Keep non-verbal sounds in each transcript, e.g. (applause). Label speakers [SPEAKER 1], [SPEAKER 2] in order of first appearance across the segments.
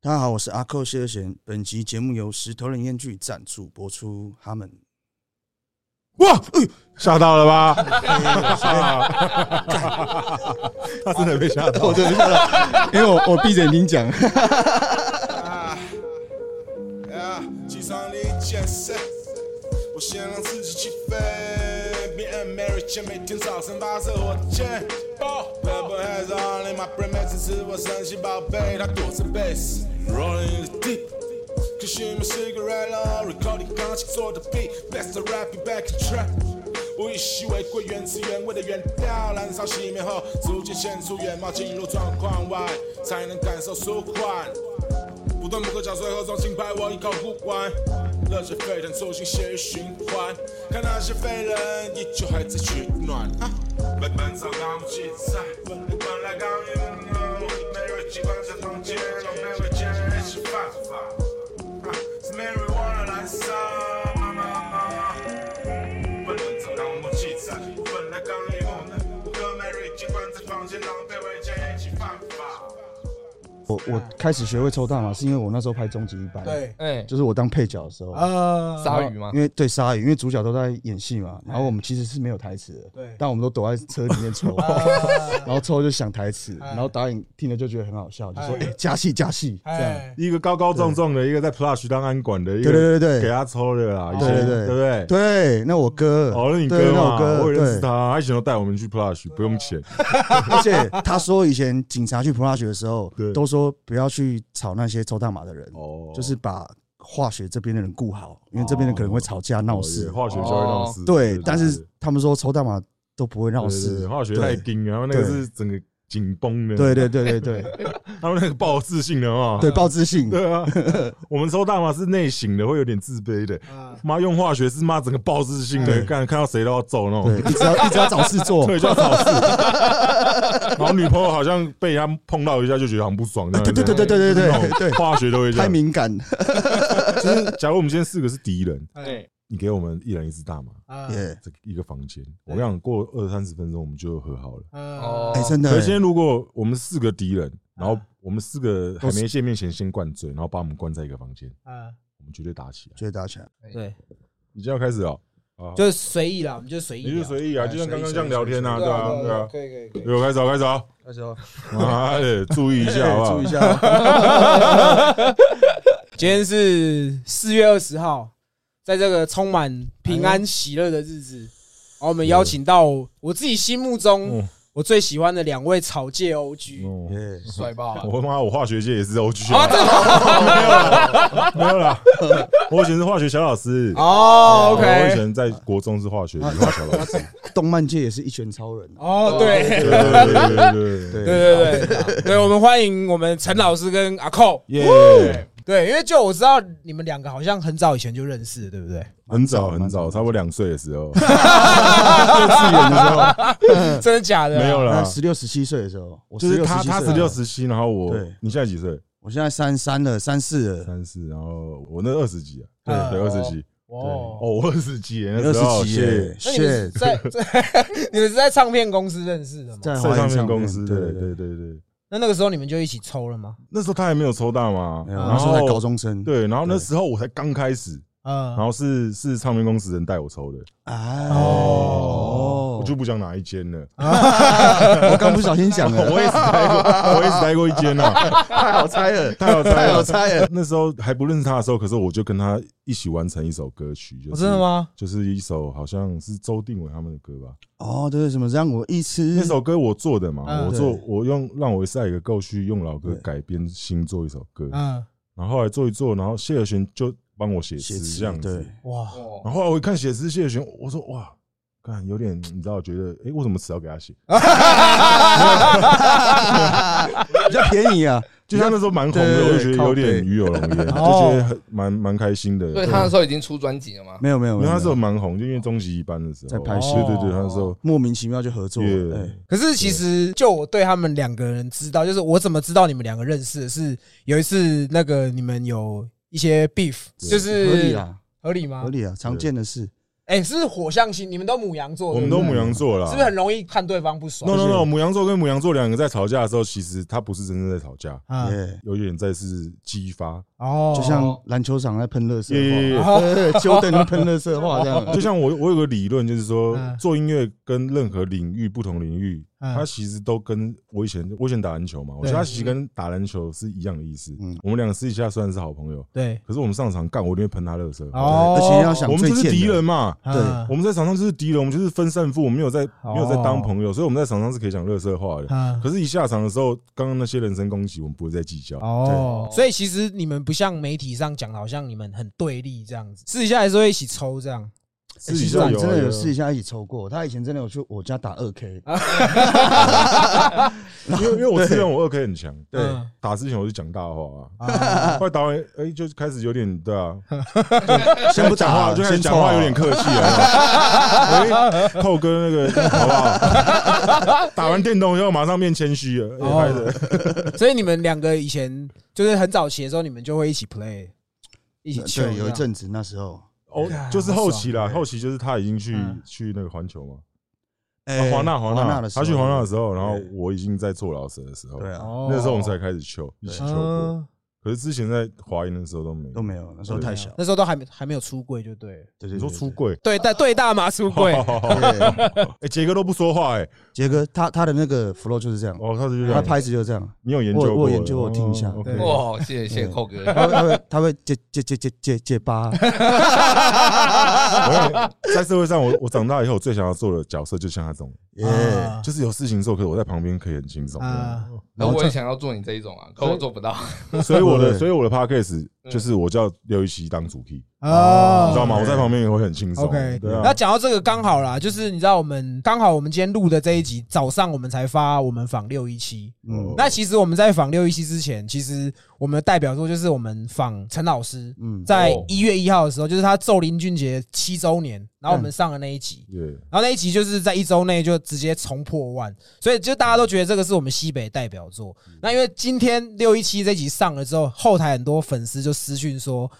[SPEAKER 1] 大家好，我是阿寇谢德贤。本集节目由石头人烟剧赞助播出。他们
[SPEAKER 2] 哇，哎吓到
[SPEAKER 1] (laughs)
[SPEAKER 2] 了吧？他真的被吓 (laughs) 到，
[SPEAKER 1] 真的吓到，因为我我闭着眼睛讲。
[SPEAKER 3] 啊，机场里建设，我先让自己起飞。b and Mary 姐每天早晨发射火箭，爆，Never has only my brain，每次是我神奇宝贝，它躲着 bass，rolling in the deep。可惜没 cigarette 了，recording 钢琴做的 beat，best rap back track。我以习为贵，原汁原味的原调，燃烧熄灭后，逐渐现出原貌，进入状况外，才能感受舒缓。不断摸个角最后装进白我一口不完。热血沸腾，促进血液循环。看那些废人，依旧还在取暖。哈本本草纲目记载，本来纲领啊，每位机关在房间，每位间一起犯法。啊是 marijuana 燃烧。妈妈本本草纲目记载，本来纲领我跟每位机关在房间，然后被围歼一起犯法。
[SPEAKER 1] 我我开始学会抽大麻，是因为我那时候拍《终极一班》，，
[SPEAKER 4] 对
[SPEAKER 5] 哎，
[SPEAKER 1] 就是我当配角的时候，
[SPEAKER 4] 啊，
[SPEAKER 5] 鲨鱼吗？
[SPEAKER 1] 因为对鲨鱼，因为主角都在演戏嘛，然后我们其实是没有台词的，
[SPEAKER 4] 对
[SPEAKER 1] 但我们都躲在车里面 (laughs) 抽，然后抽就想台词，然后导演听了就觉得很好笑，就说：“哎，加戏加戏。”这样，
[SPEAKER 4] 哎，
[SPEAKER 2] 一个高高壮壮的，一个在 Plush 当安管的，一
[SPEAKER 1] 对
[SPEAKER 2] 个
[SPEAKER 1] 对对对
[SPEAKER 2] 给他抽的啦，以
[SPEAKER 1] 对
[SPEAKER 2] 前
[SPEAKER 1] 对
[SPEAKER 2] 对不对？
[SPEAKER 1] 对，那我哥，
[SPEAKER 2] 哦，那你
[SPEAKER 1] 对
[SPEAKER 2] 哥
[SPEAKER 1] 那
[SPEAKER 2] 嘛，
[SPEAKER 1] 我哥，
[SPEAKER 2] 我也认
[SPEAKER 1] 对
[SPEAKER 2] 识他，他以前都带我们去 Plush，不用钱。
[SPEAKER 1] 而且他说，以前警察去普拉学的时候
[SPEAKER 2] 对，
[SPEAKER 1] 都说不要去吵那些抽大麻的人，
[SPEAKER 2] 哦，
[SPEAKER 1] 就是把化学这边的人顾好，因为这边的可能会吵架闹事哦
[SPEAKER 2] 对。哦化学就会闹事。
[SPEAKER 1] 对，但是他们说抽大麻都不会闹
[SPEAKER 2] 对对
[SPEAKER 1] 事
[SPEAKER 2] 对，化学太
[SPEAKER 1] 对
[SPEAKER 2] 硬，然后那个
[SPEAKER 1] 对
[SPEAKER 2] 是整个紧绷的，
[SPEAKER 1] 对对对对对
[SPEAKER 2] 他们那个爆自信的啊，
[SPEAKER 1] 对，报自信，
[SPEAKER 2] 对
[SPEAKER 1] (laughs)
[SPEAKER 2] 啊，我们抽大麻是内省的，会有点自卑的。
[SPEAKER 4] 啊，
[SPEAKER 2] 妈用化学是妈整个爆自信的，
[SPEAKER 1] 对
[SPEAKER 2] 看看到谁都要揍那
[SPEAKER 1] 对，
[SPEAKER 2] (laughs) 种。
[SPEAKER 1] 一直要一直要找事做，
[SPEAKER 2] 对，就要找事。 (laughs) 然后女朋友好像被他碰到一下就觉得很不爽，这样
[SPEAKER 1] 啊对对对对对对对对对，
[SPEAKER 2] 化学都会这
[SPEAKER 1] 太
[SPEAKER 2] 样。
[SPEAKER 1] 敏感，
[SPEAKER 2] 就是假如我们今天四个是敌人，
[SPEAKER 5] 对，
[SPEAKER 2] 你给我们一人一支大麻，
[SPEAKER 4] 啊，
[SPEAKER 1] 耶，
[SPEAKER 2] 这个一个房间，我跟你讲，过二三十分钟我们就和好了。
[SPEAKER 4] 哦，
[SPEAKER 5] 哦
[SPEAKER 1] 哎，，真的
[SPEAKER 2] 可是今
[SPEAKER 1] 欸，
[SPEAKER 2] 天如果我们四个敌人，然后我们四个还没见面前先灌醉，然后把我们关在一个房间，
[SPEAKER 4] 啊，
[SPEAKER 2] 我们绝对打起来。
[SPEAKER 1] 觉得打起来，
[SPEAKER 4] 对，
[SPEAKER 2] 已经要开始哦了，
[SPEAKER 4] 就是随意啦，我们就随意聊，
[SPEAKER 2] 你就随意啊，
[SPEAKER 4] 哎
[SPEAKER 2] 就像刚刚这样聊天啊，
[SPEAKER 4] 随意
[SPEAKER 2] 对啊，
[SPEAKER 4] 对
[SPEAKER 2] 对啊。
[SPEAKER 4] 可以可以可以，
[SPEAKER 2] 有开始哦，开始哦，
[SPEAKER 4] 那时候
[SPEAKER 2] 妈的，注意一下好不好
[SPEAKER 1] 注意一？下，
[SPEAKER 4] 今天是四月二十号，在这个充满平安喜乐的日子，然后我们邀请到我自己心目中
[SPEAKER 2] 嗯
[SPEAKER 4] 我最喜欢的两位草芥 OG，
[SPEAKER 2] 哦
[SPEAKER 1] 耶，
[SPEAKER 5] 帅爆啊！
[SPEAKER 2] 我妈，我化学界也是 O G
[SPEAKER 4] 啊，这个
[SPEAKER 2] 没有啦，我以前是化学小老师。
[SPEAKER 4] 哦
[SPEAKER 2] 我以
[SPEAKER 4] ，OK，
[SPEAKER 2] 前在国中是化学理化小老师。
[SPEAKER 1] 动漫界也是一拳超人啊，
[SPEAKER 4] 哦，
[SPEAKER 2] 对
[SPEAKER 4] 对。
[SPEAKER 2] 对对对对
[SPEAKER 1] 对
[SPEAKER 4] 对对对，对我们欢迎我们陈老师跟阿寇。
[SPEAKER 2] 耶！
[SPEAKER 4] 对，因为就我知道你们两个好像很早以前就认识，对不对？
[SPEAKER 2] 很早很
[SPEAKER 1] 蛮
[SPEAKER 2] 早，差不多两岁的时候，
[SPEAKER 1] 幼稚园的时候，
[SPEAKER 4] 真的假的？
[SPEAKER 2] 嗯
[SPEAKER 4] 啊
[SPEAKER 2] 没有
[SPEAKER 1] 那
[SPEAKER 2] 啦，
[SPEAKER 1] 十六十七岁的时候，我
[SPEAKER 2] 就是
[SPEAKER 1] 16
[SPEAKER 2] 他
[SPEAKER 1] 17岁
[SPEAKER 2] 他十
[SPEAKER 1] 的时
[SPEAKER 2] 六
[SPEAKER 1] 候
[SPEAKER 2] 十七，然后我
[SPEAKER 1] 对，
[SPEAKER 2] 你现在几岁？
[SPEAKER 1] 我现在三三了，三四了，
[SPEAKER 2] 三四，然后我那二十几啊，
[SPEAKER 4] 嗯
[SPEAKER 2] 对，二十几，
[SPEAKER 4] 哦，
[SPEAKER 2] 哦，我二十几耶，那
[SPEAKER 1] 二
[SPEAKER 2] 时候
[SPEAKER 1] 十几耶，
[SPEAKER 4] 那你们
[SPEAKER 1] 谢
[SPEAKER 4] 是在在 (laughs) 你们是在唱片公司认识的吗？
[SPEAKER 1] 在
[SPEAKER 2] 在
[SPEAKER 1] 华
[SPEAKER 2] 唱
[SPEAKER 1] 研
[SPEAKER 2] 片
[SPEAKER 1] 上
[SPEAKER 2] 公
[SPEAKER 1] 面
[SPEAKER 2] 司，
[SPEAKER 1] 对
[SPEAKER 2] 对
[SPEAKER 1] 对对，
[SPEAKER 2] 对对对。
[SPEAKER 4] 那那个时候你们就一起抽了吗？
[SPEAKER 2] 那时候他还没有抽大麻，
[SPEAKER 1] 没有
[SPEAKER 2] 然
[SPEAKER 1] 那时候
[SPEAKER 2] 后
[SPEAKER 1] 才高中生，
[SPEAKER 2] 对，然后那
[SPEAKER 1] 对啊
[SPEAKER 2] 时候我才刚开始，然
[SPEAKER 4] 嗯，
[SPEAKER 2] 后是是唱片公司人带我抽的，
[SPEAKER 1] 哎，
[SPEAKER 2] 我
[SPEAKER 1] 哦，
[SPEAKER 2] 就不讲哪一间了，
[SPEAKER 1] (laughs) 我刚不小心讲了，
[SPEAKER 2] 我也是待 (laughs) 过，我也是待过一间呐，
[SPEAKER 1] (laughs) 太好猜了，
[SPEAKER 2] (laughs) 太好猜
[SPEAKER 1] 太好
[SPEAKER 2] 了。
[SPEAKER 1] 猜了，
[SPEAKER 2] 那时候还不认识他的时候，可是我就跟他一起完成一首歌曲，就
[SPEAKER 1] 哦
[SPEAKER 4] 我
[SPEAKER 2] 是
[SPEAKER 4] 哦真的？吗？
[SPEAKER 2] 就是一首好像是周定伟他们的歌吧，
[SPEAKER 1] 哦，对，什么让我一次
[SPEAKER 2] 那首歌我做的嘛，
[SPEAKER 4] 嗯
[SPEAKER 2] 我做
[SPEAKER 1] 嗯对
[SPEAKER 2] 我用让我下一个够去用老歌
[SPEAKER 1] 对
[SPEAKER 2] 改编新做一首歌，
[SPEAKER 4] 嗯，
[SPEAKER 2] 然后后来做一做，然后谢和弦就帮我写
[SPEAKER 1] 写
[SPEAKER 2] 词
[SPEAKER 1] 词
[SPEAKER 2] 这样子
[SPEAKER 1] 对，
[SPEAKER 4] 哇，
[SPEAKER 2] 然后后来我一看写诗谢玄，我说哇，看有点你知道，觉得哎、诶为什么词要给他写？
[SPEAKER 1] 比较便宜啊，
[SPEAKER 2] 就像那时候蛮红的，
[SPEAKER 1] 对
[SPEAKER 2] 我就觉得有
[SPEAKER 1] 靠
[SPEAKER 2] 点
[SPEAKER 1] 背
[SPEAKER 2] 鱼有龙
[SPEAKER 1] (laughs)
[SPEAKER 2] 焉，就
[SPEAKER 4] 哦
[SPEAKER 2] 觉得很蛮蛮开心的。啊
[SPEAKER 5] 所以他那时候已经出专辑了嘛？
[SPEAKER 1] 没有没有
[SPEAKER 2] 因
[SPEAKER 1] 没
[SPEAKER 2] 为
[SPEAKER 1] 有，
[SPEAKER 2] 他那时候蛮红，就因为终极一班的时候
[SPEAKER 1] 在拍哦
[SPEAKER 4] 戏
[SPEAKER 2] 对对对，他那时候
[SPEAKER 1] 莫名其妙就合作
[SPEAKER 2] 也
[SPEAKER 1] 了，对，
[SPEAKER 4] 可是其实就我对他们两个人知道，就是我怎么知道你们两个认识的是有一次那个你们有一些 beef，
[SPEAKER 2] 对
[SPEAKER 4] 就
[SPEAKER 1] 合理
[SPEAKER 4] 是
[SPEAKER 1] 啦，
[SPEAKER 4] 合理吗
[SPEAKER 1] 合？理啊，常见的事，
[SPEAKER 4] 哎，是不是火象星，你们都母羊座，
[SPEAKER 2] 我们
[SPEAKER 4] 对
[SPEAKER 2] 都
[SPEAKER 4] 不对
[SPEAKER 2] 母羊座啦，
[SPEAKER 4] 是不是很容易看对方不爽
[SPEAKER 2] No？No No，母羊座跟母羊座两个在吵架的时候，其实他不是真正在吵架，
[SPEAKER 1] 哎、
[SPEAKER 6] 啊，
[SPEAKER 2] 有点在是激发。
[SPEAKER 6] 哦，
[SPEAKER 1] 就像篮球场在喷热色
[SPEAKER 2] 耶耶耶
[SPEAKER 1] 话，对对对，纠正喷热色话这样，
[SPEAKER 2] 就像我我有个理论，就是说
[SPEAKER 6] 嗯
[SPEAKER 2] 做音乐跟任何领域不同领域，
[SPEAKER 6] 嗯
[SPEAKER 2] 它其实都跟我以前我以前打篮球嘛，我觉得它其实跟打篮球是一样的意思
[SPEAKER 1] 嗯。
[SPEAKER 2] 我们两个私底下虽然是好朋友，
[SPEAKER 6] 对，
[SPEAKER 2] 可是我们上场干，我一定会喷他乐色。
[SPEAKER 6] 哦，
[SPEAKER 1] 而且要想
[SPEAKER 2] 我
[SPEAKER 1] 最
[SPEAKER 2] 们就是
[SPEAKER 1] 贱
[SPEAKER 2] 敌
[SPEAKER 1] 的
[SPEAKER 2] 人嘛，
[SPEAKER 6] 啊
[SPEAKER 1] 对
[SPEAKER 4] 嗯
[SPEAKER 2] 我们在场上就是敌人，我们就是分胜负，我们没有在没有在当朋友，所以我们在场上是可以讲乐色话的。
[SPEAKER 4] 嗯
[SPEAKER 6] 啊，
[SPEAKER 2] 可是，一下场的时候，刚刚那些人身攻击，我们不会再计较。
[SPEAKER 6] 哦，
[SPEAKER 4] 所以其实你们不像媒体上讲的，好像你们很对立这样子，私底下还是会一起抽这样。
[SPEAKER 2] 私
[SPEAKER 1] 哎其
[SPEAKER 2] 底
[SPEAKER 1] 实
[SPEAKER 2] 下
[SPEAKER 1] 我
[SPEAKER 2] 有啊
[SPEAKER 1] 真的有私
[SPEAKER 2] 事
[SPEAKER 1] 底，下一起抽过，他以前真的有去我家打二 K，
[SPEAKER 4] 啊
[SPEAKER 2] 因为因为我自认我二 K 很强，
[SPEAKER 1] 对
[SPEAKER 4] 嗯
[SPEAKER 2] 打之前我就讲大话啊，(laughs)
[SPEAKER 6] 啊
[SPEAKER 2] 后来打完哎就开始有点对
[SPEAKER 6] (laughs)
[SPEAKER 2] 啊，
[SPEAKER 1] 先不
[SPEAKER 2] 讲
[SPEAKER 1] 打
[SPEAKER 2] 话
[SPEAKER 1] 了，
[SPEAKER 2] 就开始
[SPEAKER 1] 先
[SPEAKER 2] 讲
[SPEAKER 1] 抽
[SPEAKER 2] 话
[SPEAKER 1] 好
[SPEAKER 2] 有
[SPEAKER 1] 了
[SPEAKER 2] 点客气啊，喂寇哥那个好不好？打完电动以后马上变谦虚了，
[SPEAKER 6] 哦
[SPEAKER 2] 哎拍着 (laughs)
[SPEAKER 4] 所以你们两个以前就是很早期的时候，你们就会一起 play，一起chơi
[SPEAKER 1] 对，有一
[SPEAKER 4] 这样
[SPEAKER 1] 阵子那时候，
[SPEAKER 2] 哦就是后期啦，
[SPEAKER 1] 爽欸
[SPEAKER 2] 后期就是他已经去
[SPEAKER 6] 嗯
[SPEAKER 2] 去那个环球嘛，
[SPEAKER 1] 哎
[SPEAKER 2] 啊华纳
[SPEAKER 1] 华
[SPEAKER 2] 纳
[SPEAKER 1] 的时
[SPEAKER 2] 他
[SPEAKER 1] 候，
[SPEAKER 2] 去华纳的时候，然后
[SPEAKER 1] 对
[SPEAKER 2] 我已经在做老师的时候，
[SPEAKER 1] 对啊，
[SPEAKER 6] 哦
[SPEAKER 2] 那时候我们才开始球，一起球过。
[SPEAKER 6] 嗯
[SPEAKER 2] 可是之前在华研的时候都没有
[SPEAKER 1] 都没有，那时候太小，
[SPEAKER 4] 那时候都还没还没有出柜，就对了，
[SPEAKER 1] 对对，
[SPEAKER 2] 啊你说
[SPEAKER 1] 对
[SPEAKER 2] 出。柜，(laughs)
[SPEAKER 4] 对大对大麻出柜，
[SPEAKER 2] 哦哎，杰哥都不说话哎，
[SPEAKER 1] 对杰哥他他的那个 flow 就是这样，
[SPEAKER 2] 哦，他是
[SPEAKER 1] 他
[SPEAKER 2] 他
[SPEAKER 1] 拍子就是这样，
[SPEAKER 2] 你有研
[SPEAKER 1] 我
[SPEAKER 2] 究过？
[SPEAKER 1] 我研究我听一下
[SPEAKER 2] 哦，OK
[SPEAKER 6] 对
[SPEAKER 5] 哇，谢谢谢谢寇哥，
[SPEAKER 2] 啊
[SPEAKER 1] 他会他会他会结结结结结结巴，
[SPEAKER 2] 哦我也在社会上，我我长大以后，我最想要做的角色就像他这种，
[SPEAKER 1] 耶，
[SPEAKER 6] 啊
[SPEAKER 2] 就是有事情做，可是我在旁边可以很轻松。
[SPEAKER 6] 啊
[SPEAKER 5] 那我也想要做你这一种啊，可我做不到。
[SPEAKER 2] 所以我的
[SPEAKER 1] 对
[SPEAKER 2] 所以我的 podcast 就是我叫刘禹锡当主 key，你
[SPEAKER 6] 哦，
[SPEAKER 2] 知道吗？我在旁边也会很轻松。
[SPEAKER 6] OK
[SPEAKER 2] 对
[SPEAKER 4] 那
[SPEAKER 2] 啊，
[SPEAKER 4] 讲到这个刚好啦，就是你知道我们刚好我们今天录的这一集早上我们才发我们访六一七，
[SPEAKER 1] 嗯
[SPEAKER 4] 那其实我们在访六一七之前，其实我们的代表作就是我们访陈老师，
[SPEAKER 1] 嗯，
[SPEAKER 4] 在
[SPEAKER 5] 哦
[SPEAKER 4] 一月一号的时候，就是他揍林俊杰七周年，
[SPEAKER 2] 嗯
[SPEAKER 4] 然后我们上了那一集，
[SPEAKER 2] 对，
[SPEAKER 4] 然后那一集就是在一周内就直接冲破万，所以就大家都觉得这个是我们西北代表作。那因为今天六一七这集上了之后，后台很多粉丝就私讯说，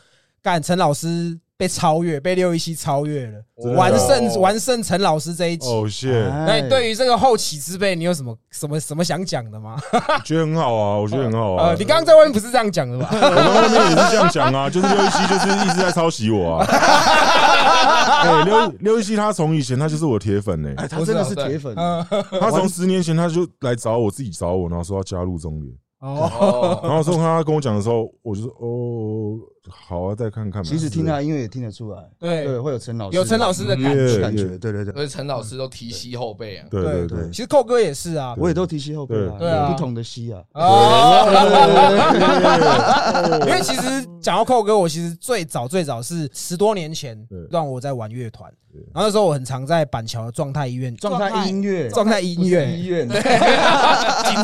[SPEAKER 4] 干陈老师被超越，被六一七超越了，
[SPEAKER 2] 真的
[SPEAKER 4] 完
[SPEAKER 5] 哦
[SPEAKER 4] 胜完胜陈老师这一集。
[SPEAKER 2] 哦，谢，
[SPEAKER 1] 啊哎
[SPEAKER 4] 那你对于这个后起之辈，你有什么什么什么想讲的吗？
[SPEAKER 2] 觉得很好啊，我觉得很好啊
[SPEAKER 4] 呃，。你刚刚在外面不是这样讲的吧？
[SPEAKER 2] 我刚刚那边也是这样讲啊，就是刘禹锡就是一直在抄袭我啊。哎，刘刘禹锡他从以前他就是我铁粉欸呢，
[SPEAKER 1] 哎，他真的是铁粉，
[SPEAKER 4] 啊嗯
[SPEAKER 2] (laughs) 他从十年前他就来找我，自己找我，然后说要加入中联。
[SPEAKER 5] 哦，
[SPEAKER 2] 然后说他跟我讲的时候，我就说哦，好啊，再看看吧。
[SPEAKER 1] 其实听他音乐也听得出来，对，
[SPEAKER 4] 对，
[SPEAKER 1] 会有陈老师，
[SPEAKER 4] 有陈老师的感觉。
[SPEAKER 2] 对
[SPEAKER 1] 的感觉，对对对，
[SPEAKER 5] 所以陈老师都提膝后背啊。
[SPEAKER 2] 对对对
[SPEAKER 1] 对
[SPEAKER 4] 其实寇哥也是啊，
[SPEAKER 1] (laughs)
[SPEAKER 4] 哦
[SPEAKER 1] 我也都提膝后背啊，
[SPEAKER 4] 对啊
[SPEAKER 1] 有不同的膝啊，
[SPEAKER 4] (laughs) 因为其实讲到寇哥，我其实最早最早是十多年前
[SPEAKER 2] 对，
[SPEAKER 4] 让我在玩乐团，然后那时候我很常在板桥的状态医院，
[SPEAKER 1] 状态音乐，
[SPEAKER 4] 状态音
[SPEAKER 1] 医
[SPEAKER 4] 乐，
[SPEAKER 1] 院，
[SPEAKER 4] (laughs) 紧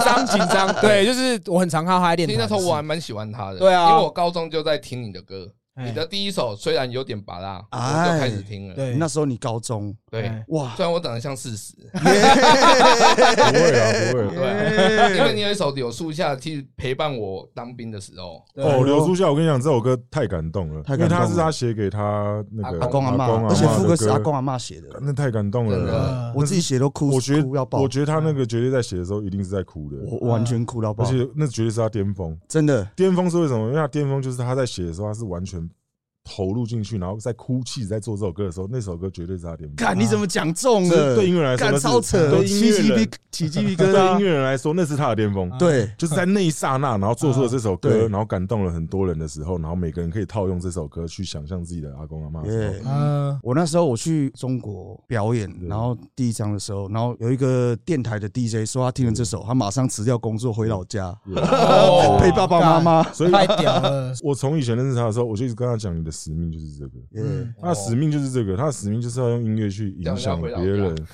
[SPEAKER 4] 张紧张，对，就是我很常看他在练
[SPEAKER 5] 其
[SPEAKER 4] 团
[SPEAKER 5] 实
[SPEAKER 4] 的
[SPEAKER 5] 那
[SPEAKER 4] 事。
[SPEAKER 5] 时候我还蛮喜欢他的，
[SPEAKER 4] 对啊
[SPEAKER 5] 因为我高中就在听你的歌，
[SPEAKER 4] 哎
[SPEAKER 5] 你的第一首虽然有点拔辣，我
[SPEAKER 1] 哎
[SPEAKER 5] 就开始听了。
[SPEAKER 4] 对
[SPEAKER 1] 那时候你高中，
[SPEAKER 5] 对，
[SPEAKER 4] 哎
[SPEAKER 1] 哇，
[SPEAKER 5] 虽然我长得像四十，
[SPEAKER 2] 不会啊，不会啊。
[SPEAKER 5] 对啊，因为你有一首《柳树下》去陪伴我当兵的时候，
[SPEAKER 4] 对
[SPEAKER 2] 哦，刘书夏，我跟你讲，这首歌太感动了，
[SPEAKER 1] 太
[SPEAKER 2] 因为
[SPEAKER 1] 感动了
[SPEAKER 2] 他是他写给他那个
[SPEAKER 5] 阿
[SPEAKER 1] 阿公阿
[SPEAKER 2] 妈
[SPEAKER 1] 妈，
[SPEAKER 2] 的歌，
[SPEAKER 1] 而且副歌是阿公阿妈写的，
[SPEAKER 2] 那太感动
[SPEAKER 5] 真
[SPEAKER 2] 了
[SPEAKER 5] 的。
[SPEAKER 4] 呃
[SPEAKER 1] 我自己写都哭，
[SPEAKER 2] 我觉得
[SPEAKER 1] 哭要，爆，嗯
[SPEAKER 2] 我觉得他那个绝对在写的时候一定是在哭的，
[SPEAKER 1] 我完全哭到爆
[SPEAKER 2] 而，且那绝对是他巅峰。
[SPEAKER 1] 真的，
[SPEAKER 2] 巅峰是为什么？因为他巅峰就是他在写的时候，他是完全投入进去，然后在哭泣，在做这首歌的时候，那首歌绝对是他巅峰。
[SPEAKER 1] 看你怎么讲中
[SPEAKER 2] 就是
[SPEAKER 1] 了，
[SPEAKER 2] 对音乐人来说，
[SPEAKER 1] 干
[SPEAKER 2] 那是
[SPEAKER 1] 超扯，
[SPEAKER 2] 对
[SPEAKER 1] 我
[SPEAKER 2] 音
[SPEAKER 1] 起
[SPEAKER 2] 乐
[SPEAKER 1] 鸡
[SPEAKER 2] 人
[SPEAKER 1] 皮起鸡皮
[SPEAKER 2] (laughs)
[SPEAKER 1] 疙
[SPEAKER 2] 对音
[SPEAKER 1] 瘩，
[SPEAKER 2] 乐人来说，那是他的巅峰。
[SPEAKER 1] 对，
[SPEAKER 2] 就是在那一刹那，然后做出了这首
[SPEAKER 1] 啊
[SPEAKER 2] 歌，
[SPEAKER 1] 对
[SPEAKER 2] 然后感动了很多人的时候，然后每个人可以套用这首歌去想象自己的阿公阿妈。
[SPEAKER 1] 耶。
[SPEAKER 4] 嗯
[SPEAKER 1] 我那时候我去中国表演，然后第一张的时候，然后有一个电台的 DJ 说他听了这首，他马上辞掉工作回老家
[SPEAKER 4] 哦
[SPEAKER 1] (laughs) 陪爸爸妈妈。
[SPEAKER 2] 所以
[SPEAKER 4] 太屌
[SPEAKER 1] (laughs)
[SPEAKER 4] 了，
[SPEAKER 2] 我从以前认识他的时候，我就一直跟他讲，你的使命就是这个。
[SPEAKER 1] 耶，
[SPEAKER 4] 嗯
[SPEAKER 2] 他的使命就是这个，他的使命就是要用音乐去影响别
[SPEAKER 5] 叫人
[SPEAKER 2] 人。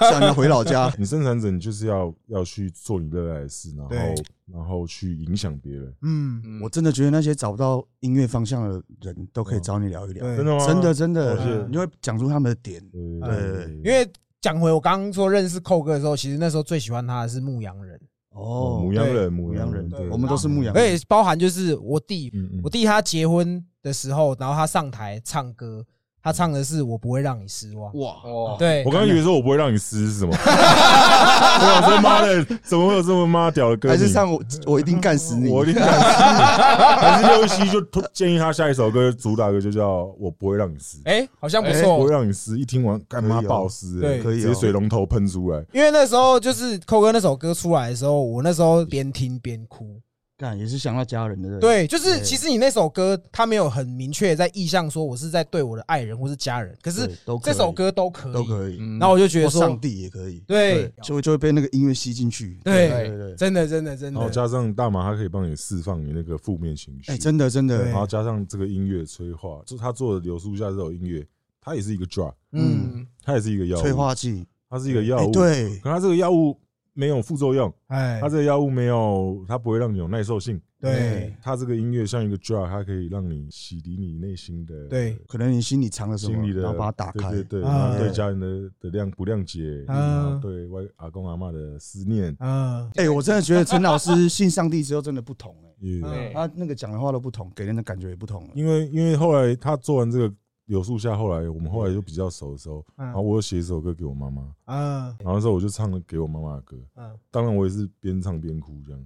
[SPEAKER 1] 想要回老家，
[SPEAKER 2] 你生产者，你就是要要去做你热爱的事，然后
[SPEAKER 4] 对
[SPEAKER 2] 然后去影响别人。
[SPEAKER 4] 嗯，
[SPEAKER 5] 嗯
[SPEAKER 1] 我真的觉得那些找不到音乐方向的人都可以找你聊一聊，
[SPEAKER 4] 对
[SPEAKER 2] 嗯真的吗？
[SPEAKER 1] 真的真
[SPEAKER 2] 哦是
[SPEAKER 1] 的，你会讲出他们的点。
[SPEAKER 2] 对。
[SPEAKER 1] 因
[SPEAKER 2] 因
[SPEAKER 4] 因为讲回我刚刚说认识寇哥的时候，其实那时候最喜欢他的是牧羊人，
[SPEAKER 1] 哦，
[SPEAKER 2] 母羊
[SPEAKER 1] 对
[SPEAKER 2] 人，母
[SPEAKER 1] 母
[SPEAKER 2] 羊
[SPEAKER 1] 羊
[SPEAKER 2] 人，
[SPEAKER 1] 人，
[SPEAKER 2] 对，
[SPEAKER 1] 我们都是牧羊人
[SPEAKER 4] 而。且包含就是我弟，
[SPEAKER 2] 嗯嗯
[SPEAKER 4] 我弟他结婚的时候，然后他上台唱歌，他唱的是我不会让你失望。
[SPEAKER 1] 哇，
[SPEAKER 5] 哇，
[SPEAKER 4] 对
[SPEAKER 2] 我，刚刚以为说我不会让你撕是什么，
[SPEAKER 1] (laughs)
[SPEAKER 2] 我想说妈的，怎么会有这么妈屌的歌
[SPEAKER 1] 还
[SPEAKER 2] 名？
[SPEAKER 1] 是唱我 (laughs) 我一定干死你，
[SPEAKER 2] 我一定敢撕，还是六七就突建议他下一首歌主打歌就叫我不会让你撕，
[SPEAKER 4] 哎，好像不
[SPEAKER 5] 哎
[SPEAKER 2] 不
[SPEAKER 4] 错
[SPEAKER 2] 会。让你撕，一听完干妈
[SPEAKER 1] 可以哦
[SPEAKER 2] 爆撕，
[SPEAKER 4] 对
[SPEAKER 1] 可以
[SPEAKER 2] 直接
[SPEAKER 1] 哦
[SPEAKER 2] 水龙头喷出来。
[SPEAKER 4] 因为那时候就是寇哥那首歌出来的时候，我那时候边听边哭。
[SPEAKER 1] 干也是想到家人的，不，
[SPEAKER 4] 对，就是其实你那首歌，它没有很明确在意向说我是在对我的爱人或是家人，可是
[SPEAKER 1] 对都可
[SPEAKER 4] 这
[SPEAKER 1] 以
[SPEAKER 4] 首歌都可以。
[SPEAKER 1] 都可以，
[SPEAKER 5] 嗯
[SPEAKER 4] 然后我就
[SPEAKER 1] 或
[SPEAKER 4] 觉得
[SPEAKER 1] 上
[SPEAKER 4] 说，
[SPEAKER 1] 帝也可以，
[SPEAKER 4] 对
[SPEAKER 1] 就会就会被那个音乐吸进去，
[SPEAKER 4] 对
[SPEAKER 1] 对对，
[SPEAKER 4] 真的，真的，真
[SPEAKER 2] 然后
[SPEAKER 4] 的，
[SPEAKER 2] 加上大麻，它可以帮你释放你那个负面情绪。
[SPEAKER 1] 哎，真的真
[SPEAKER 4] 对
[SPEAKER 1] 的
[SPEAKER 2] 然，后加上这个音乐催化，就他做的流苏下这首音乐，它也是一个 drug，
[SPEAKER 4] 嗯，
[SPEAKER 2] 它也是一个药物，
[SPEAKER 1] 催化剂，
[SPEAKER 2] 它是一个药
[SPEAKER 1] 哎
[SPEAKER 2] 物。，
[SPEAKER 1] 对
[SPEAKER 2] 可它这个药物没有副作用，
[SPEAKER 4] 哎
[SPEAKER 2] 它，这个药物没有，它不会让你有耐受性。
[SPEAKER 4] 对，
[SPEAKER 2] 它这个音乐像一个 drug，它可以让你洗涤你内心的
[SPEAKER 4] 对，
[SPEAKER 1] 可能你心里藏了什
[SPEAKER 2] 心
[SPEAKER 1] 么
[SPEAKER 2] 里，的，
[SPEAKER 1] 然后把它打开，
[SPEAKER 2] 对对对，
[SPEAKER 4] 啊
[SPEAKER 2] 然后对家人的的谅不谅解，
[SPEAKER 4] 啊
[SPEAKER 2] 然后对外阿公阿妈的思念，
[SPEAKER 4] 嗯，
[SPEAKER 1] 哎，我真的觉得陈老师 (laughs) 信上帝之后真的不同哎，
[SPEAKER 2] 也
[SPEAKER 5] 对
[SPEAKER 1] 他那个讲的话都不同，给人的感觉也不同了。
[SPEAKER 2] 因为因为后来他做完这个柳树下，后来我们后来就比较熟的时候，
[SPEAKER 4] 嗯
[SPEAKER 2] 然后我有写一首歌给我妈妈，
[SPEAKER 4] 嗯，
[SPEAKER 2] 然后那时候我就唱了给我妈妈的歌，
[SPEAKER 4] 嗯，
[SPEAKER 2] 当然我也是边唱边哭这样。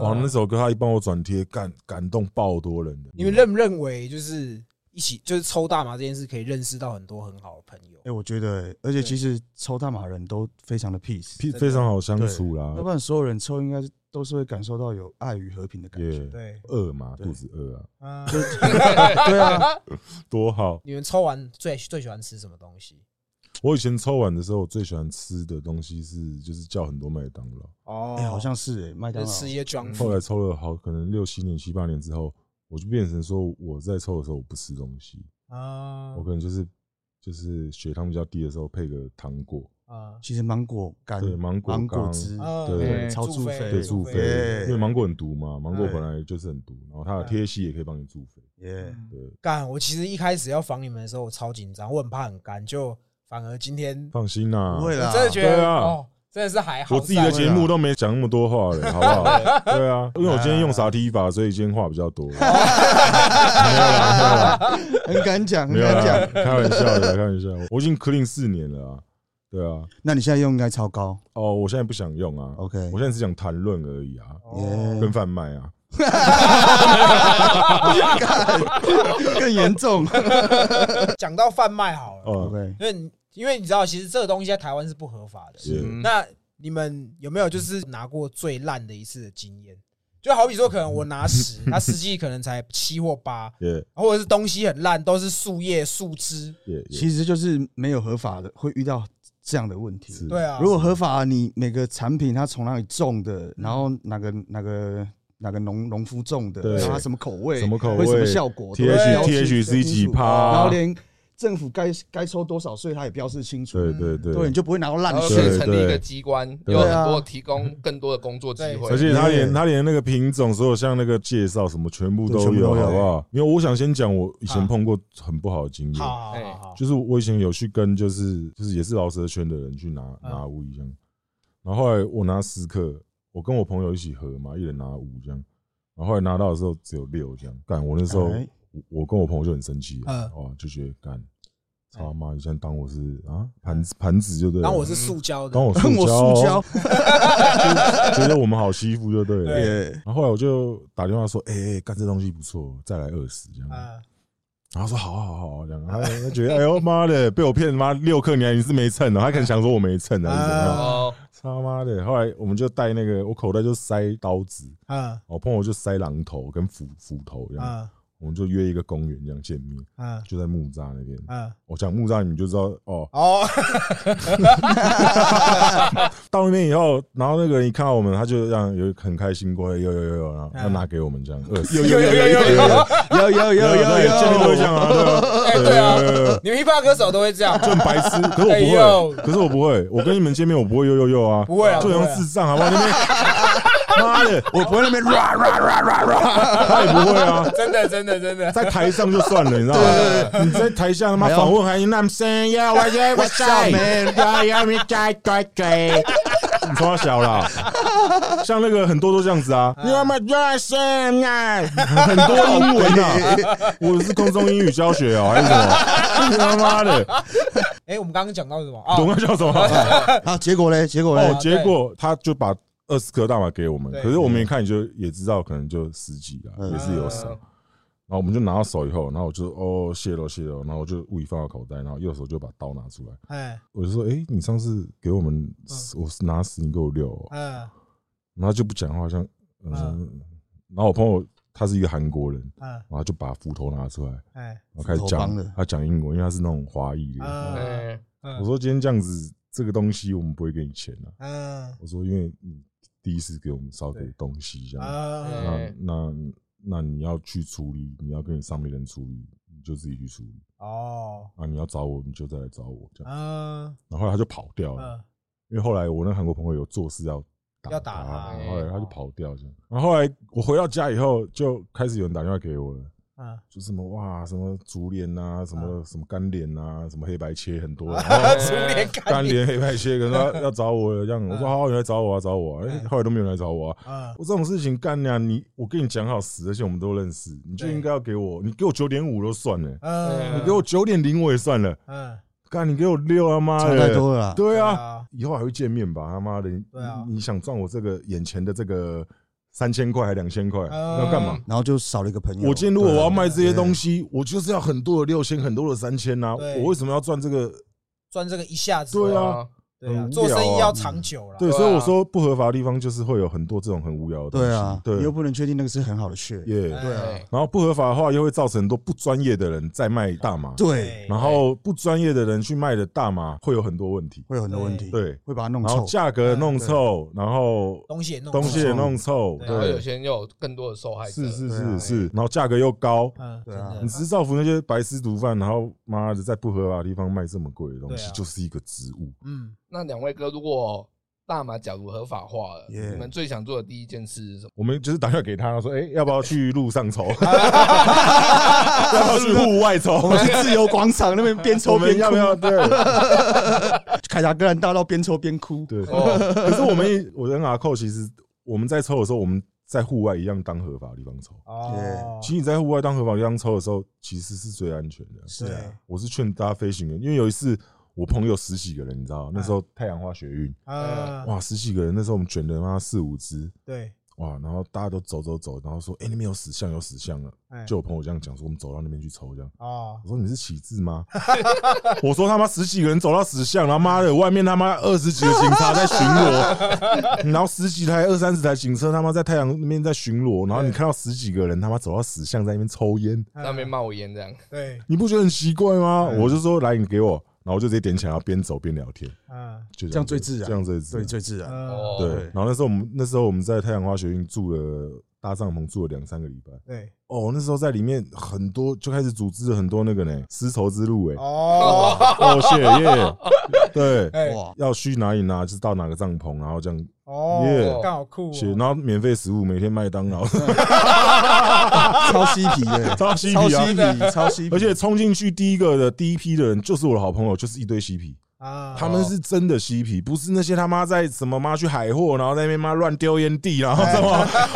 [SPEAKER 2] 哇，
[SPEAKER 4] 嗯，
[SPEAKER 2] 那首歌他一帮我转贴，感感动爆多人的。
[SPEAKER 4] 你们认不认为就是一起就是抽大麻这件事可以认识到很多很好的朋友
[SPEAKER 1] 哎、？我觉得、欸，而且其实抽大麻的人都非常的 peace，
[SPEAKER 2] 非非常好相处啦
[SPEAKER 1] 要，不然所有人抽应该是都是会感受到有爱与和平的感觉。
[SPEAKER 2] 也
[SPEAKER 4] 对，
[SPEAKER 2] 饿嘛，
[SPEAKER 1] 对
[SPEAKER 2] 肚子饿啊，
[SPEAKER 4] 嗯，
[SPEAKER 1] 对啊，
[SPEAKER 2] 多好。
[SPEAKER 4] (laughs) 你们抽完最最喜欢吃什么东西？
[SPEAKER 2] 我以前抽完的时候，我最喜欢吃的东西是就是叫很多麦当劳。
[SPEAKER 4] 哦
[SPEAKER 1] 哎、好像是哎、麦
[SPEAKER 4] 就
[SPEAKER 1] 当劳
[SPEAKER 4] 是吃一些 junk
[SPEAKER 2] 后
[SPEAKER 4] food
[SPEAKER 2] 来抽了好可能六七年、七八年之后，我就变成说我在抽的时候我不吃东西，
[SPEAKER 4] 啊
[SPEAKER 1] 嗯
[SPEAKER 2] 我可能就是就是血糖比较低的时候配个糖果，
[SPEAKER 4] 啊
[SPEAKER 1] 其实芒果干、
[SPEAKER 2] 对芒果
[SPEAKER 1] 芒果
[SPEAKER 2] 干
[SPEAKER 1] 汁，
[SPEAKER 4] 啊
[SPEAKER 2] 对
[SPEAKER 1] 超
[SPEAKER 4] 祝
[SPEAKER 1] 助
[SPEAKER 4] 肺
[SPEAKER 1] 肺
[SPEAKER 2] 对，
[SPEAKER 1] 对
[SPEAKER 2] 助
[SPEAKER 4] 祝
[SPEAKER 2] 肺
[SPEAKER 1] 肺对，
[SPEAKER 2] 因为芒果很毒嘛，芒果
[SPEAKER 1] 对
[SPEAKER 2] 本来就是很毒，然后它的贴息也可以帮你助肺，
[SPEAKER 1] 耶、
[SPEAKER 2] (laughs) 对，
[SPEAKER 4] 干，我其实一开始要防你们的时候，我超紧张，我很怕很干，就反而今天
[SPEAKER 2] 放心啦
[SPEAKER 1] 不，会啦，
[SPEAKER 4] 我真的觉
[SPEAKER 2] 对
[SPEAKER 4] 得
[SPEAKER 2] 啊
[SPEAKER 4] 哦，真的是还好。
[SPEAKER 2] 我自己
[SPEAKER 1] 啊
[SPEAKER 2] 的
[SPEAKER 4] 是
[SPEAKER 2] 节目都没讲那么多话了，好不
[SPEAKER 1] (laughs)
[SPEAKER 2] 好？对啊，因为我今天用傻踢法，所以今天话比较多。没有啦，
[SPEAKER 1] 很敢讲，很
[SPEAKER 2] 没有
[SPEAKER 1] 敢
[SPEAKER 2] 啦，
[SPEAKER 1] 讲。
[SPEAKER 2] 开玩笑的，开玩笑。我已经 clean 四年了啊，对啊，
[SPEAKER 1] 那你现在用应该超高
[SPEAKER 2] 哦，我现在不想用啊，
[SPEAKER 1] ，OK？哦
[SPEAKER 2] 我现在只想谈论而已啊，
[SPEAKER 4] 哦
[SPEAKER 1] 耶 (laughs)
[SPEAKER 2] 跟贩卖啊。
[SPEAKER 1] 更严重。
[SPEAKER 4] 讲到贩卖好了，
[SPEAKER 2] (laughs) 哦，
[SPEAKER 1] OK，
[SPEAKER 4] 因为你因为你知道，其实这个东西在台湾是不合法的。
[SPEAKER 2] 是
[SPEAKER 5] 嗯
[SPEAKER 4] 那你们有没有就是拿过最烂的一次的经验？就好比说，可能我拿十，他实际可能才七或八，
[SPEAKER 2] 也
[SPEAKER 4] 或者是东西很烂，都是树叶、树枝。
[SPEAKER 2] 也也
[SPEAKER 1] 其实就是没有合法的会遇到这样的问题。
[SPEAKER 2] 是
[SPEAKER 4] 对啊，
[SPEAKER 1] 如果合法，你每个产品它从哪里种的，然后
[SPEAKER 4] 嗯
[SPEAKER 1] 哪个哪个哪个农农夫种的，
[SPEAKER 2] 对
[SPEAKER 1] 然后它什么口味，
[SPEAKER 2] 什么口味
[SPEAKER 1] 会什么效果
[SPEAKER 2] ，T
[SPEAKER 1] 都会标
[SPEAKER 2] H
[SPEAKER 1] 示
[SPEAKER 2] T H C
[SPEAKER 1] 清楚
[SPEAKER 2] 几
[SPEAKER 1] 然后
[SPEAKER 2] 趴，
[SPEAKER 1] 连政府该该抽多少税，它也标示清楚，
[SPEAKER 2] 对对对
[SPEAKER 1] 对，你就不会拿到烂
[SPEAKER 5] 然后
[SPEAKER 1] 税。
[SPEAKER 5] 去
[SPEAKER 2] 对
[SPEAKER 5] 成立一个机关，
[SPEAKER 2] 对
[SPEAKER 5] 有
[SPEAKER 1] 对
[SPEAKER 5] 很
[SPEAKER 1] 啊
[SPEAKER 5] 多提供更多的工作机会，
[SPEAKER 2] 而且他连
[SPEAKER 1] 对
[SPEAKER 2] 他连那个品种，所有像那个介绍什么，全部
[SPEAKER 1] 对
[SPEAKER 2] 都
[SPEAKER 1] 全部
[SPEAKER 2] 有，
[SPEAKER 1] 都有
[SPEAKER 2] 好不好？因为我想先讲我以
[SPEAKER 4] 啊
[SPEAKER 2] 前碰过很不好的经验，
[SPEAKER 1] 啊
[SPEAKER 4] 好好好好，
[SPEAKER 2] 就是我以前有去跟就是就是也是饶舌圈的人去拿
[SPEAKER 4] 嗯
[SPEAKER 2] 拿五这样，然后后来我拿十克，我跟我朋友一起合嘛，一人拿五这样，然后后来拿到的时候只有六这样，干我那时候
[SPEAKER 1] 哎
[SPEAKER 2] 我我跟我朋友就很生气啊，
[SPEAKER 4] 嗯
[SPEAKER 2] 哇就觉得干，操他妈你像当我是啊盘子盘子就对了，嗯
[SPEAKER 4] 嗯当我是塑胶的 (laughs)
[SPEAKER 2] 当，我哦
[SPEAKER 1] 喷我塑胶，
[SPEAKER 2] 觉得我们好欺负就对
[SPEAKER 4] (laughs)
[SPEAKER 2] 了。
[SPEAKER 1] 对，
[SPEAKER 2] 然后后来我就打电话说，哎、欸，干这东西不错，再来二十这样。
[SPEAKER 4] 啊，
[SPEAKER 2] 然后说好好好好这样，他他觉得哎呦妈的被我骗妈六克你还你是没蹭的，哦他可能想说我没蹭
[SPEAKER 4] (laughs)
[SPEAKER 2] 还是怎么
[SPEAKER 4] 啊
[SPEAKER 2] 样，
[SPEAKER 5] 哦，
[SPEAKER 2] 他妈的！后来我们就带那个我口袋就塞刀子，哦
[SPEAKER 4] 嗯
[SPEAKER 2] 我朋友就塞榔头跟斧斧头这样，
[SPEAKER 4] 嗯
[SPEAKER 2] 我们就约一个公园这样见面，
[SPEAKER 4] 嗯
[SPEAKER 2] 就在木栅那边。
[SPEAKER 4] 嗯，
[SPEAKER 2] 我讲木栅你们就知道哦，
[SPEAKER 4] 哦，
[SPEAKER 2] 到那边以后，然后那个人一看到我们，他就让有很开心过来，有有有有，然后要拿给我们这样，二十，
[SPEAKER 4] 啊有有有有有，
[SPEAKER 1] 有有有有
[SPEAKER 2] 对见面都会
[SPEAKER 1] 有，
[SPEAKER 2] 这样啊，对吧
[SPEAKER 4] 哎对啊， (laughs) 你们 hiphop 歌手都会这样，
[SPEAKER 2] (laughs) 就很白痴，可是我
[SPEAKER 4] 哎呦
[SPEAKER 2] 不会，可是我不会，我跟你们见面我不会呦呦呦啊，
[SPEAKER 4] 不会啊
[SPEAKER 2] 就很
[SPEAKER 4] 不会啊
[SPEAKER 2] 像智障好不好？那边 (laughs) 妈的，
[SPEAKER 1] 我不会那边 ra ra ra ra ra，
[SPEAKER 2] 他也不会啊。
[SPEAKER 4] (laughs) 真的真的真的，
[SPEAKER 2] 在台上就算了，你知道吗？你在台下他妈
[SPEAKER 1] 还要
[SPEAKER 2] 访问还那么声呀，我觉我
[SPEAKER 1] What's up,
[SPEAKER 2] 塞，
[SPEAKER 1] man？
[SPEAKER 2] 呀呀咪在对对，你从小小
[SPEAKER 4] (laughs)
[SPEAKER 2] 啦，像那个很多都这样子啊，You are my Russian 啊，很多英文
[SPEAKER 4] (laughs)
[SPEAKER 2] 啊，我是空中英语教学哦，还是什么？他 (laughs) 妈的，
[SPEAKER 4] 哎，我们刚刚讲到什么
[SPEAKER 2] 懂
[SPEAKER 4] 啊？
[SPEAKER 2] 他叫什么？
[SPEAKER 1] (laughs) 啊，结果嘞，结果
[SPEAKER 2] 哦
[SPEAKER 1] 嘞，，
[SPEAKER 2] 结果他就把二十颗大麻给我们，
[SPEAKER 4] 对
[SPEAKER 2] 可是我们一看就也知道，可能就十几啊，
[SPEAKER 1] 嗯
[SPEAKER 2] 也是有少。然后我们就拿到手以后，然后我就哦谢了谢了，然后我就物理放到口袋，然后右手就把刀拿出来，
[SPEAKER 4] 哎
[SPEAKER 2] 我就说哎、你上次给我们
[SPEAKER 1] 嗯
[SPEAKER 2] 十我拿十，你给我六哦，
[SPEAKER 4] 嗯
[SPEAKER 2] 然后就不讲话，好像嗯、
[SPEAKER 4] 嗯
[SPEAKER 2] 然后我朋友他是一个韩国人，
[SPEAKER 4] 嗯
[SPEAKER 2] 然后就把斧头拿出来，然
[SPEAKER 4] 哎
[SPEAKER 2] 后开始
[SPEAKER 1] 斧头帮
[SPEAKER 2] 讲
[SPEAKER 1] 的，
[SPEAKER 2] 他讲英文，因为他是那种华裔的，
[SPEAKER 4] 嗯
[SPEAKER 5] 哎，
[SPEAKER 4] 嗯，
[SPEAKER 2] 我说今天这样子这个东西我们不会给你钱啊，
[SPEAKER 4] 嗯
[SPEAKER 2] 我说因为你第一次给我们烧给东西这样，
[SPEAKER 4] 嗯
[SPEAKER 2] 那那那你要去处理，你要跟你上面人处理，你就自己去处理。
[SPEAKER 4] 哦
[SPEAKER 2] 啊，你要找我，你就再来找我这样。
[SPEAKER 4] 嗯
[SPEAKER 2] 然后他就跑掉了，
[SPEAKER 4] 嗯
[SPEAKER 2] 因为后来我那韩国朋友有做事要
[SPEAKER 4] 要打啊
[SPEAKER 2] 打
[SPEAKER 4] 他
[SPEAKER 2] 后来他就跑掉这样。然后后来我回到家以后，就开始有人打电话给我了，
[SPEAKER 4] 嗯，
[SPEAKER 2] 就什么哇，什么竹帘啊，什么什么干脸啊，什么黑白切很多，啊
[SPEAKER 4] 初恋干
[SPEAKER 2] (laughs) 干
[SPEAKER 4] 爹，
[SPEAKER 2] 脸黑白切，可能要要找我了这样。我说好，你来找我啊，找我啊。哎
[SPEAKER 4] 嗯
[SPEAKER 2] 后来都没有人来找我啊。
[SPEAKER 4] 嗯
[SPEAKER 2] 我这种事情干呀，你我跟你讲好十，而且我们都认识，你就
[SPEAKER 4] 对
[SPEAKER 2] 应该要给我，你给我九点五都算了，
[SPEAKER 4] 嗯，
[SPEAKER 2] 你
[SPEAKER 1] 啊
[SPEAKER 2] 给我九点零我也算了。
[SPEAKER 4] 嗯，
[SPEAKER 2] 干，你给我六他妈
[SPEAKER 1] 差
[SPEAKER 2] 的，
[SPEAKER 1] 太多了啦
[SPEAKER 2] 对啊，
[SPEAKER 4] 啊，
[SPEAKER 2] 以后还会见面吧？他妈的，你
[SPEAKER 4] 对啊
[SPEAKER 2] 你你想赚我这个眼前的这个三千块还两千块，
[SPEAKER 1] 呃
[SPEAKER 4] 嗯
[SPEAKER 2] 要干嘛？
[SPEAKER 1] 然后就少了一个朋友。啊
[SPEAKER 2] 我今天如果我要卖这些东
[SPEAKER 1] 西，
[SPEAKER 2] 西，我就是要很多的六千，很多的三千呐。
[SPEAKER 4] 对
[SPEAKER 2] 我为什么要赚这个？
[SPEAKER 4] 赚这个一下子，
[SPEAKER 2] 对啊，
[SPEAKER 4] 对啊
[SPEAKER 2] 很，无
[SPEAKER 4] 做生意
[SPEAKER 2] 聊啊
[SPEAKER 4] 要长久哎了，
[SPEAKER 2] 对，
[SPEAKER 5] 对啊
[SPEAKER 2] 所以我说不合法的地方就是会有很多这种很无聊的东西。
[SPEAKER 1] 对啊，你又
[SPEAKER 2] 对，
[SPEAKER 1] 不能确定那个是很好的血，
[SPEAKER 2] 耶。
[SPEAKER 4] 对啊
[SPEAKER 5] 哎
[SPEAKER 2] 然后不合法的话，又会造成很多不专业的人在卖大麻。
[SPEAKER 1] 对，
[SPEAKER 2] 然后不专业的人去卖的大麻会有很多问题。
[SPEAKER 1] 会有很多问题，，
[SPEAKER 2] 对，
[SPEAKER 1] 会把它弄
[SPEAKER 2] 然后
[SPEAKER 1] 臭。
[SPEAKER 2] 价格弄臭，然后
[SPEAKER 4] 东西也弄
[SPEAKER 2] 东西也
[SPEAKER 4] 错
[SPEAKER 2] 弄臭，
[SPEAKER 5] 然后有
[SPEAKER 2] 对，
[SPEAKER 5] 些人又有更多的受害者，
[SPEAKER 2] 是是
[SPEAKER 1] 对
[SPEAKER 2] 是
[SPEAKER 1] 啊
[SPEAKER 2] 是，然后价格又高，
[SPEAKER 4] 嗯，
[SPEAKER 1] 对啊
[SPEAKER 2] 你
[SPEAKER 4] 真
[SPEAKER 2] 只是造福那些白丝毒贩，然后妈的在不合法的地方卖这么贵的东
[SPEAKER 4] 对
[SPEAKER 2] 西
[SPEAKER 4] 啊，
[SPEAKER 2] 就是一个植物。
[SPEAKER 4] 嗯，
[SPEAKER 5] 那两位哥，如果大麻假如合法化了，
[SPEAKER 1] Yeah
[SPEAKER 5] 你们最想做的第一件事是什么？
[SPEAKER 2] 我们就是打电话给他说，哎，要不要去路上抽？要不要去户外抽？
[SPEAKER 1] (laughs) 我们去自由广场那边边抽
[SPEAKER 2] (laughs) 我们
[SPEAKER 1] 边
[SPEAKER 2] 要不要？
[SPEAKER 1] 哭，
[SPEAKER 2] 对
[SPEAKER 1] 凯达格兰大道边抽边哭。
[SPEAKER 2] (laughs) 对。
[SPEAKER 5] 哦，
[SPEAKER 2] 可是我们一我跟阿寇其实我们在抽的时候，我们在户外一样当合法的地方抽。
[SPEAKER 4] 哦，
[SPEAKER 2] 其实你在户外当合法地方抽的时候，其实是最安全的。
[SPEAKER 1] 是啊，
[SPEAKER 2] 我是劝大家飞行员，因为有一次我朋友十几个人，你知道，那时候太阳花学运，
[SPEAKER 4] 啊，
[SPEAKER 2] 哇，十几个人，那时候我们卷的妈四五只，
[SPEAKER 4] 对，
[SPEAKER 2] 哇，然后大家都走走走，然后说，哎，那边有死巷，有死巷了，
[SPEAKER 4] 哎
[SPEAKER 2] 就有朋友这样讲说，我们走到那边去抽这样。
[SPEAKER 4] 哦，
[SPEAKER 2] 我说你们是旗帜吗？ (laughs) 我说他妈十几个人走到死巷，然后妈的外面他妈二十几个警察在巡逻， (laughs) 然后十几台二三十台警车他妈在太阳那边在巡逻，然后你看到十几个人他妈走到死巷在那边抽烟，
[SPEAKER 5] 那边冒烟
[SPEAKER 4] (laughs)
[SPEAKER 5] 这样，
[SPEAKER 4] 嗯对，
[SPEAKER 2] 你不觉得很奇怪吗？
[SPEAKER 1] 嗯
[SPEAKER 2] 我就说来，你给我，然后我就直接点起来，然后边走边聊天，
[SPEAKER 4] 嗯
[SPEAKER 2] 就
[SPEAKER 1] 这样最自然
[SPEAKER 2] 这样最自
[SPEAKER 1] 对，
[SPEAKER 2] 然。
[SPEAKER 1] 最自然。
[SPEAKER 4] 嗯，
[SPEAKER 5] 哦，
[SPEAKER 2] 对
[SPEAKER 1] 对，
[SPEAKER 2] 然后那时候我们那时候我们在太阳花学院住了大帐篷，住了两三个礼拜。
[SPEAKER 4] 对，
[SPEAKER 2] 哦，那时候在里面很多就开始组织了很多那个呢丝绸之路哎，
[SPEAKER 4] 哦，
[SPEAKER 2] (laughs) 哦谢耶， (laughs) 对，
[SPEAKER 4] 哎，
[SPEAKER 1] 哇，
[SPEAKER 2] 要去哪里拿就到哪个帐篷，然后这样
[SPEAKER 4] 哦，刚好酷
[SPEAKER 2] 写，
[SPEAKER 4] 哦，
[SPEAKER 2] 然后免费食物，每天麦 (laughs) 当劳，
[SPEAKER 1] 超嬉皮的，
[SPEAKER 2] 啊 (laughs) 超嬉
[SPEAKER 1] 超
[SPEAKER 2] 皮啊
[SPEAKER 1] 嬉！皮，超嬉皮，
[SPEAKER 2] 而且冲进去第一个的第一批的人就是我的好朋友，就是一堆嬉皮。
[SPEAKER 4] 啊，
[SPEAKER 2] 他们是真的嬉皮，不是那些他妈在什么妈去海货，然后在那边妈乱丢烟蒂，然后什么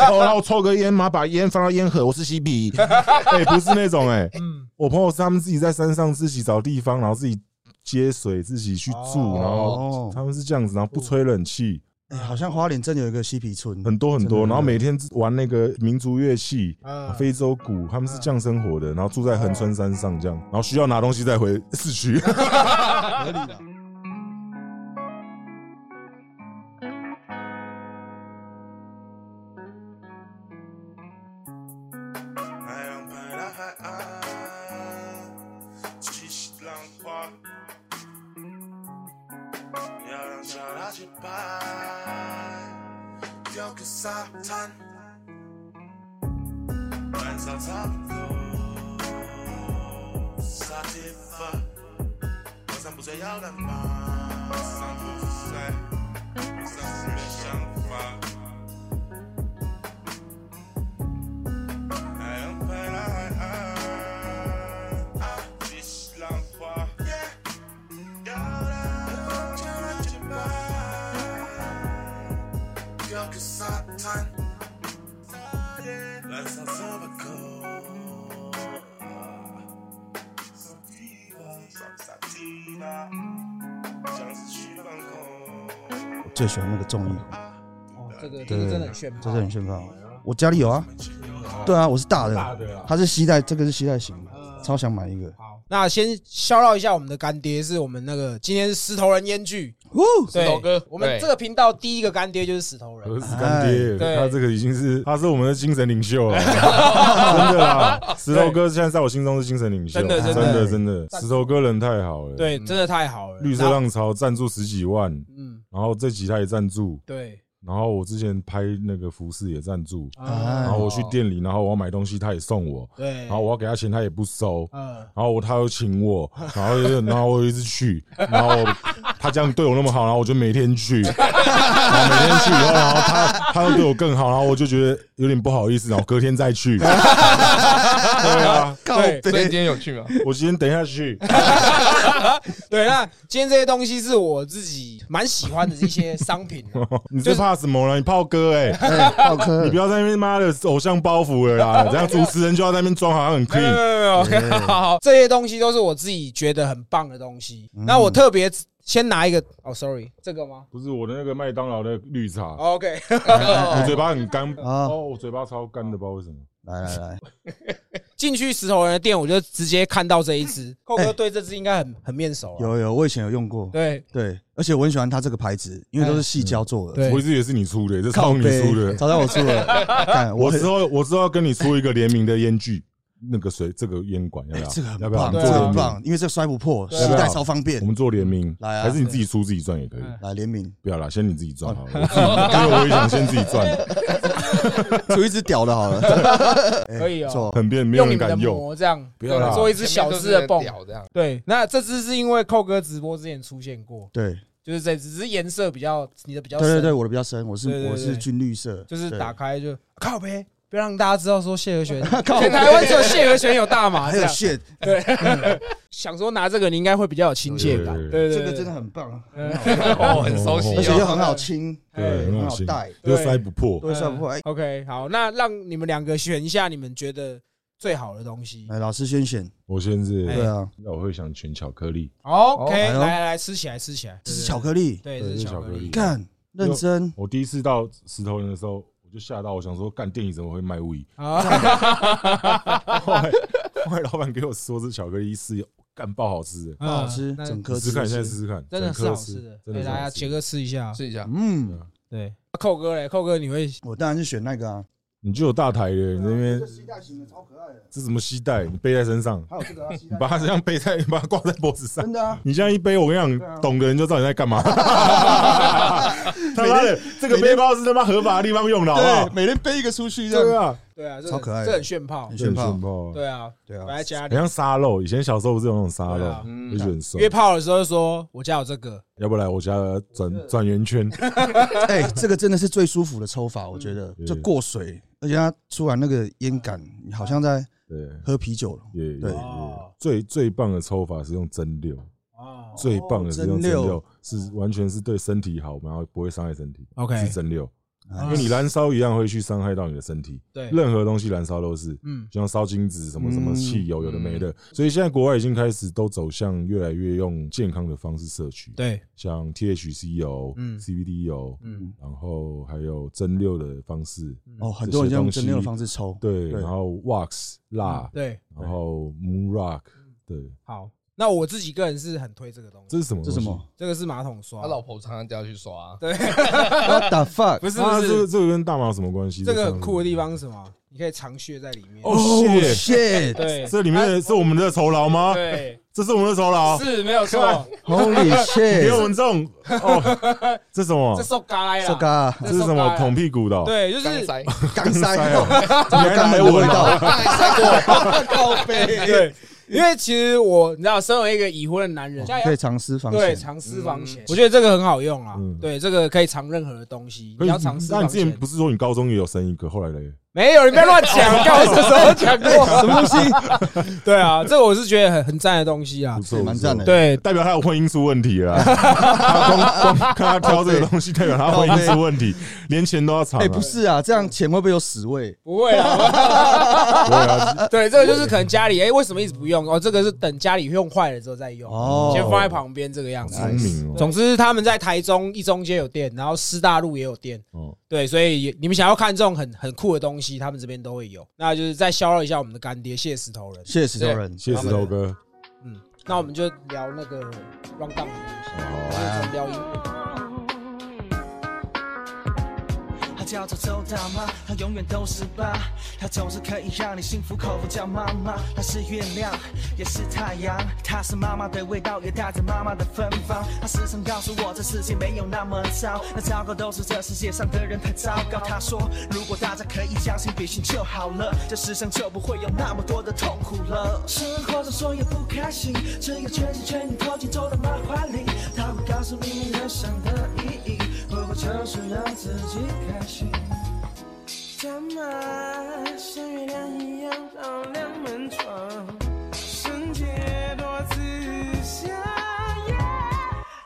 [SPEAKER 2] 哦，然后抽个烟妈把烟放到烟盒，我是嬉 (laughs) 皮，哎，不是那种哎、
[SPEAKER 4] 嗯，
[SPEAKER 2] 我朋友是他们自己在山上自己找地方，然后自己接水，自己去住，然后
[SPEAKER 1] 哦
[SPEAKER 2] 他们是这样子，然后不吹冷气，
[SPEAKER 1] 哎好像花莲真的有一个嬉皮村，
[SPEAKER 2] 很多很多，
[SPEAKER 1] 真的
[SPEAKER 2] 然后每天玩那个民族乐器。
[SPEAKER 4] 嗯，
[SPEAKER 2] 非洲鼓，他们是这样生活的，然后住在横村山上这样，然后需要拿东西再回 (laughs) 市区。
[SPEAKER 4] (laughs) 哎
[SPEAKER 1] 合理的。
[SPEAKER 3] 海浪拍到海岸，激起浪花，要让脚踏节拍，雕刻沙滩，燃烧差不多，沙地发，晚上不睡要干嘛？晚上不睡，晚上是没想法。海洋拍来海岸，啊，激起浪花，要让脚踏节拍，
[SPEAKER 1] 最喜欢那个综艺，
[SPEAKER 4] 哦，这个这
[SPEAKER 1] 对
[SPEAKER 4] 个真的很炫
[SPEAKER 1] 这
[SPEAKER 4] 炮哦
[SPEAKER 1] 是。很炫炮。我家里有啊，对啊，我是大
[SPEAKER 2] 大
[SPEAKER 1] 的，
[SPEAKER 2] 的啦，
[SPEAKER 1] 它是吸带，这个是吸带型的，
[SPEAKER 4] 嗯
[SPEAKER 1] 超想买一个。
[SPEAKER 4] 那先消绕一下我们的干爹，是我们那个今天是石头人烟剧，
[SPEAKER 1] 哦，
[SPEAKER 4] 对
[SPEAKER 5] 头哥
[SPEAKER 4] 我们
[SPEAKER 5] 对
[SPEAKER 4] 这个频道第一个干爹就是石头人
[SPEAKER 2] 儿。子干爹，
[SPEAKER 4] 对
[SPEAKER 2] 他这个已经是他是我们的精神领袖
[SPEAKER 4] (laughs)
[SPEAKER 2] 了，真的啦！石头哥现在在我心中是精神领袖，
[SPEAKER 4] 真的
[SPEAKER 2] 真
[SPEAKER 4] 真
[SPEAKER 1] 的
[SPEAKER 2] 的真的，石头哥人太好了。，
[SPEAKER 4] 对，真的太好了。
[SPEAKER 2] 绿色，浪潮赞助十几万，
[SPEAKER 4] 嗯，
[SPEAKER 2] 然后这集他也赞助，
[SPEAKER 4] 对，啊
[SPEAKER 2] 然后我之前拍那个服饰也赞助，
[SPEAKER 1] 哎
[SPEAKER 2] 然后我去店里，然后我要买东西他也送我，
[SPEAKER 4] 对，
[SPEAKER 2] 然后我要给他钱他也不收，
[SPEAKER 4] 嗯，
[SPEAKER 2] 然后他又请我，然后就是 (laughs) 然后我一直去，然后他这样对我那么好，然后我就每天去，然后每天去以后，然后他他又对我更好，然后我就觉得有点不好意思，然后隔天再去。对啊，
[SPEAKER 1] 告
[SPEAKER 4] 对
[SPEAKER 5] 所以今
[SPEAKER 1] 别，
[SPEAKER 5] 天有去吗？
[SPEAKER 2] 我今天等一下去， (laughs)
[SPEAKER 4] 对。那今天这些东西是我自己蛮喜欢的一些商品
[SPEAKER 2] (laughs)
[SPEAKER 4] 啊，
[SPEAKER 2] 你是怕什么了？你炮哥哎、
[SPEAKER 1] (laughs) 哎，浩科
[SPEAKER 2] 你不，要在那边妈的偶像包袱了啦，这样主持人就要在那边装好像很
[SPEAKER 4] 没有
[SPEAKER 2] clean。
[SPEAKER 4] 没有没有， (laughs) 好好，这些东西都是我自己觉得很棒的东西。那我特别先拿一个，哦，sorry，这个吗
[SPEAKER 2] 不是我的那个麦当劳的绿茶，
[SPEAKER 4] 哦？OK， (laughs)
[SPEAKER 2] 我嘴巴很干
[SPEAKER 1] 啊
[SPEAKER 2] 哦，我嘴巴超干的，不知道为什么。
[SPEAKER 1] 来来
[SPEAKER 4] (laughs)
[SPEAKER 1] 来，
[SPEAKER 4] 进去石头人的店，我就直接看到这一
[SPEAKER 2] 哎
[SPEAKER 4] 只。寇哥对这只应该很很面熟啊，
[SPEAKER 1] 有有，我以前有用过，
[SPEAKER 4] 对，
[SPEAKER 1] 对，而且我很喜欢它这个牌子，因为都是细胶做的，
[SPEAKER 4] 对
[SPEAKER 2] 我一直也是你出的，这
[SPEAKER 1] 靠
[SPEAKER 2] 超你
[SPEAKER 1] 背
[SPEAKER 2] 出的，
[SPEAKER 1] 早在我出
[SPEAKER 4] (laughs)
[SPEAKER 1] 了，看
[SPEAKER 2] (laughs) 我
[SPEAKER 1] 我
[SPEAKER 2] 之后我之后要跟你出一个联名的烟具，那个谁这个烟管要不
[SPEAKER 1] 哎
[SPEAKER 2] 要？
[SPEAKER 1] 这个很
[SPEAKER 2] 要不要
[SPEAKER 1] 棒，
[SPEAKER 2] 我们
[SPEAKER 1] 这
[SPEAKER 2] 做
[SPEAKER 1] 个
[SPEAKER 2] 联
[SPEAKER 1] 很
[SPEAKER 2] 名？
[SPEAKER 1] 棒，因为这个摔不破，
[SPEAKER 4] 对啊
[SPEAKER 1] 吸带超方便
[SPEAKER 2] 我，们做联名，
[SPEAKER 1] 来啊
[SPEAKER 2] 还是你自己出自己赚也可以。
[SPEAKER 1] 来联名，
[SPEAKER 2] 不要啦，先你自己
[SPEAKER 1] (laughs)
[SPEAKER 2] 赚好了，我自己因为我也想先自己赚，
[SPEAKER 1] 出一只屌的好了，
[SPEAKER 4] (laughs)
[SPEAKER 1] 哎
[SPEAKER 4] 可以哦
[SPEAKER 1] 做
[SPEAKER 2] 很变没有
[SPEAKER 4] 用你
[SPEAKER 2] 人
[SPEAKER 4] 们的
[SPEAKER 2] 敢用。
[SPEAKER 4] 膜这样，
[SPEAKER 2] 不要啦
[SPEAKER 5] 啊
[SPEAKER 4] 对做一只小只的泵。
[SPEAKER 5] 屌这样，
[SPEAKER 4] 对，那这只是因为寇哥直播之前出现过，
[SPEAKER 1] 对
[SPEAKER 4] 就是这只只是颜色比较你的比较
[SPEAKER 1] 对对
[SPEAKER 4] 深，
[SPEAKER 1] 对，我的比较深，我是
[SPEAKER 4] 对对对
[SPEAKER 1] 我是军绿色，
[SPEAKER 4] 就是
[SPEAKER 1] 对
[SPEAKER 4] 打开就靠呗，不要让大家知道说谢和弦，
[SPEAKER 1] 靠
[SPEAKER 4] 全台湾只有谢和弦有大
[SPEAKER 1] (laughs)
[SPEAKER 4] 麻
[SPEAKER 1] 还
[SPEAKER 4] 这
[SPEAKER 1] 有
[SPEAKER 4] 样。
[SPEAKER 1] 线，
[SPEAKER 4] 想说拿这个你应该会比较有亲切感，
[SPEAKER 2] 对嗯
[SPEAKER 4] 对对，
[SPEAKER 1] 这个真
[SPEAKER 4] 的
[SPEAKER 1] 的很棒，
[SPEAKER 2] (laughs)
[SPEAKER 5] 哦，很熟悉
[SPEAKER 1] 而且又
[SPEAKER 5] 哦。
[SPEAKER 1] 很好清，
[SPEAKER 2] 对，很
[SPEAKER 1] 很
[SPEAKER 2] 好
[SPEAKER 1] 好
[SPEAKER 2] 心，
[SPEAKER 1] 带，
[SPEAKER 2] 又塞不破。
[SPEAKER 1] 对，摔不破。哎
[SPEAKER 4] OK。好，那让你们两个选一下你们觉得最好的东西。
[SPEAKER 1] 来，哎老师先选，
[SPEAKER 2] 我先是，
[SPEAKER 1] 对啊，
[SPEAKER 2] 那我会想选巧克力，
[SPEAKER 4] OK，
[SPEAKER 1] 哎
[SPEAKER 4] 来
[SPEAKER 1] 呦
[SPEAKER 4] 来来，吃起来吃起来，
[SPEAKER 1] 这是巧克力，
[SPEAKER 4] 对，
[SPEAKER 2] 对这
[SPEAKER 4] 这是
[SPEAKER 2] 是
[SPEAKER 4] 巧
[SPEAKER 2] 巧
[SPEAKER 4] 克
[SPEAKER 2] 克
[SPEAKER 4] 力
[SPEAKER 2] 力。
[SPEAKER 1] 干认真，
[SPEAKER 2] 我第一次到石头人的时候，我就吓到，我想说，干店里怎么会卖味？
[SPEAKER 4] 啊，
[SPEAKER 2] 后来后来老板给我说是巧克力，是干爆好吃的，
[SPEAKER 1] 不好吃，
[SPEAKER 4] 嗯那
[SPEAKER 1] 整颗
[SPEAKER 2] 嗯试试看，
[SPEAKER 1] 吃
[SPEAKER 2] 现在试试看，
[SPEAKER 4] 真的是
[SPEAKER 2] 整
[SPEAKER 4] 好
[SPEAKER 2] 颗
[SPEAKER 4] 吃的，
[SPEAKER 1] 哎
[SPEAKER 2] 真的
[SPEAKER 4] 给
[SPEAKER 2] 是
[SPEAKER 1] 啊
[SPEAKER 4] 大
[SPEAKER 2] 好
[SPEAKER 4] 家
[SPEAKER 2] 吃
[SPEAKER 4] 杰哥吃一下。啊
[SPEAKER 5] 试一下，
[SPEAKER 1] 嗯，
[SPEAKER 4] 对，啊寇哥嘞，寇哥你会
[SPEAKER 1] 我当然是选那个啊，
[SPEAKER 2] 你就有大台的，你那边
[SPEAKER 1] 吸带型的超可爱的，
[SPEAKER 2] 这什么吸带，你背在身上，
[SPEAKER 1] 还有这个
[SPEAKER 2] (laughs)
[SPEAKER 1] 啊，吸
[SPEAKER 2] 你把它这样背在，你把它挂在脖子上，
[SPEAKER 1] 真的啊，
[SPEAKER 2] 你这样一背，我跟你
[SPEAKER 1] 对啊
[SPEAKER 2] 讲，懂的人就知道你在干嘛。他妈的，这个背包是他妈合法的地方用的，好不好
[SPEAKER 1] 对，？每天背一个出去这
[SPEAKER 2] 对
[SPEAKER 1] 样，
[SPEAKER 2] 啊，
[SPEAKER 4] 对啊，这
[SPEAKER 1] 超可爱的
[SPEAKER 4] 这很炫炮
[SPEAKER 1] 很。炫炮
[SPEAKER 2] 很炮哎
[SPEAKER 4] 对啊，
[SPEAKER 1] 对啊
[SPEAKER 4] 摆在家
[SPEAKER 2] 很
[SPEAKER 4] 里
[SPEAKER 2] 像沙漏。以前小时候不是有那种沙
[SPEAKER 4] 对
[SPEAKER 2] 漏
[SPEAKER 4] 啊，
[SPEAKER 2] 就觉得很爽
[SPEAKER 4] 约。炮的时候就说我家有这个，
[SPEAKER 2] 要不来我家转转圆圈，
[SPEAKER 1] 哎，这个真的是最舒服的抽法，我觉得
[SPEAKER 2] 嗯对
[SPEAKER 1] 就过水，而且它出来那个烟感，你好像在
[SPEAKER 2] 对，
[SPEAKER 1] 喝啤酒了。
[SPEAKER 2] 也也
[SPEAKER 1] 对
[SPEAKER 2] 也最最棒的抽法是用蒸馏，
[SPEAKER 4] 哦
[SPEAKER 2] 最棒的是用蒸
[SPEAKER 1] 蒸
[SPEAKER 2] 馏
[SPEAKER 1] 馏，
[SPEAKER 2] 是完全是对身体好，然后不会伤害身体。
[SPEAKER 4] OK
[SPEAKER 2] 是蒸馏，
[SPEAKER 1] 啊
[SPEAKER 2] 因为你燃烧一样会去伤害到你的身体，
[SPEAKER 4] 对，
[SPEAKER 2] 任何东西燃烧都是，
[SPEAKER 4] 嗯，
[SPEAKER 2] 像烧金子什么什么
[SPEAKER 1] 嗯
[SPEAKER 2] 汽油，有的没的。所以现在国外已经开始都走向越来越用健康的方式摄取，
[SPEAKER 4] 对，
[SPEAKER 2] 像 THC 油、
[SPEAKER 4] 嗯
[SPEAKER 2] CBD 油，
[SPEAKER 4] 嗯，
[SPEAKER 2] 然后还有蒸馏的方式，
[SPEAKER 1] 哦，很多人
[SPEAKER 2] 嗯这些
[SPEAKER 1] 用
[SPEAKER 2] 东西
[SPEAKER 1] 蒸馏的方式抽，
[SPEAKER 2] 对，然后 wax 蜡，
[SPEAKER 4] 嗯对，
[SPEAKER 2] 然后 moon rock，对，
[SPEAKER 4] 好。那我自己个人是很推这个东西，
[SPEAKER 2] 这是什么？
[SPEAKER 1] 这是什？么
[SPEAKER 4] 这个是马桶刷
[SPEAKER 5] 他，老婆常常叫他去刷，
[SPEAKER 1] ？What the fuck？
[SPEAKER 4] 不是
[SPEAKER 2] 啊，
[SPEAKER 4] 不
[SPEAKER 2] 这个
[SPEAKER 4] 是，
[SPEAKER 2] 这个跟大麻有什么关系？
[SPEAKER 4] 这个很酷的地方是什么？你可以藏血在里面。
[SPEAKER 2] 哦谢。
[SPEAKER 1] shit！
[SPEAKER 4] 对哎
[SPEAKER 2] 这里面的是我们的酬劳吗？哦
[SPEAKER 4] 对，
[SPEAKER 2] 这是我们的酬劳，
[SPEAKER 4] 是没有错，
[SPEAKER 1] Holy
[SPEAKER 2] 给
[SPEAKER 1] shit！
[SPEAKER 2] 我们这
[SPEAKER 4] (laughs)
[SPEAKER 2] 种哦，这什么
[SPEAKER 4] 这？受嘎呀，
[SPEAKER 1] 这个啊
[SPEAKER 2] 这是什么捅屁股的哦？
[SPEAKER 4] 对，就
[SPEAKER 5] 刚
[SPEAKER 4] 是
[SPEAKER 5] 塞，
[SPEAKER 1] 刚塞哦，这
[SPEAKER 2] 你
[SPEAKER 1] 么肛
[SPEAKER 2] 还拿
[SPEAKER 1] 门
[SPEAKER 2] 来
[SPEAKER 1] 的味
[SPEAKER 2] 闻
[SPEAKER 1] (laughs) 道，
[SPEAKER 4] 靠背。 (laughs) 对，因为其实我你知道，身为一个已婚的男人，
[SPEAKER 1] 哦可以藏私房
[SPEAKER 4] 对
[SPEAKER 1] 钱。
[SPEAKER 4] 藏私房钱
[SPEAKER 5] 嗯，
[SPEAKER 4] 我觉得这个很好用啊
[SPEAKER 2] 嗯。
[SPEAKER 4] 对，这个可以藏任何的东西，
[SPEAKER 2] 可以
[SPEAKER 4] 你要藏私
[SPEAKER 2] 那
[SPEAKER 4] 房
[SPEAKER 2] 你之前
[SPEAKER 4] 钱。
[SPEAKER 2] 不是说你高中也有生一个，后来嘞？
[SPEAKER 4] 没有，你不要乱 (laughs) 讲，告诉什么讲过
[SPEAKER 1] 什么东西？
[SPEAKER 4] (laughs) 对啊，这个我是觉得很很赞的东西啊
[SPEAKER 2] 不。错，
[SPEAKER 1] 蛮赞的
[SPEAKER 2] 不错
[SPEAKER 4] 对，
[SPEAKER 2] 代表他有婚姻出问题
[SPEAKER 1] (laughs)
[SPEAKER 2] 了啦，他光光看他挑这个东西，代表他婚姻出问题，连钱都要藏啊。
[SPEAKER 1] 哎，不是啊，这样钱会不会有屎味？
[SPEAKER 4] 不会啊，
[SPEAKER 2] 对啊，
[SPEAKER 4] (laughs) 对，这个就是可能家里哎、为什么一直不用？哦，这个是等家里用坏了之后再用，
[SPEAKER 1] 哦
[SPEAKER 4] 先放在旁边这个样子
[SPEAKER 2] 聪。明
[SPEAKER 1] 哎
[SPEAKER 2] 哦
[SPEAKER 4] 总之，他们在台中一中街有店，然后师大路也有店，
[SPEAKER 2] 哦，
[SPEAKER 4] 对，所以也你们想要看这种很很酷的东西，他们这边都会有。那就是再消耗一下我们的干爹谢石头人。
[SPEAKER 1] 谢谢石头人，
[SPEAKER 2] 谢石头哥，
[SPEAKER 4] 嗯，那我们就聊那个 round down 的东西，
[SPEAKER 1] 哦
[SPEAKER 2] 好
[SPEAKER 1] 哎
[SPEAKER 4] 就是从聊音乐。
[SPEAKER 6] 他叫做周大妈，他永远都是八，他总是可以让你心服口服，叫妈妈。他是月亮，也是太阳，他是妈妈的味道，也带着妈妈的芬芳。他时常告诉我，这世界没有那么糟，那糟糕都是这世界上的人太糟糕。他说，如果大家可以相信比心就好了，这世上就不会有那么多的痛苦了。生活中所有不开心，只有全心全意投进周大妈怀里，他会告诉你人生的意义，不过就是让自己开心。大妈像月亮一样照亮门窗，圣洁多慈祥。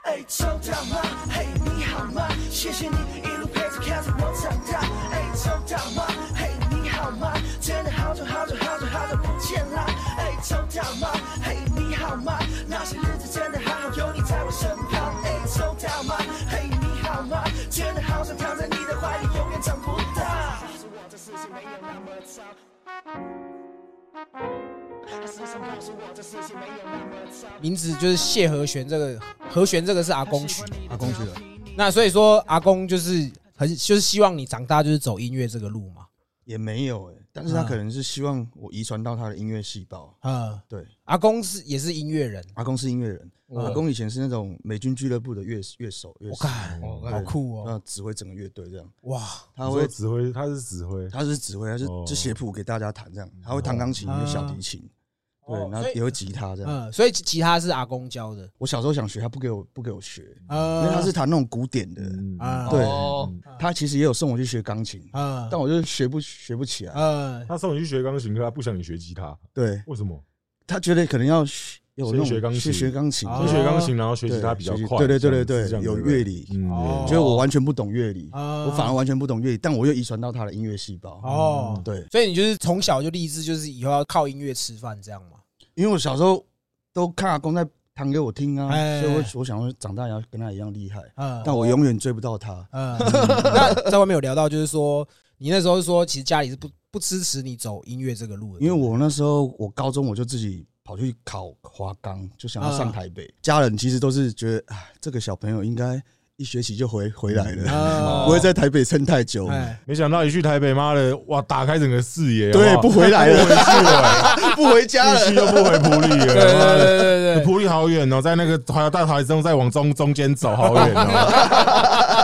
[SPEAKER 6] 哎，周大妈，嘿，你好吗？谢谢你一路陪着看着我长大。哎，周大妈，嘿，你好吗？真的好久好久好久好久不见啦。哎，周大妈，嘿，你好吗？那些日子真的还好有你在我身旁。哎，周大妈，嘿，你好吗？真的好想躺在你的怀里，永远长不大。告诉我这世界没有那么糟。他时常告诉我这世界没有那么糟。
[SPEAKER 4] 名字就是谢和弦，这个和弦这个是阿公曲，
[SPEAKER 1] 阿公去了，
[SPEAKER 4] 那所以说阿公就是很就是希望你长大就是走音乐这个路嘛。
[SPEAKER 1] 也没有哎，但是他可能是希望我遗传到他的音乐细胞。
[SPEAKER 4] 嗯，
[SPEAKER 1] 对，
[SPEAKER 4] 阿公是也是音乐人，
[SPEAKER 1] 阿公是音乐人，阿公以前是那种美军俱乐部的乐乐手，乐
[SPEAKER 4] 我
[SPEAKER 1] 手，
[SPEAKER 4] 看
[SPEAKER 5] 哦
[SPEAKER 4] 好酷哦，
[SPEAKER 1] 那指挥整个乐队这样。
[SPEAKER 4] 哇，
[SPEAKER 1] 他
[SPEAKER 2] 会
[SPEAKER 1] 会，
[SPEAKER 2] 指挥，他是指挥，
[SPEAKER 1] 他是指挥，他是
[SPEAKER 2] 哦
[SPEAKER 1] 就写谱给大家弹这样，他会弹钢琴，也会小提琴，对，
[SPEAKER 4] 哦
[SPEAKER 1] 然后
[SPEAKER 4] 所以
[SPEAKER 1] 也会吉他这样。
[SPEAKER 4] 嗯，所以吉他是阿公教的，
[SPEAKER 1] 我小时候想学，他不给我不给我学，因
[SPEAKER 4] 呃
[SPEAKER 1] 为他是弹那种古典的，
[SPEAKER 2] 嗯啊
[SPEAKER 4] 啊
[SPEAKER 1] 对
[SPEAKER 5] 哦
[SPEAKER 1] 他其实也有送我去学钢琴，
[SPEAKER 4] 嗯
[SPEAKER 1] 但我就学不学不起来。
[SPEAKER 4] 嗯，
[SPEAKER 2] 他送你去学钢琴课，他不想你学吉他，
[SPEAKER 1] 对
[SPEAKER 2] 为什么？
[SPEAKER 1] 他觉得可能要学有那种
[SPEAKER 2] 先学钢琴啊
[SPEAKER 1] 去学钢琴，
[SPEAKER 4] 哦
[SPEAKER 2] 先学钢琴，然后学吉他比较
[SPEAKER 1] 对学
[SPEAKER 2] 快。
[SPEAKER 1] 对对对对
[SPEAKER 2] 这样
[SPEAKER 1] 对
[SPEAKER 2] 是这样
[SPEAKER 1] 有
[SPEAKER 2] 对不对
[SPEAKER 1] 乐理
[SPEAKER 2] 嗯
[SPEAKER 4] 哦
[SPEAKER 1] 觉得我完全不懂乐理，
[SPEAKER 2] 啊
[SPEAKER 4] 哦
[SPEAKER 1] 我反而完全不懂乐理，但我又遗传到他的音乐细胞。嗯
[SPEAKER 4] 哦，
[SPEAKER 1] 对，
[SPEAKER 4] 所以你就是从小就立志，就是以后要靠音乐吃饭这样嘛。
[SPEAKER 1] 因为我小时候都看阿公在弹给我听啊，
[SPEAKER 4] 哎
[SPEAKER 1] 所以我我想说长大也要跟他一样厉害，
[SPEAKER 2] 哦
[SPEAKER 4] 嗯，
[SPEAKER 1] 但我永远追不到他。
[SPEAKER 4] 嗯，那在外面有聊到，就是说你那时候是说，其实家里是不不支持你走音乐这个路的，
[SPEAKER 1] 因为我那时候我高中我就自己跑去考华冈，就想
[SPEAKER 4] 嗯
[SPEAKER 1] 要上台北。家人其实都是觉得，哎，这个小朋友应该一学期就回回来了， (laughs)
[SPEAKER 4] 啊
[SPEAKER 1] 不会在台北撑太久。 (laughs)
[SPEAKER 4] 哎，
[SPEAKER 2] 没想到一去台北，妈的，哇，打开整个视野，
[SPEAKER 1] 对
[SPEAKER 2] 好，
[SPEAKER 1] 不
[SPEAKER 2] 好
[SPEAKER 1] 回来了，不回
[SPEAKER 4] (laughs)
[SPEAKER 1] 家
[SPEAKER 2] 一去
[SPEAKER 1] 了。
[SPEAKER 2] 就不回普利了，
[SPEAKER 4] 对对
[SPEAKER 2] 妈的
[SPEAKER 4] 对
[SPEAKER 1] (laughs)
[SPEAKER 4] 对对，
[SPEAKER 2] 普利好远哦，在那个台大台中再往中中间走好远哦，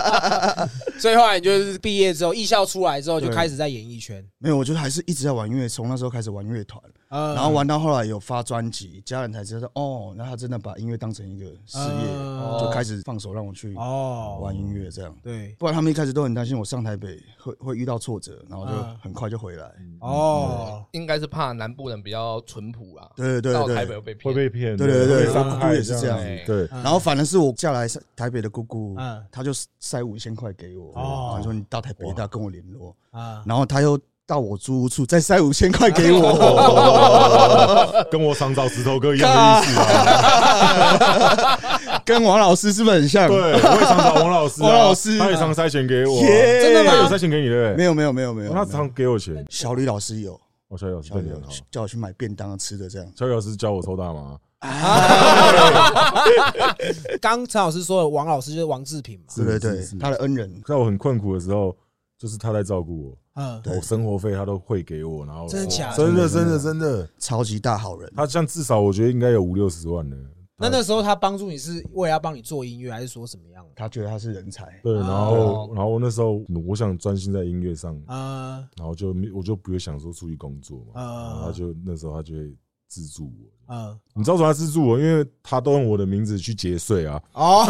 [SPEAKER 4] 所以后来你就是毕业之后，艺校出来之后就开始在演艺圈，
[SPEAKER 1] 没有，我觉得还是一直在玩乐，从那时候开始玩乐团，
[SPEAKER 4] 然
[SPEAKER 1] 然后玩到后来有发专辑，家人才知道哦，那他真的把音乐当成一个事业，就开始放手让我去
[SPEAKER 4] 嗯哦
[SPEAKER 1] 玩音乐这样。
[SPEAKER 4] 对
[SPEAKER 1] 不然他们一开始都很担心我上台北会会遇到挫折，然后就
[SPEAKER 4] 嗯
[SPEAKER 1] 很快就回来。
[SPEAKER 4] 哦，
[SPEAKER 5] 应该是怕南部人比较淳朴啦，
[SPEAKER 1] 对对
[SPEAKER 5] 到
[SPEAKER 1] 对
[SPEAKER 5] 台
[SPEAKER 1] 对
[SPEAKER 5] 北，会被骗，
[SPEAKER 2] 会被骗
[SPEAKER 1] 对
[SPEAKER 2] 的，
[SPEAKER 1] 对对
[SPEAKER 2] 会被
[SPEAKER 1] 我
[SPEAKER 2] 伤
[SPEAKER 1] 姑
[SPEAKER 2] 害
[SPEAKER 1] 也是这样
[SPEAKER 2] 子
[SPEAKER 5] 哎
[SPEAKER 2] 对， (laughs)
[SPEAKER 1] 然后反而是我嫁来台北的姑姑，
[SPEAKER 4] 嗯
[SPEAKER 1] 她就塞五千块给我，
[SPEAKER 4] 哦
[SPEAKER 1] 然后说你到台北大跟我联络， (laughs)
[SPEAKER 4] 啊，
[SPEAKER 1] 然后她又到我租屋处再塞五千块给我，
[SPEAKER 2] 哦跟我常找石头哥一样的意思啊，
[SPEAKER 1] 跟王老师是不是很像？
[SPEAKER 2] 对，我也常找王老师啊，
[SPEAKER 1] 王老师
[SPEAKER 2] 他也常塞钱给我啊，
[SPEAKER 1] 耶
[SPEAKER 4] 真的
[SPEAKER 2] 他有
[SPEAKER 4] 吗？
[SPEAKER 2] 塞钱给你对不
[SPEAKER 1] 没
[SPEAKER 2] 对？
[SPEAKER 1] 有没有没有没有，
[SPEAKER 2] 他
[SPEAKER 1] 没有
[SPEAKER 2] 常给我钱，
[SPEAKER 1] 小李老师有，
[SPEAKER 2] 我小雨老师
[SPEAKER 1] 小
[SPEAKER 2] 对
[SPEAKER 1] 李
[SPEAKER 2] 你
[SPEAKER 1] 有
[SPEAKER 2] 很好，
[SPEAKER 1] 叫我去买便当吃的这样，
[SPEAKER 2] 小雨老师教我抽大麻，
[SPEAKER 4] (laughs) 刚陈老师说的王老师就是王志平嘛，
[SPEAKER 2] 是
[SPEAKER 1] 对对
[SPEAKER 2] 是
[SPEAKER 1] 对
[SPEAKER 2] 是，
[SPEAKER 1] 他的恩人，
[SPEAKER 2] 在我很困苦的时候，就是他在照顾我。
[SPEAKER 4] 嗯，
[SPEAKER 1] 对
[SPEAKER 2] 我生活费他都会给我，然后
[SPEAKER 4] 真的假的
[SPEAKER 2] 真的真的真的，
[SPEAKER 1] 超级大好人。
[SPEAKER 2] 他像至少我觉得应该有五六十万的，
[SPEAKER 4] 那
[SPEAKER 1] 嗯
[SPEAKER 4] 那时候他帮助你是为了要帮你做音乐，还是说什么样的？
[SPEAKER 1] 他觉得他是人才，
[SPEAKER 2] 对，然
[SPEAKER 5] 哦
[SPEAKER 2] 后然后那时候我想专心在音乐上，
[SPEAKER 4] 啊
[SPEAKER 2] 然后就没我就不会想说出去工作嘛，
[SPEAKER 4] 啊
[SPEAKER 2] 然后他就那时候他就会资助我。
[SPEAKER 4] 嗯，
[SPEAKER 2] 你知道为什么他资助我？因为他都用我的名字去节税啊，
[SPEAKER 4] 哦，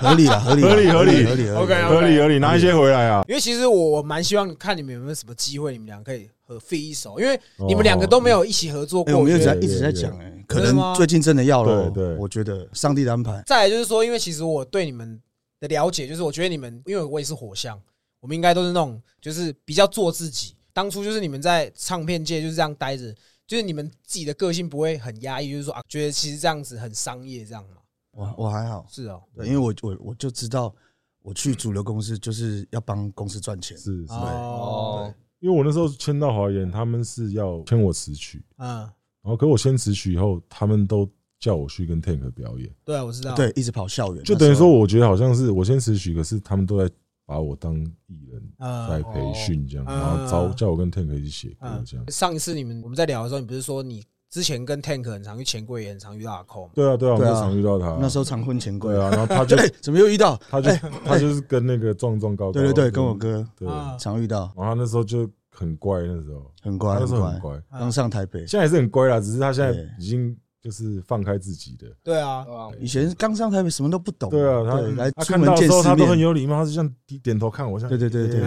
[SPEAKER 1] 合理啦，合理啦，
[SPEAKER 2] 合理合理啊
[SPEAKER 1] 合理合理
[SPEAKER 5] OK，OK
[SPEAKER 2] 合理合理，拿一些回来啊。
[SPEAKER 4] 因为其实我我蛮希望看你们有没有什么机会，你们俩可以合费一手，因为你们两个都没有一起合作
[SPEAKER 1] 哦哎，
[SPEAKER 4] 过。
[SPEAKER 1] 我们
[SPEAKER 4] 我
[SPEAKER 1] 一
[SPEAKER 4] 觉
[SPEAKER 1] 直
[SPEAKER 4] 得
[SPEAKER 1] 在
[SPEAKER 2] 对
[SPEAKER 1] 一直在
[SPEAKER 2] 对
[SPEAKER 1] 讲，哎，可
[SPEAKER 4] 真的吗
[SPEAKER 1] 能最近真的要了，
[SPEAKER 2] 对对
[SPEAKER 1] 我觉得上帝的安排，
[SPEAKER 4] 再来就是说，因为其实我对你们的了解，就是我觉得你们，因为我也是火象，我们应该都是那种就是比较做自己。当初就是你们在唱片界就是这样待着，就是你们自己的个性不会很压抑，就是说啊，觉得其实这样子很商业这样嘛。
[SPEAKER 1] 我我还好，
[SPEAKER 4] 是哦，
[SPEAKER 1] 对，因为我我我就知道，我去主流公司就是要帮公司赚钱，
[SPEAKER 2] 嗯是是，
[SPEAKER 4] 哦，
[SPEAKER 2] 因为我那时候签到华研，他们是要签我词曲，
[SPEAKER 4] 嗯，
[SPEAKER 2] 然后可我先词曲以后，他们都叫我去跟 Tank 表演，
[SPEAKER 4] 对，啊我知道，
[SPEAKER 1] 对，一直跑校园，
[SPEAKER 2] 啊就
[SPEAKER 1] 那时候
[SPEAKER 2] 等于说，我觉得好像是我先词曲，可是他们都在把我当艺人在
[SPEAKER 4] 嗯。
[SPEAKER 2] 培训这样，
[SPEAKER 4] 哦啊
[SPEAKER 2] 然后
[SPEAKER 4] 嗯
[SPEAKER 2] 招
[SPEAKER 4] 嗯嗯
[SPEAKER 2] 叫我跟 Tank 一起写歌这样。
[SPEAKER 4] 上一次你们我们在聊的时候，你不是说你之前跟 Tank 很常去钱柜，也很常遇到阿扣吗？
[SPEAKER 2] 对啊，对啊，我
[SPEAKER 1] 对
[SPEAKER 2] 们
[SPEAKER 1] 啊
[SPEAKER 2] 就常遇到他。
[SPEAKER 1] 那时候常婚前
[SPEAKER 2] 对
[SPEAKER 1] 柜，
[SPEAKER 2] 啊，然后
[SPEAKER 1] (laughs)
[SPEAKER 2] 他就
[SPEAKER 1] 哎，怎么又遇到？
[SPEAKER 2] 他就
[SPEAKER 1] 哎
[SPEAKER 2] 他就是跟那个壮壮高高，
[SPEAKER 1] 对对对，跟我哥
[SPEAKER 2] 对，
[SPEAKER 4] 啊
[SPEAKER 2] 然
[SPEAKER 1] 常遇到，
[SPEAKER 2] 后他那时候就很乖，那时候
[SPEAKER 1] 很
[SPEAKER 2] 他
[SPEAKER 1] 乖
[SPEAKER 2] 那时候
[SPEAKER 1] 很
[SPEAKER 2] 很
[SPEAKER 1] 乖，
[SPEAKER 2] 乖，
[SPEAKER 1] 刚上台北，
[SPEAKER 2] 现在也是很乖啦，只是他现在
[SPEAKER 1] 对
[SPEAKER 2] 已经就是放开自己的。
[SPEAKER 4] 对啊，
[SPEAKER 5] 啊
[SPEAKER 1] 以前刚上台北什么都不懂，
[SPEAKER 2] 对啊，他
[SPEAKER 1] 对，来
[SPEAKER 2] 他
[SPEAKER 1] 出
[SPEAKER 2] 看
[SPEAKER 1] 门
[SPEAKER 2] 到的
[SPEAKER 1] 见
[SPEAKER 2] 时候
[SPEAKER 1] 世
[SPEAKER 2] 他都很
[SPEAKER 1] 面，
[SPEAKER 2] 有礼貌，他是这样低点头看我，像
[SPEAKER 1] 对对对对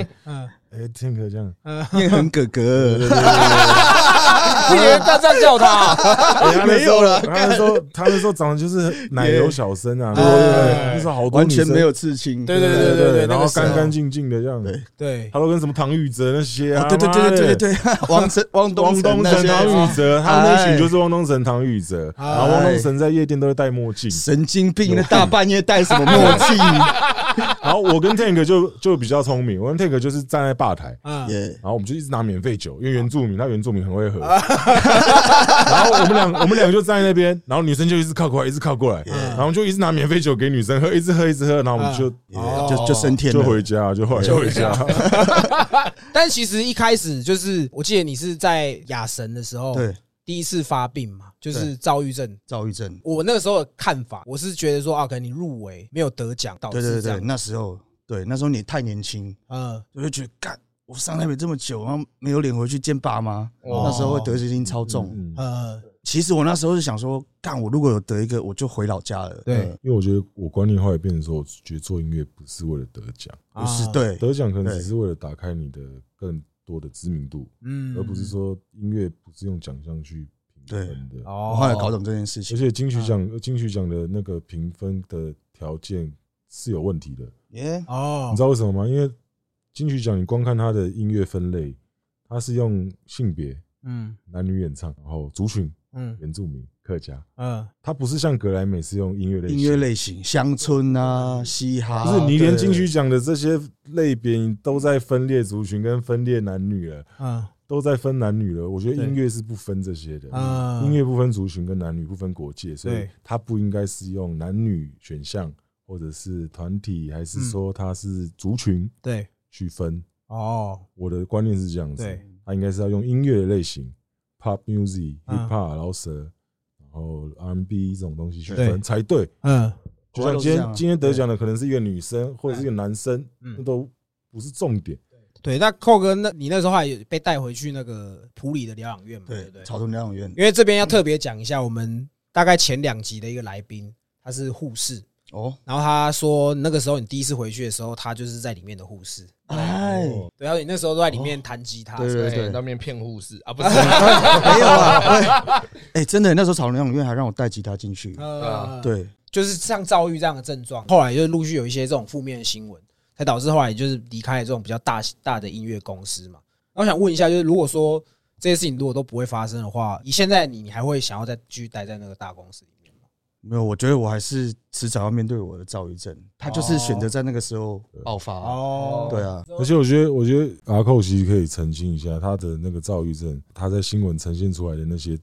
[SPEAKER 2] 哎
[SPEAKER 4] 嗯
[SPEAKER 2] 哎哎天哥这样，
[SPEAKER 4] 嗯， (laughs)
[SPEAKER 1] 念很哥
[SPEAKER 2] (laughs)
[SPEAKER 1] 哥，
[SPEAKER 4] 不行，不要这样叫他啊。
[SPEAKER 2] 哎他那时
[SPEAKER 1] (laughs)
[SPEAKER 2] 候
[SPEAKER 1] 没有啦
[SPEAKER 2] 他那时候他那时候长得就是奶
[SPEAKER 1] (laughs)
[SPEAKER 2] 油小生啊，对对对，那时候好多
[SPEAKER 1] 完全
[SPEAKER 2] 女生
[SPEAKER 1] 没有刺青，
[SPEAKER 4] 对对
[SPEAKER 2] 对
[SPEAKER 4] 对
[SPEAKER 2] 对对，然
[SPEAKER 4] 那个
[SPEAKER 2] 后
[SPEAKER 4] 时候
[SPEAKER 2] 干干净净的这样，
[SPEAKER 1] 对
[SPEAKER 4] 对
[SPEAKER 2] 他都跟什么唐禹哲那些啊
[SPEAKER 1] 哦，对对对对对对对，汪晨、汪东
[SPEAKER 2] 汪东
[SPEAKER 1] 那
[SPEAKER 2] 城、
[SPEAKER 1] 些
[SPEAKER 2] 唐禹哲，他们那群
[SPEAKER 1] 哎
[SPEAKER 2] 就是汪东城、唐禹哲，
[SPEAKER 4] 哎
[SPEAKER 2] 然后汪东城在夜店都会戴墨镜，
[SPEAKER 1] 神经病，那大半夜戴什么墨
[SPEAKER 2] (laughs)
[SPEAKER 1] 镜？
[SPEAKER 2] 然后我跟 Tank 就就比较聪明，我跟 Tank 就是站在吧台。
[SPEAKER 4] 嗯，
[SPEAKER 1] 耶，
[SPEAKER 2] 然后我们就一直拿免费酒，因为原住民，他原住民很
[SPEAKER 1] (laughs)
[SPEAKER 2] 会喝。然后我们俩，我们两个就站在那边，然后女生就一直靠过来，一直靠过来，
[SPEAKER 1] 哎
[SPEAKER 2] 然后我们就一直拿免费酒给女生喝，一直喝，一直喝，然后我们就
[SPEAKER 1] 耶就就升啊天
[SPEAKER 2] 哦就回
[SPEAKER 1] 了，
[SPEAKER 2] 家，就后来就回家。
[SPEAKER 4] 但其实一开始就是，我记得你是在亚神的时候，
[SPEAKER 1] 对，
[SPEAKER 4] 第一次发病嘛，就是躁郁症。
[SPEAKER 1] 躁郁症，
[SPEAKER 4] 我那个时候的看法，我是觉得说啊，可能你入围没有得奖，导
[SPEAKER 1] 对对
[SPEAKER 4] 致这
[SPEAKER 1] 对对，
[SPEAKER 4] 样。
[SPEAKER 1] 那时候对那时候你太年轻，
[SPEAKER 4] 嗯，
[SPEAKER 1] 我就觉得干，我上台北这么久，然后没有脸回去见爸妈，
[SPEAKER 5] 哦
[SPEAKER 1] 那时候会得失心超重。
[SPEAKER 2] 嗯，
[SPEAKER 4] 呃，
[SPEAKER 1] 其实我那时候是想说，干，我如果有得一个，我就回老家了。
[SPEAKER 4] 对
[SPEAKER 1] 呃，
[SPEAKER 2] 因为我觉得我观念后来变成说，我觉得做音乐不是为了得奖，
[SPEAKER 1] 不是
[SPEAKER 4] 啊，
[SPEAKER 1] 对，
[SPEAKER 2] 得奖可能
[SPEAKER 1] 对
[SPEAKER 2] 只是为了打开你的更多的知名度，
[SPEAKER 4] 嗯
[SPEAKER 2] 而不是说音乐不是用奖项去评分的。
[SPEAKER 1] 我
[SPEAKER 4] 哦
[SPEAKER 1] 后来搞懂这件事
[SPEAKER 2] 而
[SPEAKER 1] 情。
[SPEAKER 2] 且金曲奖、呃金曲奖的那个评分的条件是有问题的，
[SPEAKER 1] 耶，
[SPEAKER 4] 哦
[SPEAKER 2] 你知，道为什么吗？因为金曲奖你光看它的音乐分类，它是用性别、
[SPEAKER 4] 嗯
[SPEAKER 2] 男女演唱，然后族群、
[SPEAKER 4] 嗯
[SPEAKER 2] 原住民、客家，
[SPEAKER 4] 嗯，
[SPEAKER 2] 它不是像格莱美是用音乐类型。
[SPEAKER 1] 音乐类型，乡村啊，嘻哈，
[SPEAKER 2] 就是你
[SPEAKER 1] 对
[SPEAKER 2] 连金曲奖的这些类别你都在分裂族群跟分裂男女了，
[SPEAKER 4] 嗯
[SPEAKER 2] 都在分男女了。我觉得音乐是不分这些的，
[SPEAKER 4] 嗯
[SPEAKER 2] 音乐不分族群跟男女，不分国界，所以
[SPEAKER 4] 对
[SPEAKER 2] 它不应该是用男女选项或者是团体，还
[SPEAKER 4] 嗯
[SPEAKER 2] 是说它是族群
[SPEAKER 4] 对，
[SPEAKER 2] 去分。
[SPEAKER 4] 哦，
[SPEAKER 2] 我的观念是这样子
[SPEAKER 4] 对，
[SPEAKER 2] 它应该是要用音乐的类型，pop music、
[SPEAKER 4] 嗯
[SPEAKER 2] hip hop、饶舌，然后 R&B 这种东西去
[SPEAKER 4] 对
[SPEAKER 2] 分才对。
[SPEAKER 4] 嗯
[SPEAKER 2] 就
[SPEAKER 1] 国外
[SPEAKER 2] 像
[SPEAKER 1] 都是这
[SPEAKER 2] 今
[SPEAKER 1] 样
[SPEAKER 2] 天
[SPEAKER 1] 啊
[SPEAKER 2] 今天得奖的可能是一个女生或者是一个男生，
[SPEAKER 4] 嗯
[SPEAKER 2] 那都不是重点。
[SPEAKER 1] 嗯
[SPEAKER 4] 对，那寇哥，那你那时候还有被带回去那个普里的疗养院嘛？对不
[SPEAKER 1] 对
[SPEAKER 4] 对，
[SPEAKER 1] 草嗯屯疗养院
[SPEAKER 4] 因为这边要特别讲一下，我们大概前两集的一个来宾，他是护士，
[SPEAKER 1] 哦，
[SPEAKER 4] 然后他说那个时候你第一次回去的时候，他就是在里面的护士，
[SPEAKER 1] 哎，
[SPEAKER 4] 对，然后你那时候都在里面弹吉他，
[SPEAKER 1] 哦对对对
[SPEAKER 5] 那边骗护士啊，不是
[SPEAKER 1] 没有啊，哎，哎 (laughs) 真的，那时候草屯疗养院还让我带吉他进
[SPEAKER 2] 啊
[SPEAKER 1] 去，
[SPEAKER 4] 呃，，
[SPEAKER 1] 对，
[SPEAKER 4] 就是像躁郁这样的症状，后来就陆续有一些这种负面的新闻，才导致后来就是离开了这种比较大大的音乐公司嘛。那我想问一下，就是如果说这些事情如果都不会发生的话，以现在你，你还会想要再继续待在那个大公司里面吗？
[SPEAKER 1] 没有，我觉得我还是迟早要面对我的躁郁症，他就是选择在那个时候爆发，
[SPEAKER 4] 哦
[SPEAKER 1] 对啊，
[SPEAKER 2] 而且我觉得，我觉得阿寇其实可以澄清一下他的那个躁郁症，他在新闻呈现出来的那些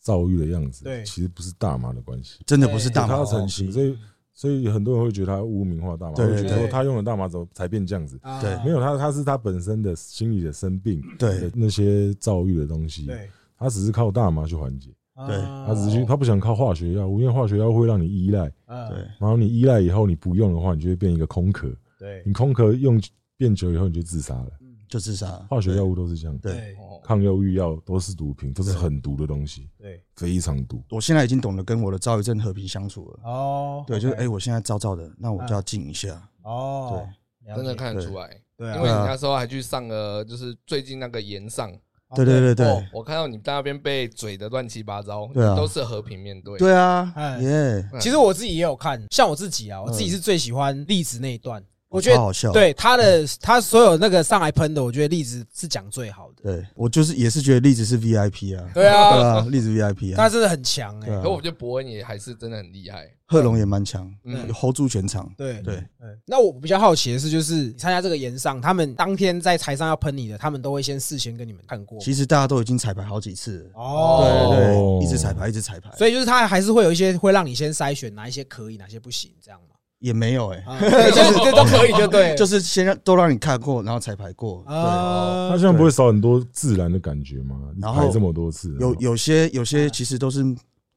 [SPEAKER 2] 躁郁的样子，
[SPEAKER 4] 对
[SPEAKER 2] 其实不是大麻的关系，
[SPEAKER 1] 真的不是大
[SPEAKER 2] 他
[SPEAKER 1] 麻
[SPEAKER 2] 要
[SPEAKER 1] 的
[SPEAKER 2] 澄
[SPEAKER 1] 关
[SPEAKER 2] 清，
[SPEAKER 1] 系，
[SPEAKER 2] 所以所以很多人会觉得他污名化大麻，
[SPEAKER 1] 对
[SPEAKER 2] 会
[SPEAKER 1] 对
[SPEAKER 2] 觉得
[SPEAKER 1] 对
[SPEAKER 2] 说他用了大麻怎么才变这样子？
[SPEAKER 4] 啊
[SPEAKER 1] 对
[SPEAKER 2] 没有，他他是他本身的心理的生病，
[SPEAKER 1] 对
[SPEAKER 2] 那些躁郁的东西，
[SPEAKER 4] 对
[SPEAKER 2] 他只是靠大麻去缓解，
[SPEAKER 1] 对
[SPEAKER 4] 啊
[SPEAKER 2] 他只
[SPEAKER 1] 哦
[SPEAKER 2] 是去他不想靠化学药物，因为化学药物会让你依赖，
[SPEAKER 1] 对
[SPEAKER 4] 嗯，
[SPEAKER 2] 然后你依赖以后你不用的话，你就会变一个空壳，
[SPEAKER 4] 对
[SPEAKER 2] 你空壳用变久以后你就自杀了。
[SPEAKER 4] 嗯
[SPEAKER 1] 就自杀了。
[SPEAKER 2] 化学药物都是这样，
[SPEAKER 1] 对，
[SPEAKER 4] 对
[SPEAKER 5] 哦
[SPEAKER 2] 抗忧郁药都是毒品，都是很毒的东西，
[SPEAKER 4] 对
[SPEAKER 2] 非常毒。
[SPEAKER 1] 我现在已经懂得跟我的躁郁症和平相处了。
[SPEAKER 4] 哦，
[SPEAKER 1] 对，就是哎、
[SPEAKER 4] OK
[SPEAKER 1] 我现在躁躁的，那我就要静一下。
[SPEAKER 4] 哦，了解
[SPEAKER 5] 真的看得出来，
[SPEAKER 4] 对
[SPEAKER 5] 因
[SPEAKER 4] 啊
[SPEAKER 5] 为你那时候还去上了，就是最近那个岩上，
[SPEAKER 1] 对对对对
[SPEAKER 5] 哦，我看到你在那边被嘴的乱七八糟，
[SPEAKER 1] 对啊
[SPEAKER 5] 你都是和平面对，
[SPEAKER 1] 对啊
[SPEAKER 4] 哎，
[SPEAKER 1] 耶，
[SPEAKER 5] 嗯
[SPEAKER 4] 其实我自己也有看，像我自己啊，我自己是最喜欢栗子那一段，我觉
[SPEAKER 1] 嗯哦超
[SPEAKER 4] 得
[SPEAKER 1] 好笑。嗯
[SPEAKER 4] 对他的他所有那个上来喷的，我觉得栗子是讲最好的。
[SPEAKER 1] 对，我就是也是觉得栗子是 VIP 啊，
[SPEAKER 4] 对啊
[SPEAKER 1] 对啊，栗子 VIP
[SPEAKER 4] 他
[SPEAKER 1] 啊，
[SPEAKER 4] 真的很强哎、
[SPEAKER 1] 对啊
[SPEAKER 5] 可我觉得伯恩也还是真的很厉害，
[SPEAKER 1] 贺龙也蛮强
[SPEAKER 5] 嗯
[SPEAKER 1] ，hold 住全场。
[SPEAKER 4] 对
[SPEAKER 1] 对，
[SPEAKER 4] 那我比较好奇的是，就是你参加这个演上，他们当天在台上要喷你的，他们都会先事先跟你们看过。
[SPEAKER 1] 其实大家都已经彩排好几次了，
[SPEAKER 4] 哦，
[SPEAKER 1] 对
[SPEAKER 2] 哦
[SPEAKER 1] 对，一直彩排，一直彩排，
[SPEAKER 4] 所以就是他还是会有一些会让你先筛选哪一些可以，哪些不行，这样嘛。
[SPEAKER 1] 也没有哎，
[SPEAKER 4] 啊，对就是这都可以，就对了，
[SPEAKER 1] 就是先让都让你看过，然后彩排过。
[SPEAKER 4] 啊，
[SPEAKER 1] 哦
[SPEAKER 2] 那这样不会少很多自然的感觉吗？你
[SPEAKER 1] 然后
[SPEAKER 2] 排这么多次，
[SPEAKER 1] 对，有有些有
[SPEAKER 4] 啊
[SPEAKER 1] 些其实都是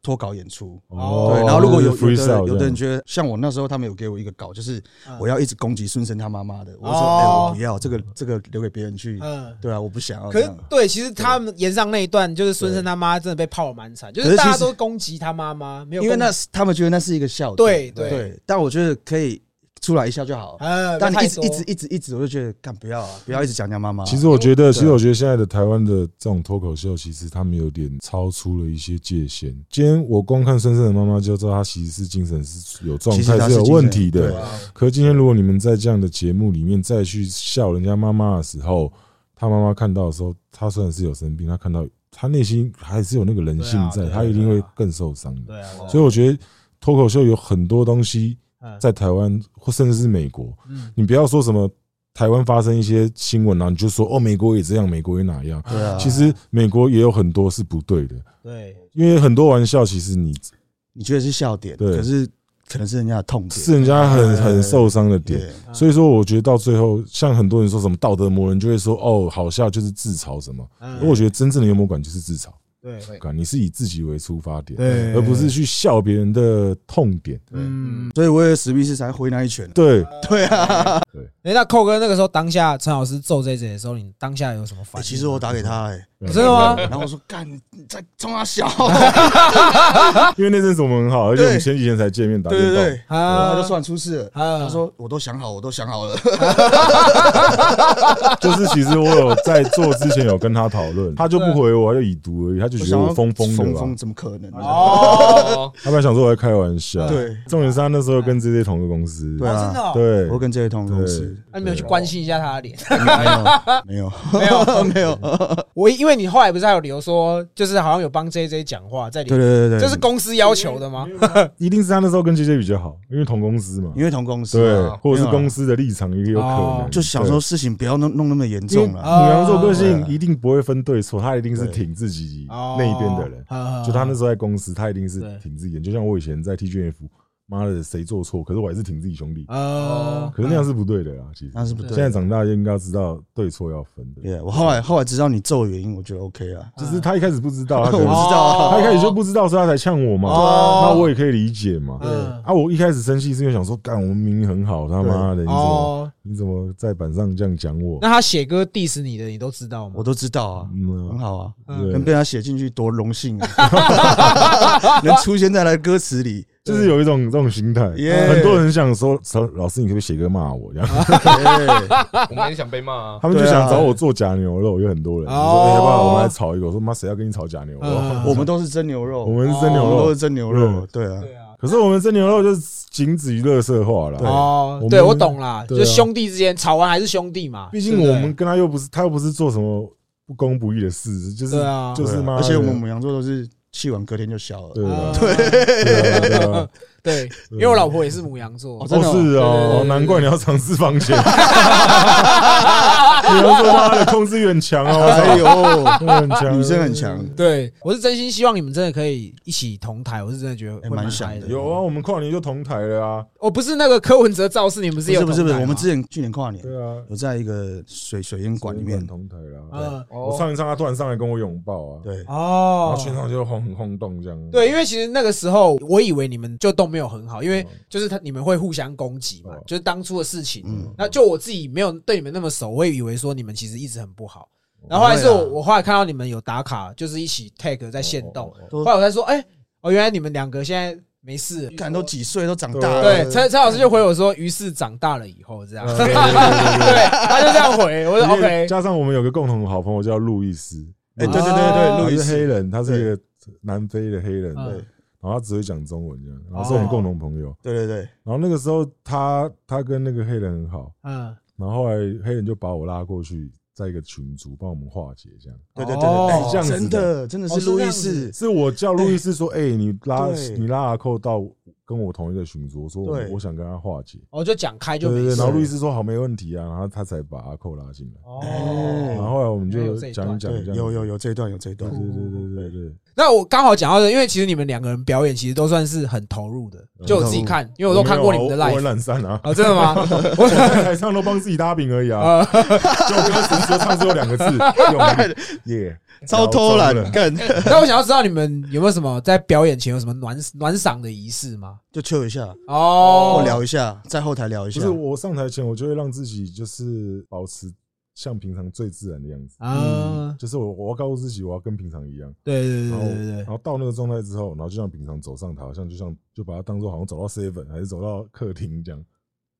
[SPEAKER 1] 脱稿演出。
[SPEAKER 2] 哦，
[SPEAKER 1] 对，然后如果有
[SPEAKER 2] 就是
[SPEAKER 1] 有的
[SPEAKER 2] freestyle
[SPEAKER 1] 有的人
[SPEAKER 2] 这样
[SPEAKER 1] 觉得像我那时候，他们有给我一个稿，就是
[SPEAKER 4] 嗯
[SPEAKER 1] 我要一直攻击孙生他妈妈的，我说
[SPEAKER 4] 哦
[SPEAKER 1] 哎、我不要这个这个留给别人去，
[SPEAKER 4] 嗯。
[SPEAKER 1] 对啊，我不想要
[SPEAKER 4] 可
[SPEAKER 1] 这
[SPEAKER 4] 是
[SPEAKER 1] 样。
[SPEAKER 4] 对，其实他们延上那一段，就是孙生他妈真的被泡的蛮惨，就是大
[SPEAKER 1] 可
[SPEAKER 4] 家
[SPEAKER 1] 是其
[SPEAKER 4] 都
[SPEAKER 1] 实
[SPEAKER 4] 攻击他妈妈，没有
[SPEAKER 1] 因为
[SPEAKER 4] 攻击
[SPEAKER 1] 那是他们觉得那是一个笑点，
[SPEAKER 4] 对对
[SPEAKER 1] 对但我觉得可以出来一下就好。
[SPEAKER 4] 呃，
[SPEAKER 1] 但你
[SPEAKER 4] 不太
[SPEAKER 1] 一直
[SPEAKER 4] 多嗯
[SPEAKER 1] 一直一直一直，我就觉得干不要啊，不要一直讲讲妈妈啊。
[SPEAKER 2] 其实我觉得，其实我觉得现在的台湾的这种脱口秀，其实他们有点超出了一些界限。今天我光看深深的妈妈就知道，她其实是精神是有状
[SPEAKER 1] 其实
[SPEAKER 2] 态
[SPEAKER 1] 他
[SPEAKER 2] 是有
[SPEAKER 1] 精
[SPEAKER 2] 问
[SPEAKER 1] 神
[SPEAKER 2] 题
[SPEAKER 1] 对
[SPEAKER 2] 的。
[SPEAKER 1] 啊
[SPEAKER 2] 可今天如果你们在这样的节目里面再去笑人家妈妈的时候，她妈妈看到的时候，她虽然是有生病，她看到她内心还是有那个人性
[SPEAKER 4] 对啊
[SPEAKER 2] 在，
[SPEAKER 4] 对啊
[SPEAKER 2] 她一定会更受伤的。
[SPEAKER 4] 对啊，
[SPEAKER 2] 所以我觉得脱口秀有很多东西
[SPEAKER 4] 嗯
[SPEAKER 2] 在台湾或甚至是美国，
[SPEAKER 4] 嗯
[SPEAKER 2] 你不要说什么台湾发生一些新闻，然后你就说哦，美国也这样，美国也哪样。
[SPEAKER 1] 对啊，
[SPEAKER 2] 其实美国也有很多是不对的，
[SPEAKER 4] 对
[SPEAKER 2] 因为很多玩笑其实你
[SPEAKER 1] 你觉得是笑点，
[SPEAKER 2] 对
[SPEAKER 1] 可是可能是人家的痛点。
[SPEAKER 2] 是人家很很受伤的点。
[SPEAKER 1] 对，
[SPEAKER 2] 所以说，我觉得到最后，像很多人说什么道德魔人，就会说哦，好笑就是自嘲什么。
[SPEAKER 4] 嗯
[SPEAKER 2] 而我觉得真正的幽默感就是自嘲
[SPEAKER 4] 对
[SPEAKER 2] 感，你是以自己为出发点，
[SPEAKER 4] 对
[SPEAKER 2] 而不是去笑别人的痛点。
[SPEAKER 4] 嗯，
[SPEAKER 1] 所以威尔史密斯才挥那一拳。
[SPEAKER 2] 对，
[SPEAKER 1] 对啊，
[SPEAKER 4] 哎，那扣哥那个时候当下陈老师揍这这的时候，你当下有什么
[SPEAKER 1] 哎
[SPEAKER 4] 反应？
[SPEAKER 1] 其实我打给
[SPEAKER 2] 哦
[SPEAKER 1] 他哎，
[SPEAKER 4] 真的吗？
[SPEAKER 1] 然后
[SPEAKER 2] (laughs)
[SPEAKER 1] 我说干，你在冲他啊小，
[SPEAKER 2] 因为那阵子我们很好，而且我们
[SPEAKER 1] 对
[SPEAKER 2] 前几天才见面打
[SPEAKER 1] 对
[SPEAKER 2] 电
[SPEAKER 1] 对
[SPEAKER 2] 话。
[SPEAKER 1] 对，然
[SPEAKER 4] 啊，
[SPEAKER 1] 后他就算出事了。
[SPEAKER 4] 啊
[SPEAKER 1] 他说我都想好，我都想好了。
[SPEAKER 2] 就是其实我有在做之前有跟他
[SPEAKER 1] (laughs)
[SPEAKER 2] 讨论，他就不回我，他就已读而已，他
[SPEAKER 1] 嗯
[SPEAKER 2] 就
[SPEAKER 1] 我
[SPEAKER 2] 觉得
[SPEAKER 1] 想
[SPEAKER 2] 我
[SPEAKER 1] 要
[SPEAKER 2] 疯疯的
[SPEAKER 1] 疯
[SPEAKER 2] 吧
[SPEAKER 1] 疯，怎么可能？啊 (laughs)
[SPEAKER 4] 啊
[SPEAKER 5] 哦，
[SPEAKER 2] 他本来想说我在开玩笑。
[SPEAKER 1] 对
[SPEAKER 2] 重点是他那时候跟 J J 同个公司，
[SPEAKER 1] 对啊
[SPEAKER 4] 真的哦，
[SPEAKER 2] 对
[SPEAKER 1] 我，跟这位同公司
[SPEAKER 2] 对
[SPEAKER 4] 那你没有去关心一下他的脸？
[SPEAKER 1] (laughs) 没有
[SPEAKER 2] (laughs)
[SPEAKER 1] 没有 (laughs) 没有，
[SPEAKER 4] 我因为你后来不是还有留说，就是好像有帮 J J 讲话在里
[SPEAKER 1] 对
[SPEAKER 4] 面，
[SPEAKER 1] 对对对，
[SPEAKER 4] 这是公司要求的吗？
[SPEAKER 2] 一定是他那时候跟 J J 比较好，因为同公司嘛
[SPEAKER 1] 因，为同公司啊
[SPEAKER 2] 对
[SPEAKER 1] 嘛，，
[SPEAKER 2] 或者是公司的立场也有可
[SPEAKER 4] 哦
[SPEAKER 2] 能，
[SPEAKER 1] 就是想说事情不要弄弄那么严
[SPEAKER 2] 对。因为
[SPEAKER 1] 重
[SPEAKER 2] 母
[SPEAKER 1] 了。
[SPEAKER 4] 啊
[SPEAKER 2] 羊座个性
[SPEAKER 1] 对
[SPEAKER 2] 一定不会分对错，他一定是
[SPEAKER 1] 对
[SPEAKER 2] 挺自己
[SPEAKER 4] 哦
[SPEAKER 2] 那一边的人。就他那时候在公司，他一定是
[SPEAKER 4] 对
[SPEAKER 2] 挺自己的。就像我以前在 TGF，妈的谁做错，可是我还是挺自己兄弟。
[SPEAKER 4] 呃，
[SPEAKER 2] 可是那样是不对的啦，啊其实
[SPEAKER 1] 那是不
[SPEAKER 2] 现在
[SPEAKER 1] 啊对。嗯
[SPEAKER 2] 长大就应该知道对错要分的。
[SPEAKER 1] 对，我后来后来知道你揍的原因，我觉得 OK 啊。
[SPEAKER 2] 只是他一开始不知道，
[SPEAKER 1] 我
[SPEAKER 2] 他
[SPEAKER 1] 不
[SPEAKER 2] 可
[SPEAKER 1] 知
[SPEAKER 2] 能
[SPEAKER 1] 道啊，
[SPEAKER 2] 他一开始就不知道，所以他才呛我嘛。啊
[SPEAKER 4] 哦
[SPEAKER 2] 那我也可以理解嘛。
[SPEAKER 4] 嗯
[SPEAKER 2] 啊，我一开始生气是因为想说，干，我们明明很好，他妈的，你怎么
[SPEAKER 4] 哦，
[SPEAKER 2] 你怎么在板上这样讲我？
[SPEAKER 4] 那他写歌 diss 你的，你都知道吗？
[SPEAKER 1] 我都知道啊，很
[SPEAKER 2] 嗯啊，
[SPEAKER 1] 好啊，
[SPEAKER 2] 对
[SPEAKER 1] 能被他写进去多荣幸啊，
[SPEAKER 2] (laughs)
[SPEAKER 1] (laughs) 能出现在他的歌词里，
[SPEAKER 2] 就是有一种这种心态。
[SPEAKER 1] 耶
[SPEAKER 2] 很多人想说，老师，你可不可以写歌骂我？这样，
[SPEAKER 1] 哎
[SPEAKER 5] (laughs) 我们也想被骂啊，
[SPEAKER 2] 他们就
[SPEAKER 1] 对啊
[SPEAKER 2] 想找我做假牛肉，有很多人就说，
[SPEAKER 4] 哦
[SPEAKER 2] 哎，要不然我们来炒一个。我说，妈，谁要跟你炒假牛肉？
[SPEAKER 4] 嗯
[SPEAKER 1] 我们都是真牛肉，
[SPEAKER 2] 我们是真牛
[SPEAKER 1] 我们都
[SPEAKER 2] 肉
[SPEAKER 1] 是，真牛肉，对啊，
[SPEAKER 4] 对啊，
[SPEAKER 2] 可是我们真牛肉就是仅止于乐色化了。
[SPEAKER 4] 哦
[SPEAKER 2] 我，
[SPEAKER 4] 对
[SPEAKER 2] 们
[SPEAKER 4] 我懂啦，
[SPEAKER 2] 对
[SPEAKER 4] 就
[SPEAKER 2] 啊
[SPEAKER 4] 兄弟之间吵完还是兄弟嘛，
[SPEAKER 2] 毕竟
[SPEAKER 4] 对不
[SPEAKER 2] 我
[SPEAKER 4] 对
[SPEAKER 2] 们跟他又不是，他又不是做什么不公不义的事，就是
[SPEAKER 4] 对啊
[SPEAKER 2] 就是
[SPEAKER 1] 对啊
[SPEAKER 2] 嘛，
[SPEAKER 1] 而且我们母羊座都是气完隔天就消了，
[SPEAKER 2] 对啊
[SPEAKER 4] 啊
[SPEAKER 2] 对啊对啊，
[SPEAKER 4] 对，
[SPEAKER 2] (laughs)
[SPEAKER 4] 因为我老婆也是母羊座
[SPEAKER 1] 哦，真
[SPEAKER 2] 哦
[SPEAKER 1] 的哦
[SPEAKER 2] 是
[SPEAKER 4] 对对
[SPEAKER 2] 哦
[SPEAKER 4] 对，
[SPEAKER 2] 难怪你要尝试房间，你要说他的控制欲很强哦，
[SPEAKER 1] 哎呦，
[SPEAKER 2] 真的很强，
[SPEAKER 1] 女生很强，
[SPEAKER 4] 对我是真心希望你们真的可以一起同台，我是真的觉得
[SPEAKER 1] 哎
[SPEAKER 4] 会
[SPEAKER 1] 蛮想
[SPEAKER 4] 嗨
[SPEAKER 1] 的
[SPEAKER 2] 有啊，我们跨年就同台了啊，
[SPEAKER 4] 哦，不是那个柯文哲造势，你们
[SPEAKER 1] 不
[SPEAKER 4] 是有
[SPEAKER 1] 是不是不是，
[SPEAKER 4] 同台吗啊
[SPEAKER 1] 我们之前去年跨年
[SPEAKER 2] 对啊，
[SPEAKER 1] 有在一个水水烟馆里面，
[SPEAKER 2] 同台了。啊
[SPEAKER 4] 嗯
[SPEAKER 2] 我
[SPEAKER 5] 哦，
[SPEAKER 2] 上一上，他突然上来跟我拥抱啊，
[SPEAKER 1] 对，
[SPEAKER 2] 然
[SPEAKER 4] 哦
[SPEAKER 2] 后，全场就轰轰动这样。
[SPEAKER 4] 对，因为其实那个时候我以为你们就都没有很好，因
[SPEAKER 2] 嗯
[SPEAKER 4] 为就是他你们会互相攻击嘛
[SPEAKER 2] 哦，
[SPEAKER 4] 就是当初的事情
[SPEAKER 1] 嗯。
[SPEAKER 4] 那就我自己没有对你们那么熟，我也以为回说你们其实一直很不好。
[SPEAKER 2] 啊
[SPEAKER 4] 然后后来是我，我后来看到你们有打卡，就是一起 tag 在线
[SPEAKER 2] 哦
[SPEAKER 4] 动，后来我才说，哎，哦，原来你们两个现在没事了。
[SPEAKER 1] 看都几岁都长大了，
[SPEAKER 4] 对，陈陈老师就回我说，于是长大了以后这样，
[SPEAKER 2] 嗯
[SPEAKER 4] (laughs) 对，他就这样回，我说
[SPEAKER 2] (laughs) 因为
[SPEAKER 4] OK，
[SPEAKER 2] 加上我们有个共同的好朋友叫路易斯，
[SPEAKER 1] 哎，对对对对，
[SPEAKER 2] 他
[SPEAKER 1] 路易
[SPEAKER 2] 是
[SPEAKER 1] 斯
[SPEAKER 2] 哦黑人，他是一个南非的黑人，
[SPEAKER 4] 嗯哦
[SPEAKER 2] 然后他只会讲中文这样，然后是我们共同朋友。
[SPEAKER 1] 对对对，
[SPEAKER 2] 然后那个时候他他跟那个黑人很好，
[SPEAKER 4] 嗯，
[SPEAKER 2] 然后后来黑人就把我拉过去，在一个群组帮我们化解这样。
[SPEAKER 1] 对对对
[SPEAKER 4] 哦
[SPEAKER 1] 对，哎
[SPEAKER 2] 这样子的
[SPEAKER 1] 真的真的
[SPEAKER 4] 哦
[SPEAKER 1] 是
[SPEAKER 4] 是这
[SPEAKER 1] 路
[SPEAKER 4] 样
[SPEAKER 1] 易
[SPEAKER 4] 子
[SPEAKER 1] 斯，
[SPEAKER 2] 是我叫路易斯说：“哎、你拉
[SPEAKER 1] 对
[SPEAKER 2] 你拉阿寇到跟我同一个群组，我说我
[SPEAKER 1] 对
[SPEAKER 2] 我想跟他化解。”
[SPEAKER 4] 我就讲开
[SPEAKER 2] 对
[SPEAKER 4] 就
[SPEAKER 2] 对
[SPEAKER 4] 没
[SPEAKER 2] 对，
[SPEAKER 4] 事
[SPEAKER 2] 然后。路易斯说：“好，没问题啊。”然后他才把阿寇拉进来。
[SPEAKER 4] 哦，
[SPEAKER 2] 然后后来我们
[SPEAKER 4] 原来有
[SPEAKER 2] 就
[SPEAKER 4] 这一
[SPEAKER 2] 讲
[SPEAKER 4] 段
[SPEAKER 2] 一讲
[SPEAKER 1] 对
[SPEAKER 2] 这样，
[SPEAKER 1] 有有有这一段有这一段
[SPEAKER 2] 对，对对对对对，
[SPEAKER 4] 那我刚好讲到的，因为其实你们两个人表演其实都算是很投入的，
[SPEAKER 2] 嗯
[SPEAKER 4] 就我自己看，因为我都看过你们的
[SPEAKER 2] 我没有啊我我很
[SPEAKER 4] live，
[SPEAKER 2] 懒散啊
[SPEAKER 4] 哦，真的吗？ (laughs)
[SPEAKER 2] 我在台上都帮自己搭饼而已啊， (laughs) 就歌词说唱只有两个字，用力耶，
[SPEAKER 1] 超偷懒
[SPEAKER 2] 了，
[SPEAKER 1] 干，
[SPEAKER 4] 那我想要知道你们有没有什么在表演前有什么暖暖嗓的仪式吗？
[SPEAKER 1] (laughs) 就 chill 一下，
[SPEAKER 4] 哦
[SPEAKER 1] 我，聊一下，在后台聊一
[SPEAKER 2] 不
[SPEAKER 1] 下
[SPEAKER 2] 是，我上台前，我就会让自己就是保持像平常最自然的样子，嗯
[SPEAKER 4] 啊，
[SPEAKER 2] 就是我我要告诉自己，我要跟平常一样。
[SPEAKER 4] 对对
[SPEAKER 2] 然
[SPEAKER 4] 对
[SPEAKER 2] 后
[SPEAKER 4] 对对
[SPEAKER 2] 然后到那个状态之后，然后就像平常走上台，好像就像就把它当做好像走到 seven 还是走到客厅这样，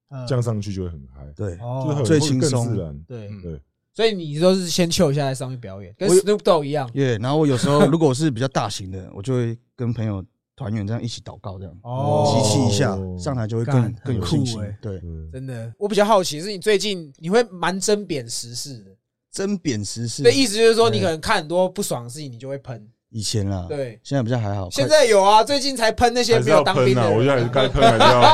[SPEAKER 4] 对，
[SPEAKER 2] 这样上去就会很嗨，
[SPEAKER 1] 对，
[SPEAKER 2] 就是很
[SPEAKER 4] 哦，
[SPEAKER 1] 最
[SPEAKER 2] 会更
[SPEAKER 1] 轻松
[SPEAKER 2] 自然。
[SPEAKER 4] 嗯对，
[SPEAKER 2] 对，
[SPEAKER 4] 所以你都是先 chill 一下在上面表演，跟
[SPEAKER 1] 我有
[SPEAKER 4] Snoop Dogg 一样
[SPEAKER 1] 耶，然后我有时
[SPEAKER 4] (laughs)
[SPEAKER 1] 候如果我是比较大型的，我就会跟朋友团员这样一起祷告，这样
[SPEAKER 4] 哦，
[SPEAKER 1] 集气一下，上台就会更
[SPEAKER 4] 干
[SPEAKER 1] 更有
[SPEAKER 4] 很
[SPEAKER 1] 信
[SPEAKER 4] 酷
[SPEAKER 1] 心
[SPEAKER 4] 欸。
[SPEAKER 1] 对，
[SPEAKER 2] 嗯
[SPEAKER 4] 真的，我比较好奇是你最近你会蛮针砭时事的，
[SPEAKER 1] 针砭时事
[SPEAKER 4] 对，，意思就是说你可能看很多不爽的事情，你就会喷。
[SPEAKER 1] 以前啦，
[SPEAKER 4] 对
[SPEAKER 1] 现在比较还好，
[SPEAKER 4] 现在有啊，最近才喷那
[SPEAKER 2] 啊
[SPEAKER 4] 些
[SPEAKER 2] 哦还是
[SPEAKER 4] 没
[SPEAKER 2] 要
[SPEAKER 4] 有当兵
[SPEAKER 2] 喷
[SPEAKER 4] 的
[SPEAKER 2] 啊！
[SPEAKER 4] 人。
[SPEAKER 2] 我觉得还是该喷还是要，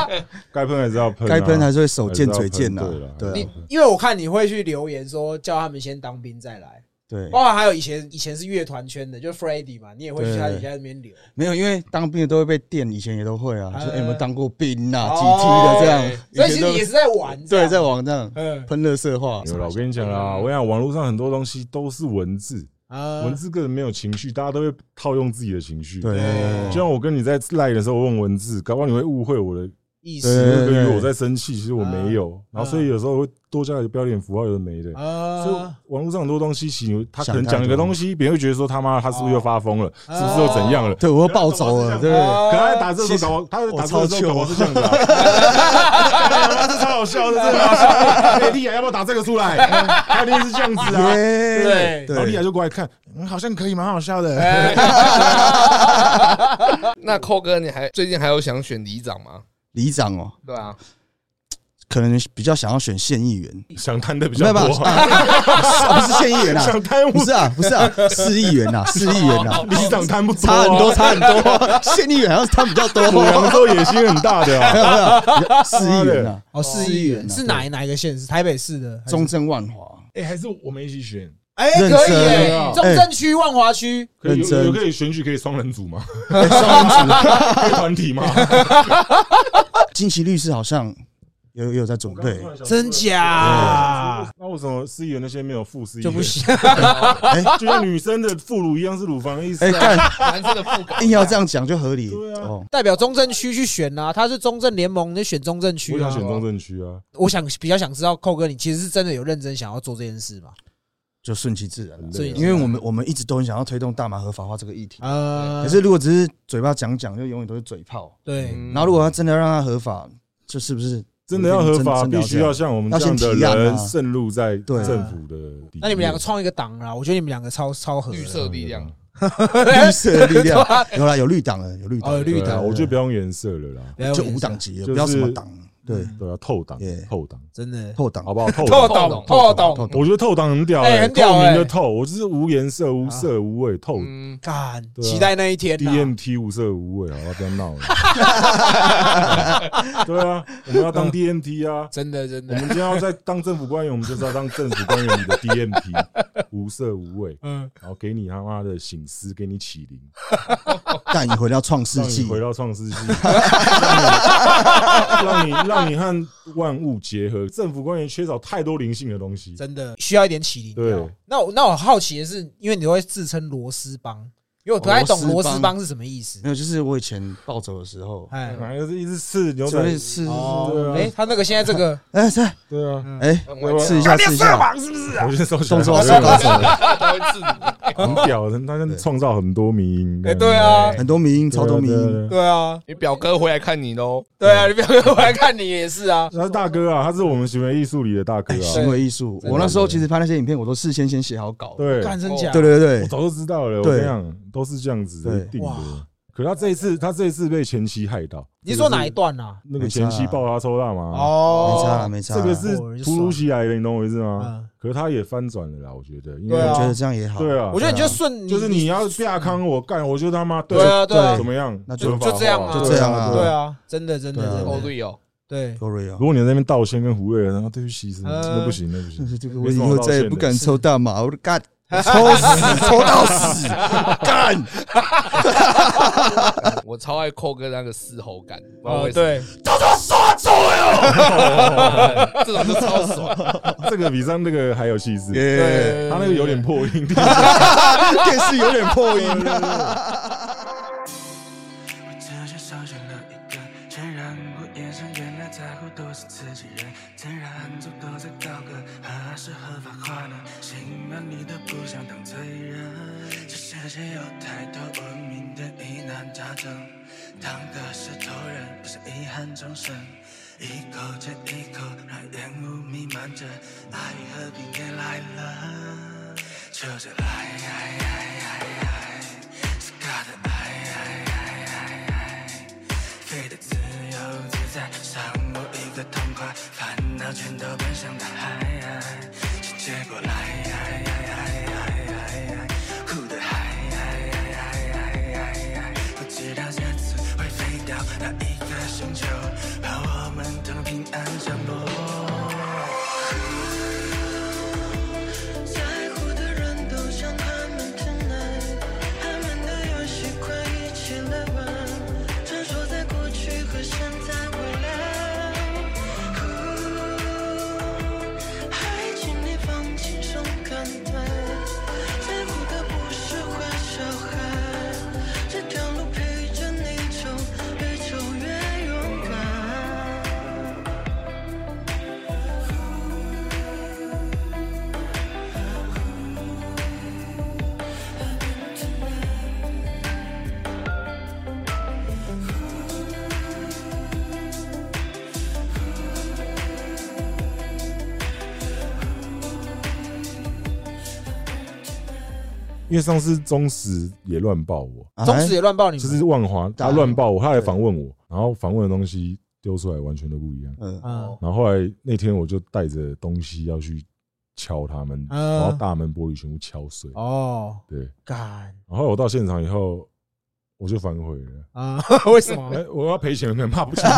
[SPEAKER 2] 该喷还是要
[SPEAKER 1] 快
[SPEAKER 2] 喷啊，
[SPEAKER 1] 该喷还是会手贱嘴贱呐
[SPEAKER 2] 还是要喷，对啦
[SPEAKER 1] 对啊
[SPEAKER 4] 因为我看你会去留言说叫他们先当兵再来，
[SPEAKER 1] 对，
[SPEAKER 4] 包括还有以前以前是乐团圈的，就是 f r e d d y 嘛，你也会去他
[SPEAKER 1] 对
[SPEAKER 4] 底下那边留。
[SPEAKER 1] 没有，因为当兵的都会被电，以前也都会啊，就是
[SPEAKER 4] 呃
[SPEAKER 1] 哎有没有当过兵呐，
[SPEAKER 4] 哦
[SPEAKER 1] 几啊梯的这样，
[SPEAKER 4] 所以
[SPEAKER 1] 以
[SPEAKER 4] 其
[SPEAKER 1] 前
[SPEAKER 4] 实
[SPEAKER 1] 都
[SPEAKER 4] 你也是在玩，
[SPEAKER 1] 对，在网上
[SPEAKER 4] 嗯
[SPEAKER 1] 喷乐色话，
[SPEAKER 2] 有了，我跟你讲啦，
[SPEAKER 1] 嗯
[SPEAKER 2] 我跟你讲，网络上很多东西都是文字，
[SPEAKER 4] 啊
[SPEAKER 2] 文字个人没有情绪，大家都会套用自己的情绪。，
[SPEAKER 1] 对
[SPEAKER 2] 就，像我跟你在赖的时候我用文字，搞不好你会误会我的
[SPEAKER 4] 意
[SPEAKER 2] 词，
[SPEAKER 4] 思
[SPEAKER 1] 对嗯
[SPEAKER 2] 跟以为我在生气，其实我没有。然后所以有时候会多加一个标点符号，有的没的。所以
[SPEAKER 4] 啊，
[SPEAKER 2] 网络上很多东西，其实他可
[SPEAKER 1] 想
[SPEAKER 2] 能
[SPEAKER 1] 太
[SPEAKER 2] 讲一个
[SPEAKER 1] 多啊
[SPEAKER 2] 东西，别人会觉得说他妈他是不是又发疯了，是不是又怎样了？
[SPEAKER 1] 对我又暴走了，对，
[SPEAKER 2] 可他在打字的时候，搞不好他在打字的时候，搞不好是这样子、 (laughs) 啊，这超好笑，这真的好笑。
[SPEAKER 1] (laughs)
[SPEAKER 2] 哎，莉亚要不要打这个出来？他一定是这样子啊。
[SPEAKER 1] 耶
[SPEAKER 4] 对
[SPEAKER 2] 然后莉亚
[SPEAKER 1] 对，
[SPEAKER 2] 就过来看，嗯，好像可以，蛮好笑的。
[SPEAKER 5] (laughs) 那寇哥，你还最近还有想选里长吗？
[SPEAKER 1] 里长哦，
[SPEAKER 5] 对啊，
[SPEAKER 1] 可能比较想要选县议员，
[SPEAKER 2] 想贪的比
[SPEAKER 1] 没
[SPEAKER 2] 较
[SPEAKER 1] 有吧？
[SPEAKER 2] 多，
[SPEAKER 1] (laughs) 啊不是县议员
[SPEAKER 2] (laughs)
[SPEAKER 1] 啊，
[SPEAKER 2] 想贪污
[SPEAKER 1] 不，是啊，不是啊，市议
[SPEAKER 2] (laughs)
[SPEAKER 1] 员呐，市议员呐，
[SPEAKER 2] 里长贪不
[SPEAKER 1] 啊差很多，。差很多， (laughs) 县议员好像是他比较
[SPEAKER 2] (laughs)
[SPEAKER 1] 多，
[SPEAKER 2] 土洋洲野心很大的
[SPEAKER 1] 没
[SPEAKER 2] 啊，
[SPEAKER 1] 有没 (laughs) 有，市议员
[SPEAKER 2] (laughs)
[SPEAKER 1] 呐，
[SPEAKER 4] 哦，
[SPEAKER 1] 市
[SPEAKER 4] 市
[SPEAKER 1] 议
[SPEAKER 4] 议
[SPEAKER 1] 员
[SPEAKER 4] 员
[SPEAKER 1] 啊
[SPEAKER 4] 是哪哪一个县市？台北市的还是
[SPEAKER 1] 中正万华，
[SPEAKER 2] 哎，还是我们一起选，
[SPEAKER 4] 哎，
[SPEAKER 1] 认
[SPEAKER 4] 可以
[SPEAKER 1] 真
[SPEAKER 4] 耶，
[SPEAKER 1] 哎
[SPEAKER 4] 中正区、万华区，
[SPEAKER 2] 可以
[SPEAKER 1] 认真
[SPEAKER 2] 有有可以选举可以双人组吗？
[SPEAKER 1] 哎双人组，
[SPEAKER 2] 可以团体吗？
[SPEAKER 1] (laughs) 金奇律师好像有有在准备，
[SPEAKER 4] 真假
[SPEAKER 2] 那为什么司议员那些没有副司议员
[SPEAKER 4] 就不行。
[SPEAKER 2] 就像女生的副乳一样是乳房的意思、
[SPEAKER 1] 哎
[SPEAKER 2] 啊。
[SPEAKER 1] 干。
[SPEAKER 5] 男生的副感
[SPEAKER 1] 硬要这样讲就合理
[SPEAKER 2] 对啊
[SPEAKER 1] 哦。
[SPEAKER 4] 代表中正区去选啊，他是中正联盟，就选中正
[SPEAKER 2] 我
[SPEAKER 4] 区
[SPEAKER 2] 想
[SPEAKER 4] 啊
[SPEAKER 2] 选。中正区啊，
[SPEAKER 4] 我想比较想知道，寇哥，你其实是真的有认真想要做这件事吗？
[SPEAKER 1] 就顺其自然
[SPEAKER 2] 啊
[SPEAKER 1] 啦，
[SPEAKER 4] 所以
[SPEAKER 1] 因为我们我们一直都很想要推动大麻合法化这个议题，
[SPEAKER 4] 呃，
[SPEAKER 1] 可是如嗯果只是嘴巴讲讲，就永远都是嘴炮。
[SPEAKER 4] 对，
[SPEAKER 1] 然后如果他真的要让它合法，这是不是
[SPEAKER 2] 嗯真的要合法，
[SPEAKER 1] 真的
[SPEAKER 2] 必须要像我们这样的
[SPEAKER 1] 要先提案
[SPEAKER 2] 人
[SPEAKER 1] 啊
[SPEAKER 2] 渗入在
[SPEAKER 1] 对
[SPEAKER 2] 政府的底。
[SPEAKER 4] 那你们两个创一个党啦，我觉得你们两个超超合的
[SPEAKER 5] 绿色力量，
[SPEAKER 2] (laughs)
[SPEAKER 1] 这样绿色的 (laughs) 力量？有啦，有绿党了，有绿党
[SPEAKER 4] 哦
[SPEAKER 1] 了，
[SPEAKER 4] 有绿
[SPEAKER 2] 对啊，
[SPEAKER 4] 党
[SPEAKER 2] 我觉得不要用颜色了啦，
[SPEAKER 4] 不要
[SPEAKER 1] 啊就
[SPEAKER 4] 有
[SPEAKER 1] 无党
[SPEAKER 4] 颜色
[SPEAKER 1] 籍了，
[SPEAKER 2] 就是
[SPEAKER 1] 不要什么党，对，
[SPEAKER 2] 对啊，透党
[SPEAKER 1] 耶，
[SPEAKER 2] 透党，
[SPEAKER 4] 真的
[SPEAKER 1] 后党
[SPEAKER 2] 好
[SPEAKER 4] (laughs)
[SPEAKER 2] 不好？透
[SPEAKER 4] 嗯透
[SPEAKER 2] 党，
[SPEAKER 4] 懂
[SPEAKER 5] 懂
[SPEAKER 4] 透
[SPEAKER 1] 透
[SPEAKER 4] 懂
[SPEAKER 1] 懂
[SPEAKER 2] 我觉得透党很屌
[SPEAKER 4] 哎
[SPEAKER 2] 欸，
[SPEAKER 4] 很屌
[SPEAKER 2] 透明
[SPEAKER 4] 欸
[SPEAKER 2] 的透，我就是无颜色、无
[SPEAKER 1] 啊
[SPEAKER 2] 色、无味，透
[SPEAKER 5] 嗯，
[SPEAKER 4] 干，
[SPEAKER 2] 对啊
[SPEAKER 4] 期待那一天呐。
[SPEAKER 2] DMT 无色无味，好啊吧，不要
[SPEAKER 4] (laughs)
[SPEAKER 2] 闹了。对啊，我们要当 DMT 啊，
[SPEAKER 4] 真的真
[SPEAKER 2] 我
[SPEAKER 4] 的，
[SPEAKER 2] 们今天要在当政府官员，我们就是要当政府官员里的 DMP，无 (laughs) 色无味，
[SPEAKER 4] 嗯，
[SPEAKER 2] 然后给你他妈的醒思，给你启灵，
[SPEAKER 1] 但你回到创世
[SPEAKER 2] 让你
[SPEAKER 1] 纪，
[SPEAKER 2] 回到创世
[SPEAKER 1] (laughs)
[SPEAKER 2] 纪，让你让你和万物结合。政府官员缺少太多灵性的东西，
[SPEAKER 4] 真的需要一点起灵。
[SPEAKER 2] 对，
[SPEAKER 4] 那我那我好奇的是，因为你都会自称螺丝帮，因为我不太懂
[SPEAKER 1] 螺
[SPEAKER 4] 螺
[SPEAKER 1] 丝
[SPEAKER 4] 丝
[SPEAKER 1] 帮
[SPEAKER 4] 帮是什么意思
[SPEAKER 1] 没。有，就是我以前暴走的时候，
[SPEAKER 4] 哎，
[SPEAKER 2] 反正一直刺牛
[SPEAKER 1] 就
[SPEAKER 2] 仔
[SPEAKER 1] 会，试，
[SPEAKER 4] 哦，
[SPEAKER 2] 嗯对啊
[SPEAKER 4] 哎，他那个现在这个，
[SPEAKER 1] 哎，是，
[SPEAKER 2] 对啊，
[SPEAKER 4] 嗯
[SPEAKER 1] 哎，试一下，试一下，
[SPEAKER 2] 我觉得收起
[SPEAKER 1] 动
[SPEAKER 2] 来
[SPEAKER 1] 作
[SPEAKER 2] 好
[SPEAKER 1] 啊是啊
[SPEAKER 2] 像
[SPEAKER 1] 高手的，
[SPEAKER 5] 他会刺你。
[SPEAKER 2] 很
[SPEAKER 1] (laughs)
[SPEAKER 2] 屌的，他像创造很多迷因。
[SPEAKER 4] 哎，对啊，
[SPEAKER 1] 很多迷音，
[SPEAKER 2] 对啊，
[SPEAKER 1] 超多迷音，
[SPEAKER 2] 对啊。
[SPEAKER 4] 对啊，
[SPEAKER 5] 你表哥回来看你喽，
[SPEAKER 4] 对啊，你表哥我来看你也是啊，
[SPEAKER 2] 他是大哥啊，他是我们行为艺术里的大哥
[SPEAKER 1] 哎，
[SPEAKER 2] 啊。
[SPEAKER 1] 行为艺术。我那时候其实拍那些影片，我都事先先写好稿，
[SPEAKER 2] (laughs) 对，
[SPEAKER 4] 干真假？
[SPEAKER 1] 对对对
[SPEAKER 2] 我
[SPEAKER 1] 对，
[SPEAKER 2] 早就知道了。我
[SPEAKER 1] 对
[SPEAKER 2] 跟你讲，都是这样子的，
[SPEAKER 1] 对
[SPEAKER 2] 一定
[SPEAKER 4] 哇
[SPEAKER 2] 的。可他这一次，他这一次被前妻害到。
[SPEAKER 4] 你是说哪一段啊？
[SPEAKER 2] 那个前妻抱他抽大麻。
[SPEAKER 1] 没差
[SPEAKER 4] 哦
[SPEAKER 1] 啦，，没差啦。
[SPEAKER 2] 这个是突如其来的，你懂我意思
[SPEAKER 4] 嗯
[SPEAKER 2] 吗？可是他也翻转了啦，我觉得，因为
[SPEAKER 4] 对
[SPEAKER 1] 我
[SPEAKER 4] 啊
[SPEAKER 1] 觉得这样也好。
[SPEAKER 2] 对啊，
[SPEAKER 4] 我觉得你就顺，
[SPEAKER 2] 就是你要亚康我干，我就他妈
[SPEAKER 4] 对啊对啊
[SPEAKER 2] 怎么样？
[SPEAKER 1] 那
[SPEAKER 4] 就
[SPEAKER 2] 合法化
[SPEAKER 4] 就这样啊
[SPEAKER 2] 对
[SPEAKER 1] 就这样啊
[SPEAKER 4] 对啊，真的真的
[SPEAKER 1] 对啊
[SPEAKER 4] 真
[SPEAKER 5] 哦
[SPEAKER 4] 的
[SPEAKER 5] 对哦，
[SPEAKER 4] 对，
[SPEAKER 1] ，sorry 啊
[SPEAKER 2] 如，果你在那边道歉跟胡瑞，然后对不起什么，
[SPEAKER 4] 呃
[SPEAKER 2] 那不行，那不行。
[SPEAKER 1] 这个
[SPEAKER 2] 没
[SPEAKER 1] 我
[SPEAKER 2] 什
[SPEAKER 1] 以
[SPEAKER 2] 么
[SPEAKER 1] 后
[SPEAKER 2] 好
[SPEAKER 1] 再也
[SPEAKER 2] 道歉
[SPEAKER 1] 不
[SPEAKER 2] 的 (laughs)
[SPEAKER 1] 敢抽大麻，我的干，抽死，抽到 (laughs) 死，干，
[SPEAKER 5] 我超爱扣哥那个嘶吼感，不知道
[SPEAKER 4] 哦
[SPEAKER 5] 为什么
[SPEAKER 1] 啊
[SPEAKER 4] 对，
[SPEAKER 5] 这种就超爽。
[SPEAKER 2] 这个比上那个还有气势，
[SPEAKER 1] 耶，
[SPEAKER 2] 他那个有点破音。
[SPEAKER 1] 电视有点破音啊。
[SPEAKER 7] 我只是少选了一个，全然不眼神，原来在乎都是自己人，天然足够在高歌，何时合法化呢？心安理得不想当罪人，这世界有太多文明的疑难杂症，当个石头人不是遗憾终生。一口接一口，让烟雾弥漫着，爱与和平也来了，就这爱爱爱爱爱，是他的爱爱爱爱爱，飞得自由自在，赏我一个痛快，烦恼全都奔向大海，是结果来爱爱爱爱爱爱，哭的嗨爱爱爱爱爱爱，不知道这次会飞到哪一个星球，把我们都能平安降落。
[SPEAKER 8] 在乎的人都像他们真爱，他们的游戏快一起来玩，穿梭在过去和现在未来。还请你放轻松看待，在乎的不是坏小孩，这条路陪着你走，越走越勇敢。
[SPEAKER 2] 因为上次宗史也乱报我，
[SPEAKER 1] 嗯
[SPEAKER 4] 宗旨也乱报你
[SPEAKER 2] 就
[SPEAKER 4] 们，
[SPEAKER 2] 是万华他
[SPEAKER 1] 对
[SPEAKER 2] 乱报我，他来访问我，然后访问的东西丢出来完全都不一样。
[SPEAKER 1] 嗯，
[SPEAKER 4] 嗯
[SPEAKER 2] 然后后来那天我就带着东西要去敲他们，
[SPEAKER 4] 嗯
[SPEAKER 2] 然后大门玻璃全部敲碎。
[SPEAKER 4] 哦，
[SPEAKER 2] 对，
[SPEAKER 4] 干
[SPEAKER 2] 然后我到现场以后，我就反悔了。
[SPEAKER 4] 啊， (laughs) 为什么？
[SPEAKER 2] 哎，我要赔钱，可能怕不起。
[SPEAKER 4] (laughs)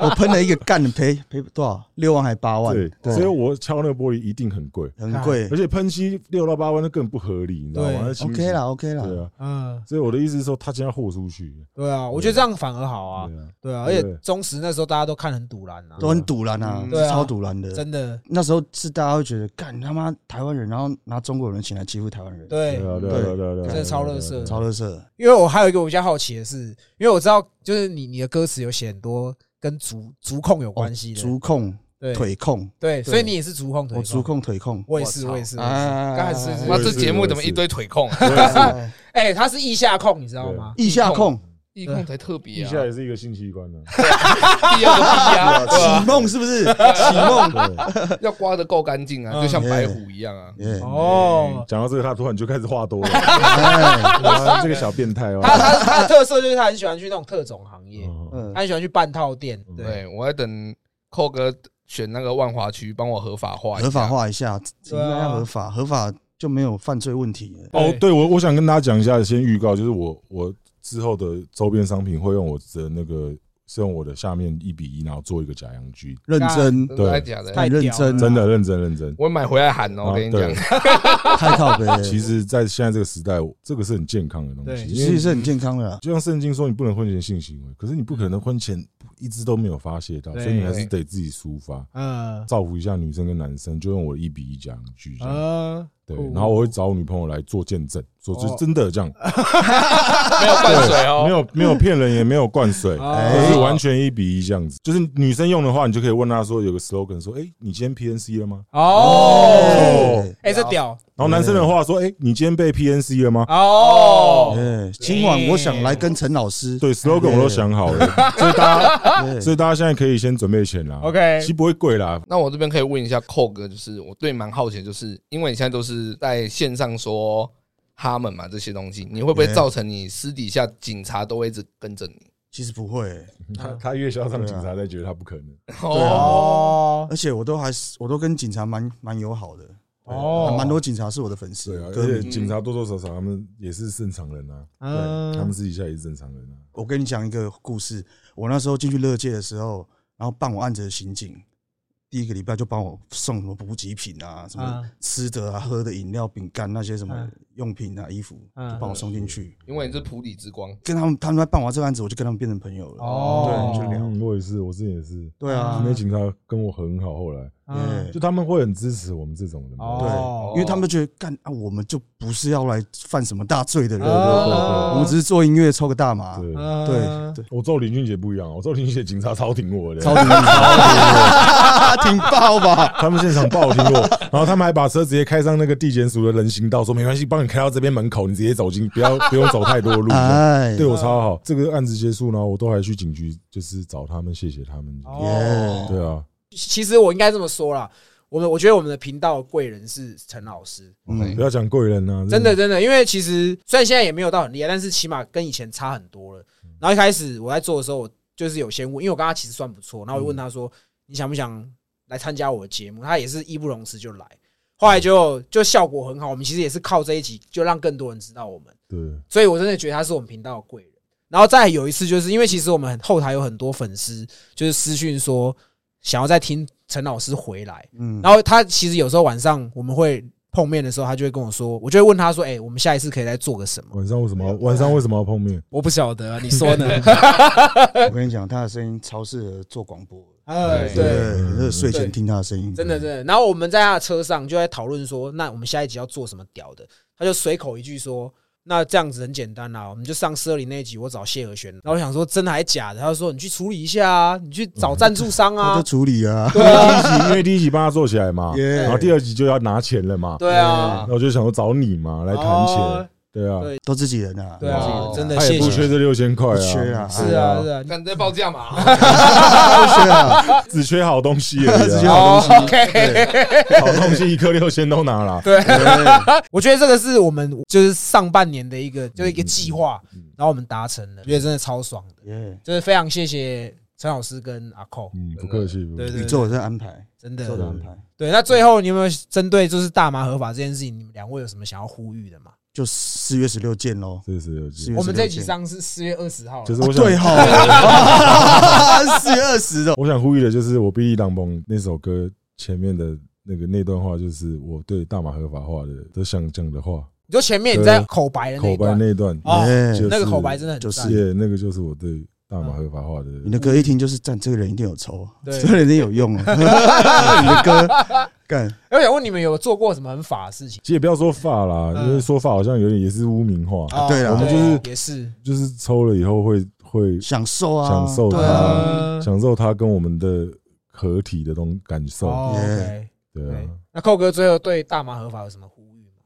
[SPEAKER 1] 我喷了一个干，赔赔多少？六万还八万？
[SPEAKER 2] 对，所以我敲那个玻璃一定很贵，
[SPEAKER 1] 很贵
[SPEAKER 2] 而。且喷漆六到八万那更不合理，你知道吗
[SPEAKER 4] 对
[SPEAKER 2] 那清洗
[SPEAKER 1] OK 啦，OK 啦，
[SPEAKER 2] 对啊。
[SPEAKER 4] 嗯，
[SPEAKER 2] 所以我的意思是说，他今天要豁出去，
[SPEAKER 4] 对啊，我觉得这样反而好啊
[SPEAKER 2] 对，啊，
[SPEAKER 4] 对啊，而
[SPEAKER 2] 对
[SPEAKER 4] 且中时那时候大家都看很堵然啊，
[SPEAKER 1] 都很堵然啊，
[SPEAKER 2] 嗯
[SPEAKER 4] 对啊
[SPEAKER 1] 超堵然的。
[SPEAKER 4] 真的，
[SPEAKER 1] 那时候是大家会觉得，干他妈台湾人，然后拿中国人的钱来欺负台湾人，
[SPEAKER 4] 对
[SPEAKER 2] 对，啊，对啊，对啊对啊对啊，
[SPEAKER 4] 真的哎超垃圾
[SPEAKER 1] 超哦乐色。
[SPEAKER 4] 因为我还有一个我比较好奇的是，因为我知道就是你你的歌词有写很多跟足足控有关系的，
[SPEAKER 1] 哦足控、
[SPEAKER 4] 对
[SPEAKER 1] 腿控，
[SPEAKER 4] 对，所以你也是足控腿
[SPEAKER 1] 我
[SPEAKER 4] 控，
[SPEAKER 1] 足控、腿控，
[SPEAKER 4] 我也是
[SPEAKER 5] 我操
[SPEAKER 4] 我也是，我也是
[SPEAKER 1] 啊
[SPEAKER 4] 刚才是
[SPEAKER 5] 妈，
[SPEAKER 2] 我也
[SPEAKER 5] 这
[SPEAKER 2] 是
[SPEAKER 5] 节目
[SPEAKER 2] 我
[SPEAKER 5] 怎
[SPEAKER 2] 也
[SPEAKER 5] 么
[SPEAKER 2] 是
[SPEAKER 5] 一堆腿控啊？
[SPEAKER 2] (laughs)
[SPEAKER 4] (laughs) 哎，他是腋下控，你知道吗？
[SPEAKER 1] 腋下控，
[SPEAKER 5] 一控才特别
[SPEAKER 2] 地
[SPEAKER 5] 啊，
[SPEAKER 2] 下也是一个性器官呢。
[SPEAKER 5] 第二个屁啊，对
[SPEAKER 1] 启
[SPEAKER 5] 吧
[SPEAKER 1] 梦是不
[SPEAKER 4] (laughs)
[SPEAKER 1] 是？启梦，
[SPEAKER 4] 啊
[SPEAKER 5] 要刮得够干净啊，
[SPEAKER 4] 嗯
[SPEAKER 5] 就像白虎一样啊。
[SPEAKER 1] 耶
[SPEAKER 4] 哦，
[SPEAKER 2] 讲到这个，他突然就开始话多
[SPEAKER 4] (laughs)
[SPEAKER 2] 了，
[SPEAKER 1] 哎
[SPEAKER 2] 哇这个小变态哦。
[SPEAKER 4] 他他他的特色就是他很喜欢去那种特种行业，
[SPEAKER 2] 嗯
[SPEAKER 1] 嗯
[SPEAKER 4] 他很喜欢去半套店，对
[SPEAKER 5] 对，我在等寇哥选那个万华区帮我合法化一下，
[SPEAKER 1] 合法化一下，应
[SPEAKER 4] 对啊
[SPEAKER 1] 该要合法，合法就没有犯罪问题了。
[SPEAKER 2] 哦
[SPEAKER 4] 对，
[SPEAKER 2] 对，我我想跟大家讲一下，先预告，就是我我之后的周边商品会用我的那个是用我的下面一比一，然后做一个假阳具，
[SPEAKER 1] 认真，
[SPEAKER 5] 真的
[SPEAKER 2] 对
[SPEAKER 5] 还假的？
[SPEAKER 4] 太
[SPEAKER 1] 很认
[SPEAKER 4] 屌
[SPEAKER 1] 真
[SPEAKER 4] 了
[SPEAKER 2] 真的认真认真。
[SPEAKER 5] 我买回来喊哦，
[SPEAKER 2] 啊
[SPEAKER 5] 我跟你讲
[SPEAKER 2] 对，
[SPEAKER 1] 太靠北了，
[SPEAKER 2] (laughs) 其实，在现在这个时代，这个是很健康的东
[SPEAKER 4] 对
[SPEAKER 2] 西，
[SPEAKER 1] 其
[SPEAKER 2] 因
[SPEAKER 1] 实
[SPEAKER 2] 为
[SPEAKER 1] 是很健康的啊啦。
[SPEAKER 2] 就像圣经说，你不能婚前性行为，可是你不可能婚前一直都没有发泄到，
[SPEAKER 4] 对
[SPEAKER 2] 所以你还是得自己抒发，
[SPEAKER 4] 嗯
[SPEAKER 2] 造福一下女生跟男生，就用我的一比一假阳具这样。
[SPEAKER 4] 嗯，
[SPEAKER 2] 对
[SPEAKER 4] 哦，
[SPEAKER 2] 然后我会找我女朋友来做见证，说这是真的这样，
[SPEAKER 5] 没有灌水哦，
[SPEAKER 2] 没有没有骗人，也没有灌水，
[SPEAKER 4] 哦
[SPEAKER 2] (laughs) 就是完全一比一这样子。就是女生用的话，你就可以问她说有个 slogan 说，哎，你今天 PNC 了吗？
[SPEAKER 4] 哦，
[SPEAKER 2] 哦，
[SPEAKER 4] 哎，这屌
[SPEAKER 2] 然后男生的话说，哎，你今天被 PNC 了吗？
[SPEAKER 4] 哦，
[SPEAKER 1] 哎，今晚我想来跟陈老师，
[SPEAKER 2] 对，slogan 我都想好了，所以大家，
[SPEAKER 4] 啊
[SPEAKER 1] 对
[SPEAKER 2] (laughs) 所以大家现在可以先准备钱啦。
[SPEAKER 4] OK
[SPEAKER 2] 其实不会贵啦，
[SPEAKER 5] 那我这边可以问一下寇哥，就是我对蛮好奇，的，就是因为你现在都是在线上说他们嘛这些东西，你会不会
[SPEAKER 1] Yeah
[SPEAKER 5] 造成你私底下警察都会一直跟着你？
[SPEAKER 1] 其实不会、欸
[SPEAKER 2] 他他越嚣张，警察才觉得他不可能。
[SPEAKER 4] 哦
[SPEAKER 1] 而且我都还是我都跟警察蛮蛮友好的，
[SPEAKER 4] 哦
[SPEAKER 1] 还蛮多警察是我的粉丝
[SPEAKER 2] (laughs) 对啊，，
[SPEAKER 1] 歌
[SPEAKER 2] 而且
[SPEAKER 1] 迷。
[SPEAKER 2] 警察多多少少他们也是正常人啊，
[SPEAKER 4] 嗯
[SPEAKER 2] 他们私底下也是正常人啊。
[SPEAKER 1] 我跟你讲一个故事，我那时候进去乐界的时候，然后办我案子的刑警，第一个礼拜就帮我送什么补给品啊，什么
[SPEAKER 4] 啊
[SPEAKER 1] 吃的啊、喝的饮料、饼干那些什么
[SPEAKER 4] 嗯
[SPEAKER 1] 用品啊、衣服，
[SPEAKER 4] 嗯
[SPEAKER 1] 就帮我送进去。
[SPEAKER 5] 因为你是普里之光，
[SPEAKER 1] 跟他们他们在办完这个案子，我就跟他们变成朋友了。
[SPEAKER 4] 哦
[SPEAKER 1] 对，就聊。
[SPEAKER 2] 嗯我嗯也是，我之前也是，
[SPEAKER 1] 对啊，
[SPEAKER 2] 那些警察跟我很好，后来
[SPEAKER 4] 嗯
[SPEAKER 1] 对
[SPEAKER 2] 就他们会很支持我们这种人嘛。
[SPEAKER 4] 哦
[SPEAKER 1] 对，因为他们觉得干啊，我们就不是要来犯什么大罪的人，
[SPEAKER 4] 对对对对
[SPEAKER 1] 我们只是做音乐抽个大麻。
[SPEAKER 2] 对，
[SPEAKER 4] 嗯
[SPEAKER 1] 对对，
[SPEAKER 2] 我揍林俊杰不一样，哦我揍林俊杰警察超挺我的，
[SPEAKER 1] 超级
[SPEAKER 4] (laughs)
[SPEAKER 1] 超级挺爆吧？
[SPEAKER 2] 他们现场暴挺 (laughs) 我，然后他们还把车直接开上那个地检署的人行道，说没关系，帮你开到这边门口，你直接走进，不要不用走太多路。
[SPEAKER 1] 哎，
[SPEAKER 2] 对我超好，这个案子结束呢，我都还去警局，就是找他们，谢谢他们。
[SPEAKER 4] 哦
[SPEAKER 2] 对啊，
[SPEAKER 4] 其实我应该这么说啦，我们我觉得我们的频道贵人是陈老师，
[SPEAKER 1] 嗯
[SPEAKER 2] 不要讲贵人啊，
[SPEAKER 4] 真的真的，因为其实虽然现在也没有到很厉害，但是起码跟以前差很多了。然后一开始我在做的时候，我就是有先问，因为我跟他其实算不错，然后我就问他说：“你想不想来参加我的节目？”他也是义不容辞就来。后来就就效果很好，我们其实也是靠这一集就让更多人知道我们，
[SPEAKER 2] 对，
[SPEAKER 4] 所以我真的觉得他是我们频道的贵人。然后再有一次，就是因为其实我们很后台有很多粉丝就是私讯说想要再听陈老师回来，
[SPEAKER 1] 嗯，
[SPEAKER 4] 然后他其实有时候晚上我们会碰面的时候，他就会跟我说，我就会问他说：“哎、我们下一次可以再做个什么
[SPEAKER 2] 晚上为什么要晚上为什么要碰面？”？
[SPEAKER 4] 我不晓得、啊，你 (laughs) 说呢？
[SPEAKER 1] 我跟你讲，他的声音超适合做广播，
[SPEAKER 4] 哎，
[SPEAKER 1] 对
[SPEAKER 4] 对，，
[SPEAKER 1] 就是睡前听他的声音，
[SPEAKER 4] 真的真的。然后我们在他的车上就在讨论说，那我们下一集要做什么屌的？他就随口一句说。那这样子很简单啦、啊我们就上四二零那一集，我找谢和弦。然后我想说真的还假的，他就说你去处理一下啊，你去找赞助商
[SPEAKER 1] (laughs) 我
[SPEAKER 4] 啊
[SPEAKER 1] 就，处理啊。
[SPEAKER 2] 因为第一集因为第一集帮他做起来嘛，
[SPEAKER 1] Yeah
[SPEAKER 2] 然后第二集就要拿钱了嘛，
[SPEAKER 4] 对啊
[SPEAKER 2] 那，我就想说找你嘛来谈
[SPEAKER 4] 哦
[SPEAKER 2] 钱，对啊，
[SPEAKER 4] 对
[SPEAKER 1] 都自己人啊，
[SPEAKER 4] 对
[SPEAKER 5] 哦
[SPEAKER 4] 啊，真的
[SPEAKER 2] 他
[SPEAKER 4] 谢
[SPEAKER 2] 也不缺
[SPEAKER 4] 谢，
[SPEAKER 2] 这六千块
[SPEAKER 1] 不
[SPEAKER 2] 啊，
[SPEAKER 1] 缺啊，
[SPEAKER 4] 是啊是啊，
[SPEAKER 5] 敢在报价嘛？
[SPEAKER 1] 不缺啊，
[SPEAKER 2] 只缺好东西
[SPEAKER 4] (laughs)
[SPEAKER 2] 而
[SPEAKER 1] 只
[SPEAKER 2] 已
[SPEAKER 1] 缺
[SPEAKER 2] 啊，
[SPEAKER 1] 好东西。
[SPEAKER 4] OK，
[SPEAKER 2] 好东西一颗六千都拿了，
[SPEAKER 4] 对，啊 (laughs)
[SPEAKER 1] 对
[SPEAKER 4] (laughs) 我觉得这个是我们就是上半年的一
[SPEAKER 1] 嗯
[SPEAKER 4] 个就是一个计划，然后我们达成了，觉得真的超
[SPEAKER 1] 嗯
[SPEAKER 4] 爽的，
[SPEAKER 1] 耶
[SPEAKER 4] 就是非常谢谢陈老师跟阿寇，
[SPEAKER 2] 嗯，不客气，不客
[SPEAKER 4] 对
[SPEAKER 2] 气。
[SPEAKER 4] 对
[SPEAKER 1] 宇
[SPEAKER 4] 对
[SPEAKER 1] 宙有在安排，
[SPEAKER 4] 真
[SPEAKER 1] 宇宙的
[SPEAKER 4] 的
[SPEAKER 1] 安排，
[SPEAKER 4] 对。那最后你有没有针对就是大麻合法这件事情，你们两位有什么想要呼吁的吗？
[SPEAKER 1] 就四月十六见喽。
[SPEAKER 2] 是是
[SPEAKER 1] 四
[SPEAKER 2] 是，
[SPEAKER 1] 月
[SPEAKER 4] 我们这
[SPEAKER 1] 16
[SPEAKER 4] 集
[SPEAKER 1] 见
[SPEAKER 4] 上是四月二十号了，
[SPEAKER 2] 就是
[SPEAKER 1] 啊
[SPEAKER 2] 我
[SPEAKER 1] 对
[SPEAKER 4] (laughs)
[SPEAKER 2] 想，
[SPEAKER 1] 哈，四月二十的，
[SPEAKER 2] 我想呼吁的就是我《哔哩当崩》那首歌前面的那个那段话，就是我对大麻合法化的的想讲的话，
[SPEAKER 4] 你说前面你在口白的那一
[SPEAKER 2] 口白
[SPEAKER 4] 段，
[SPEAKER 2] 那一段，
[SPEAKER 4] 哦
[SPEAKER 1] 耶
[SPEAKER 2] 就
[SPEAKER 4] 那个
[SPEAKER 2] 是
[SPEAKER 4] 口白真的很
[SPEAKER 1] 就
[SPEAKER 4] 赞
[SPEAKER 1] 是
[SPEAKER 2] 耶，那个就是我对大麻合法化的
[SPEAKER 4] 嗯
[SPEAKER 1] 你的歌一听就是赞，这个人一定有抽，
[SPEAKER 4] 对
[SPEAKER 1] 这个人一定有用啊。 (laughs) 你的歌干，
[SPEAKER 4] 哎我想问你们有做过什么很法的事情？
[SPEAKER 2] 其实也不要说发啦，
[SPEAKER 4] 嗯
[SPEAKER 2] 因为说发好像有点也是污名化，
[SPEAKER 4] 啊
[SPEAKER 1] 对啦
[SPEAKER 2] 我们
[SPEAKER 4] 也是
[SPEAKER 2] 就是抽了以后会会
[SPEAKER 1] 享受啊，
[SPEAKER 2] 享受
[SPEAKER 1] 对
[SPEAKER 2] 它
[SPEAKER 1] 啊，
[SPEAKER 4] 呃
[SPEAKER 2] 享受它跟我们的合体的东感受，
[SPEAKER 4] 哦 OK
[SPEAKER 1] 耶
[SPEAKER 2] 对啊
[SPEAKER 4] OK。，那寇哥最后对大麻合法有什么呼吁吗？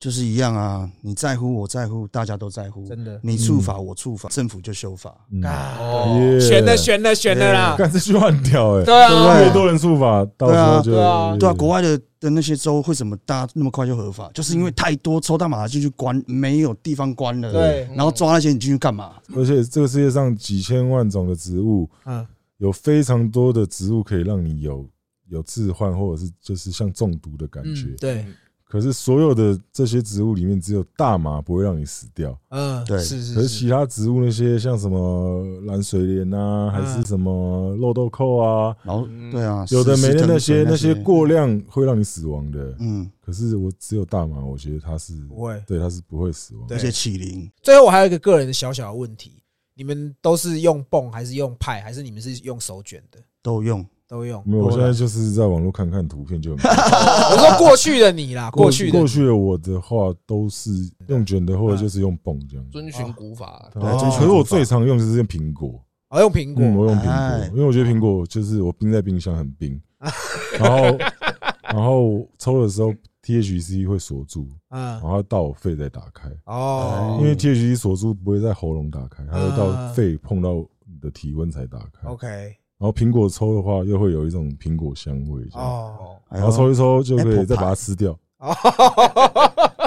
[SPEAKER 1] 就是一样啊。你在乎，我在乎，大家都在乎。
[SPEAKER 4] 真的
[SPEAKER 1] 你触法，我触法，政府就修法。
[SPEAKER 2] 嗯
[SPEAKER 4] 啊，
[SPEAKER 2] 耶
[SPEAKER 4] 悬了悬了悬了啦！
[SPEAKER 2] (laughs) 干这句话很屌哎，
[SPEAKER 4] 啊对啊，
[SPEAKER 2] 越多人触法，到时候就
[SPEAKER 4] 对啊
[SPEAKER 1] 对啊，国外的的那些州为什么大家那么快就合法？就是因
[SPEAKER 4] 嗯
[SPEAKER 1] 为太多抽大麻的进去关，没有地方关了。
[SPEAKER 4] 对嗯
[SPEAKER 1] 然后抓那些你进去干嘛？
[SPEAKER 2] 而且这个世界上几千万种的植物，
[SPEAKER 4] 嗯
[SPEAKER 2] 有非常多的植物可以让你有有置换或者是就是像中毒的感觉
[SPEAKER 4] 嗯，。对，
[SPEAKER 2] 可是所有的这些植物里面，只有大麻不会让你死掉。
[SPEAKER 4] 嗯，
[SPEAKER 1] 对
[SPEAKER 4] 是
[SPEAKER 2] 可
[SPEAKER 4] 是
[SPEAKER 2] 是
[SPEAKER 4] 是，
[SPEAKER 2] 其他植物那些像什么蓝水莲啊，还
[SPEAKER 4] 嗯
[SPEAKER 2] 是什么肉豆蔻啊，
[SPEAKER 1] 然后对啊，
[SPEAKER 2] 有的没
[SPEAKER 1] 死
[SPEAKER 2] 的
[SPEAKER 1] 死
[SPEAKER 2] 那
[SPEAKER 1] 藤
[SPEAKER 2] 些
[SPEAKER 1] 藤
[SPEAKER 2] 那
[SPEAKER 1] 那
[SPEAKER 2] 些过量会让你死亡的。
[SPEAKER 1] 嗯，
[SPEAKER 2] 可是我只有大麻，我觉得它是
[SPEAKER 4] 不会
[SPEAKER 2] 对它是不会死亡的。
[SPEAKER 1] 那些麒麟，
[SPEAKER 4] 最后我还有一个个人的小小的问题，你们都是用泵还是用派，还是你们是用手卷的？
[SPEAKER 1] 都有用，
[SPEAKER 4] 都用。
[SPEAKER 2] 没有，我现在就是在网络看看图片就很。
[SPEAKER 4] (laughs) 我说过去的你啦，过去的
[SPEAKER 2] 过
[SPEAKER 4] 你
[SPEAKER 2] 去的我的话都是用卷的，或者就是用泵这样。
[SPEAKER 5] 遵循古法，
[SPEAKER 2] 对啊
[SPEAKER 1] 哦
[SPEAKER 2] 可是我最常用的是用苹果，
[SPEAKER 4] 哦，用苹
[SPEAKER 2] 嗯，
[SPEAKER 4] 果，
[SPEAKER 2] 我用苹
[SPEAKER 1] 哎
[SPEAKER 2] 果，因为我觉得苹果就是我冰在冰箱很冰，然后然后抽的时候 THC 会锁住，然
[SPEAKER 4] 嗯，
[SPEAKER 2] 后到我肺再打开，
[SPEAKER 4] 哦
[SPEAKER 2] 因为 THC 锁住不会在喉咙打开，它会
[SPEAKER 4] 啊
[SPEAKER 2] 到肺碰到你的体温才打开。
[SPEAKER 4] ，OK，
[SPEAKER 2] 然后苹果抽的话，又会有一种苹果香味这样，
[SPEAKER 4] 哦，
[SPEAKER 1] 哎
[SPEAKER 2] 然
[SPEAKER 1] 呦
[SPEAKER 2] 后抽一抽就可
[SPEAKER 1] Apple
[SPEAKER 2] 以再把
[SPEAKER 1] pie
[SPEAKER 2] 它吃掉，
[SPEAKER 4] (laughs) 哦，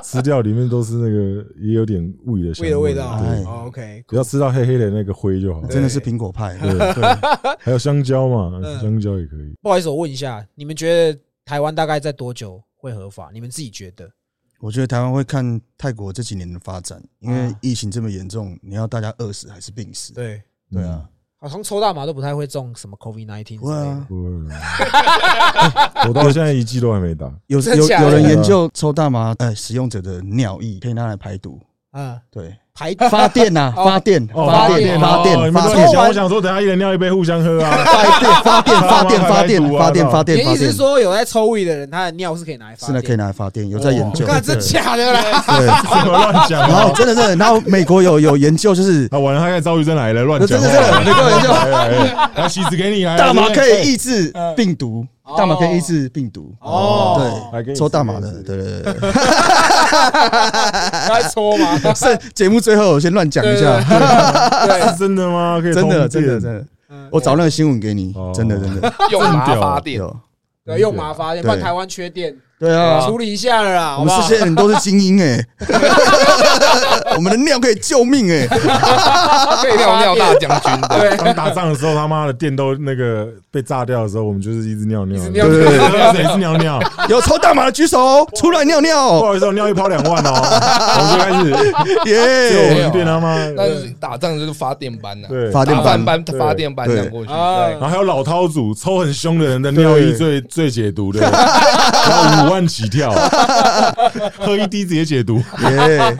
[SPEAKER 2] 吃掉里面都是那个也有点味的香
[SPEAKER 4] 味的味道
[SPEAKER 2] 对
[SPEAKER 1] 哎，
[SPEAKER 4] 哦，OK，
[SPEAKER 2] 不要吃到黑黑的那个灰就好了。
[SPEAKER 1] 真的是苹果派，
[SPEAKER 2] 对
[SPEAKER 1] 对，
[SPEAKER 2] 还有香蕉嘛
[SPEAKER 4] 嗯，
[SPEAKER 2] 香蕉也可以。
[SPEAKER 4] 不好意思，我问一下，你们觉得台湾大概在多久会合法？你们自己觉得？
[SPEAKER 1] 我觉得台湾会看泰国这几年的发展，因为
[SPEAKER 4] 啊
[SPEAKER 1] 疫情这么严重，你要大家饿死还是病死？
[SPEAKER 4] 对，
[SPEAKER 1] 对啊，
[SPEAKER 4] 好像抽大麻都不太会中什么 COVID nineteen
[SPEAKER 1] 不会啊，
[SPEAKER 2] 不会啦我到现在一剂都还没打，
[SPEAKER 1] (laughs) 有
[SPEAKER 4] 真
[SPEAKER 1] 有
[SPEAKER 4] 假的
[SPEAKER 1] 有人研究抽大麻，呃，使用者的尿液可以拿来排毒，
[SPEAKER 4] 嗯，
[SPEAKER 1] 对，
[SPEAKER 4] 排
[SPEAKER 1] 发电呐，
[SPEAKER 4] 哦
[SPEAKER 1] 发电，
[SPEAKER 2] 哦
[SPEAKER 1] 发电，发
[SPEAKER 2] 哦你
[SPEAKER 1] 电，
[SPEAKER 2] 们
[SPEAKER 1] 发
[SPEAKER 2] 都
[SPEAKER 1] 电，
[SPEAKER 2] 想，我想说，等下一人尿一杯，互相
[SPEAKER 1] (laughs)
[SPEAKER 2] 喝啊。
[SPEAKER 1] 发电，发电，发电，
[SPEAKER 2] 哦
[SPEAKER 1] 发电，发电，发
[SPEAKER 4] (laughs) 你
[SPEAKER 1] 电，
[SPEAKER 4] 的
[SPEAKER 1] 发
[SPEAKER 4] 意思是
[SPEAKER 1] 电，
[SPEAKER 4] 说有在抽胃的人，他的尿是可以拿来发
[SPEAKER 1] 是的，可以
[SPEAKER 4] 电？
[SPEAKER 1] 拿来发电，有在研究，
[SPEAKER 4] 看这
[SPEAKER 1] 对
[SPEAKER 4] 假
[SPEAKER 1] (laughs)
[SPEAKER 4] 的啦，
[SPEAKER 1] 对，
[SPEAKER 2] 什么乱讲
[SPEAKER 1] 然后
[SPEAKER 2] 啊？
[SPEAKER 1] 真的真的，然后美国有有研究，就是
[SPEAKER 2] 那完了，他开始躁郁症来了，乱
[SPEAKER 1] 真
[SPEAKER 2] 讲话。哎
[SPEAKER 1] 的真的美国研究，
[SPEAKER 2] 来来来，来席子给你来。
[SPEAKER 1] 大麻
[SPEAKER 2] 来
[SPEAKER 1] 可以抑制病毒，大麻可以抑制病毒，
[SPEAKER 4] 哦
[SPEAKER 2] 来给
[SPEAKER 1] 对，
[SPEAKER 2] 你
[SPEAKER 1] 抽大
[SPEAKER 2] 吃
[SPEAKER 1] 麻
[SPEAKER 2] 给你
[SPEAKER 1] 的，
[SPEAKER 2] 吃
[SPEAKER 1] 对对对对。
[SPEAKER 4] 他在抽吗？ (laughs)
[SPEAKER 1] 是节目最后我先乱讲一下，
[SPEAKER 2] 是 (laughs) 真的吗？可
[SPEAKER 1] (laughs)
[SPEAKER 2] 以
[SPEAKER 1] 真的
[SPEAKER 2] 通
[SPEAKER 1] 真的真
[SPEAKER 2] 电
[SPEAKER 1] 的，
[SPEAKER 4] 嗯
[SPEAKER 1] 我找那个新闻给你
[SPEAKER 2] 哦，
[SPEAKER 1] 真的真
[SPEAKER 4] (laughs)
[SPEAKER 1] 的
[SPEAKER 5] 用麻
[SPEAKER 2] 屌
[SPEAKER 5] 发电，
[SPEAKER 1] 有。
[SPEAKER 4] 对，用麻发电，不然台湾缺电，
[SPEAKER 1] 对啊，
[SPEAKER 4] 处理一下了啦，
[SPEAKER 1] 我
[SPEAKER 4] 好不
[SPEAKER 1] 们
[SPEAKER 4] 好
[SPEAKER 1] 这？些人都是精英哎、我们的尿可以救命哎、
[SPEAKER 4] (laughs) 可以
[SPEAKER 5] 尿
[SPEAKER 4] 发
[SPEAKER 5] 尿
[SPEAKER 4] 电
[SPEAKER 5] 大将军的，
[SPEAKER 4] 对，
[SPEAKER 2] 当打仗的时候，他妈的电都那个被炸掉的时候，我们就是一直尿尿，
[SPEAKER 4] 一直尿
[SPEAKER 1] 尿
[SPEAKER 2] 对对对，一直尿 (laughs) 尿。
[SPEAKER 1] 有抽大麻的举手，哦出来尿
[SPEAKER 2] 不
[SPEAKER 1] 尿，
[SPEAKER 2] 好意思，我尿一泡两万哦，我们就开始，就我
[SPEAKER 1] 耶、
[SPEAKER 2] 们变他妈，
[SPEAKER 5] (laughs) 但是打仗就是发电班呐，
[SPEAKER 2] 对，
[SPEAKER 1] 发电
[SPEAKER 5] 打饭
[SPEAKER 1] 班
[SPEAKER 5] 班、
[SPEAKER 2] 对
[SPEAKER 5] 发电班这样过去，
[SPEAKER 4] 啊
[SPEAKER 2] 然后还有老饕组抽很凶的人的尿液
[SPEAKER 1] 对
[SPEAKER 2] 最最解毒的，要五万起跳，喝一滴直接解毒。
[SPEAKER 1] 耶，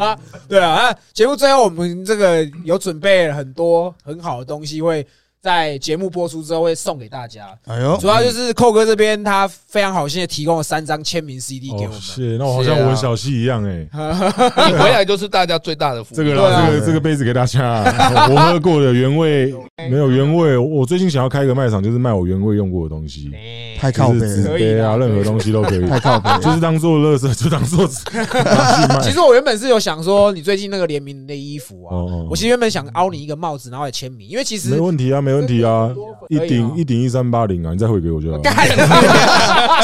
[SPEAKER 4] 对啊，啊节目最后我们这个有准备了很多很好的东西，会在节目播出之后会送给大家。
[SPEAKER 1] 哎呦
[SPEAKER 4] 主，要就是寇哥这边他非常好心的提供了三张签名 CD 给
[SPEAKER 2] 哦
[SPEAKER 4] 我，们。
[SPEAKER 2] 是，那我好像闻小溪一样哎，
[SPEAKER 5] 你回来就是大家最大的福
[SPEAKER 2] 这
[SPEAKER 5] 利
[SPEAKER 2] 个。
[SPEAKER 4] 对啊
[SPEAKER 2] 啦，这个这个杯子给大家啊，我喝过的原味没有原味，我最近想要开一个卖场，就是卖我原味用过的东西。
[SPEAKER 1] 太靠
[SPEAKER 2] 就
[SPEAKER 1] 背
[SPEAKER 2] 是纸
[SPEAKER 1] 了，
[SPEAKER 2] 杯啊，任何东西都可以，
[SPEAKER 1] (laughs) 太靠背
[SPEAKER 2] (laughs) 就
[SPEAKER 1] 了，
[SPEAKER 2] 是当做垃圾，就当做拿去卖。
[SPEAKER 4] 其实我原本是有想说，你最近那个联名的衣服
[SPEAKER 2] 哎
[SPEAKER 4] 啊，
[SPEAKER 2] 哦哦
[SPEAKER 4] 我其实原本想凹你一个帽子，然后也签名，因为其实
[SPEAKER 2] 没问题啊，没问题啊，一
[SPEAKER 4] 可以啊
[SPEAKER 2] 顶一顶一三八零啊，你再汇给我就好了。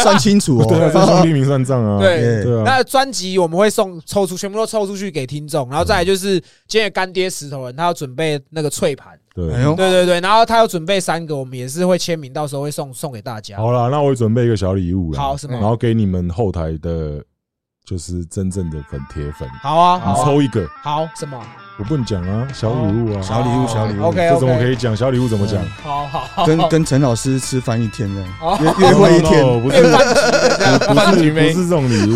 [SPEAKER 1] 算清楚
[SPEAKER 2] (laughs) 对啊，
[SPEAKER 1] 哦，
[SPEAKER 2] 这兄弟明算账啊。
[SPEAKER 4] 对
[SPEAKER 2] 对啊，
[SPEAKER 4] 那专辑我们会送抽出，全部都抽出去给听众，然后再来就是今天的干爹石头人，他要准备那个脆盘，
[SPEAKER 1] 哎
[SPEAKER 2] 对。
[SPEAKER 1] 呦，
[SPEAKER 4] 对对对，然后他要准备三个，我们也是会签名，到时候会送送给大家。
[SPEAKER 2] 好啦，那我也准备一个小礼物啦。
[SPEAKER 4] 好什么
[SPEAKER 2] 然后给你们后台的，就是真正的粉铁粉，
[SPEAKER 4] 好啊，好
[SPEAKER 2] 你
[SPEAKER 4] 啊
[SPEAKER 2] 抽一个，
[SPEAKER 4] 好什么？
[SPEAKER 2] 我不能讲啊，小礼物啊，
[SPEAKER 1] 小礼物小礼物
[SPEAKER 4] OK
[SPEAKER 2] 这种我可以讲，小礼物怎么讲？
[SPEAKER 4] 好好好，
[SPEAKER 1] 跟跟陈老师吃饭一天这
[SPEAKER 4] 哦
[SPEAKER 1] 样，约约会一
[SPEAKER 2] No, no, no，
[SPEAKER 1] 天，
[SPEAKER 2] 哦不是不是
[SPEAKER 5] 饭局
[SPEAKER 2] 不
[SPEAKER 5] 妹
[SPEAKER 2] 是这种礼物，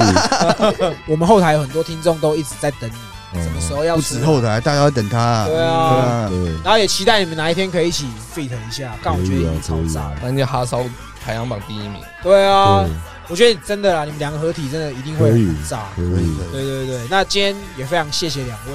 [SPEAKER 4] 我们后台有很多听众都一直在等你，
[SPEAKER 2] 嗯
[SPEAKER 4] 什么时候要
[SPEAKER 1] 不
[SPEAKER 4] 吃
[SPEAKER 1] 止？后台，大家要等他、
[SPEAKER 4] 对啊，
[SPEAKER 1] 啊，
[SPEAKER 2] 对，
[SPEAKER 4] 然后也期待你们哪一天可以一起 fit 一下，但我觉得已
[SPEAKER 2] 可以啊，
[SPEAKER 4] 经
[SPEAKER 2] 可
[SPEAKER 4] 超
[SPEAKER 2] 以
[SPEAKER 4] 炸
[SPEAKER 2] 啊
[SPEAKER 4] 了。
[SPEAKER 5] 人家哈烧排行榜第一名，
[SPEAKER 4] 对啊，
[SPEAKER 2] 对，
[SPEAKER 4] 我觉得真的啦，你们两个合体真的一定会
[SPEAKER 2] 可以
[SPEAKER 4] 很炸。
[SPEAKER 2] 可
[SPEAKER 1] 可以
[SPEAKER 2] 以，
[SPEAKER 1] 可
[SPEAKER 4] 对
[SPEAKER 1] 以，
[SPEAKER 4] 对对，那今天也非常谢谢两位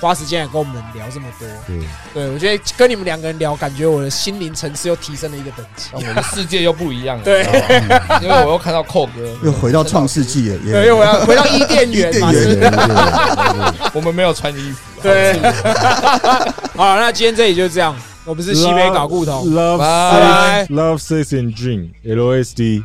[SPEAKER 4] 花时间来跟我们聊这么多。
[SPEAKER 2] 对，
[SPEAKER 4] 对我觉得跟你们两个人聊，感觉我的心灵层次又提升了一个等级。
[SPEAKER 5] 但我的世界又不一样了，
[SPEAKER 4] 对
[SPEAKER 5] 你知道吗因为我又看到寇哥，
[SPEAKER 1] (laughs) 又回到创世纪了，
[SPEAKER 4] 对，因
[SPEAKER 1] 耶
[SPEAKER 4] 为
[SPEAKER 1] (laughs)
[SPEAKER 4] 我要回到伊甸园嘛，
[SPEAKER 1] 伊
[SPEAKER 4] 是
[SPEAKER 1] 甸
[SPEAKER 4] 不
[SPEAKER 1] 园
[SPEAKER 2] 对
[SPEAKER 4] 是
[SPEAKER 2] 对对
[SPEAKER 5] 我们没有穿衣服，啊
[SPEAKER 4] 对， (laughs) 好，那今天这里就这样，我们是西北搞故同，
[SPEAKER 2] Love
[SPEAKER 4] 拜拜
[SPEAKER 2] sex, love sex and drink. LSD.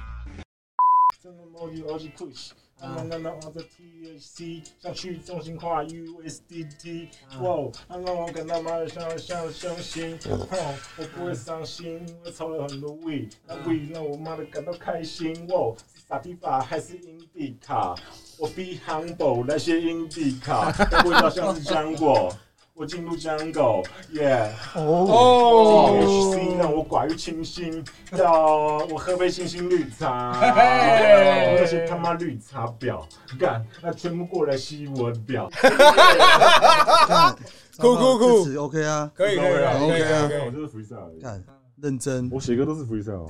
[SPEAKER 9] 像去中心化 USDT，哇哦，它让我感到妈的像像伤心，哼，我不会伤心，因为抽了很多 weed，那 weed 让我妈的感到开心，哇哦，是傻逼法还是阴蒂卡？我 be humble，那些阴蒂卡，味道像是浆果，我进入浆果，yeah。THC
[SPEAKER 4] 哦
[SPEAKER 9] 让我寡欲清心，要我喝杯清新绿茶，那些他妈绿茶婊，干，那全部过来吸我的婊。
[SPEAKER 4] 酷酷酷
[SPEAKER 1] 这次，OK 啊，
[SPEAKER 4] 可以可以可以
[SPEAKER 1] OK 啊
[SPEAKER 4] 可以。
[SPEAKER 9] 我就是 freestyle，而已
[SPEAKER 1] 看认真。
[SPEAKER 2] 我写歌都是 freestyle。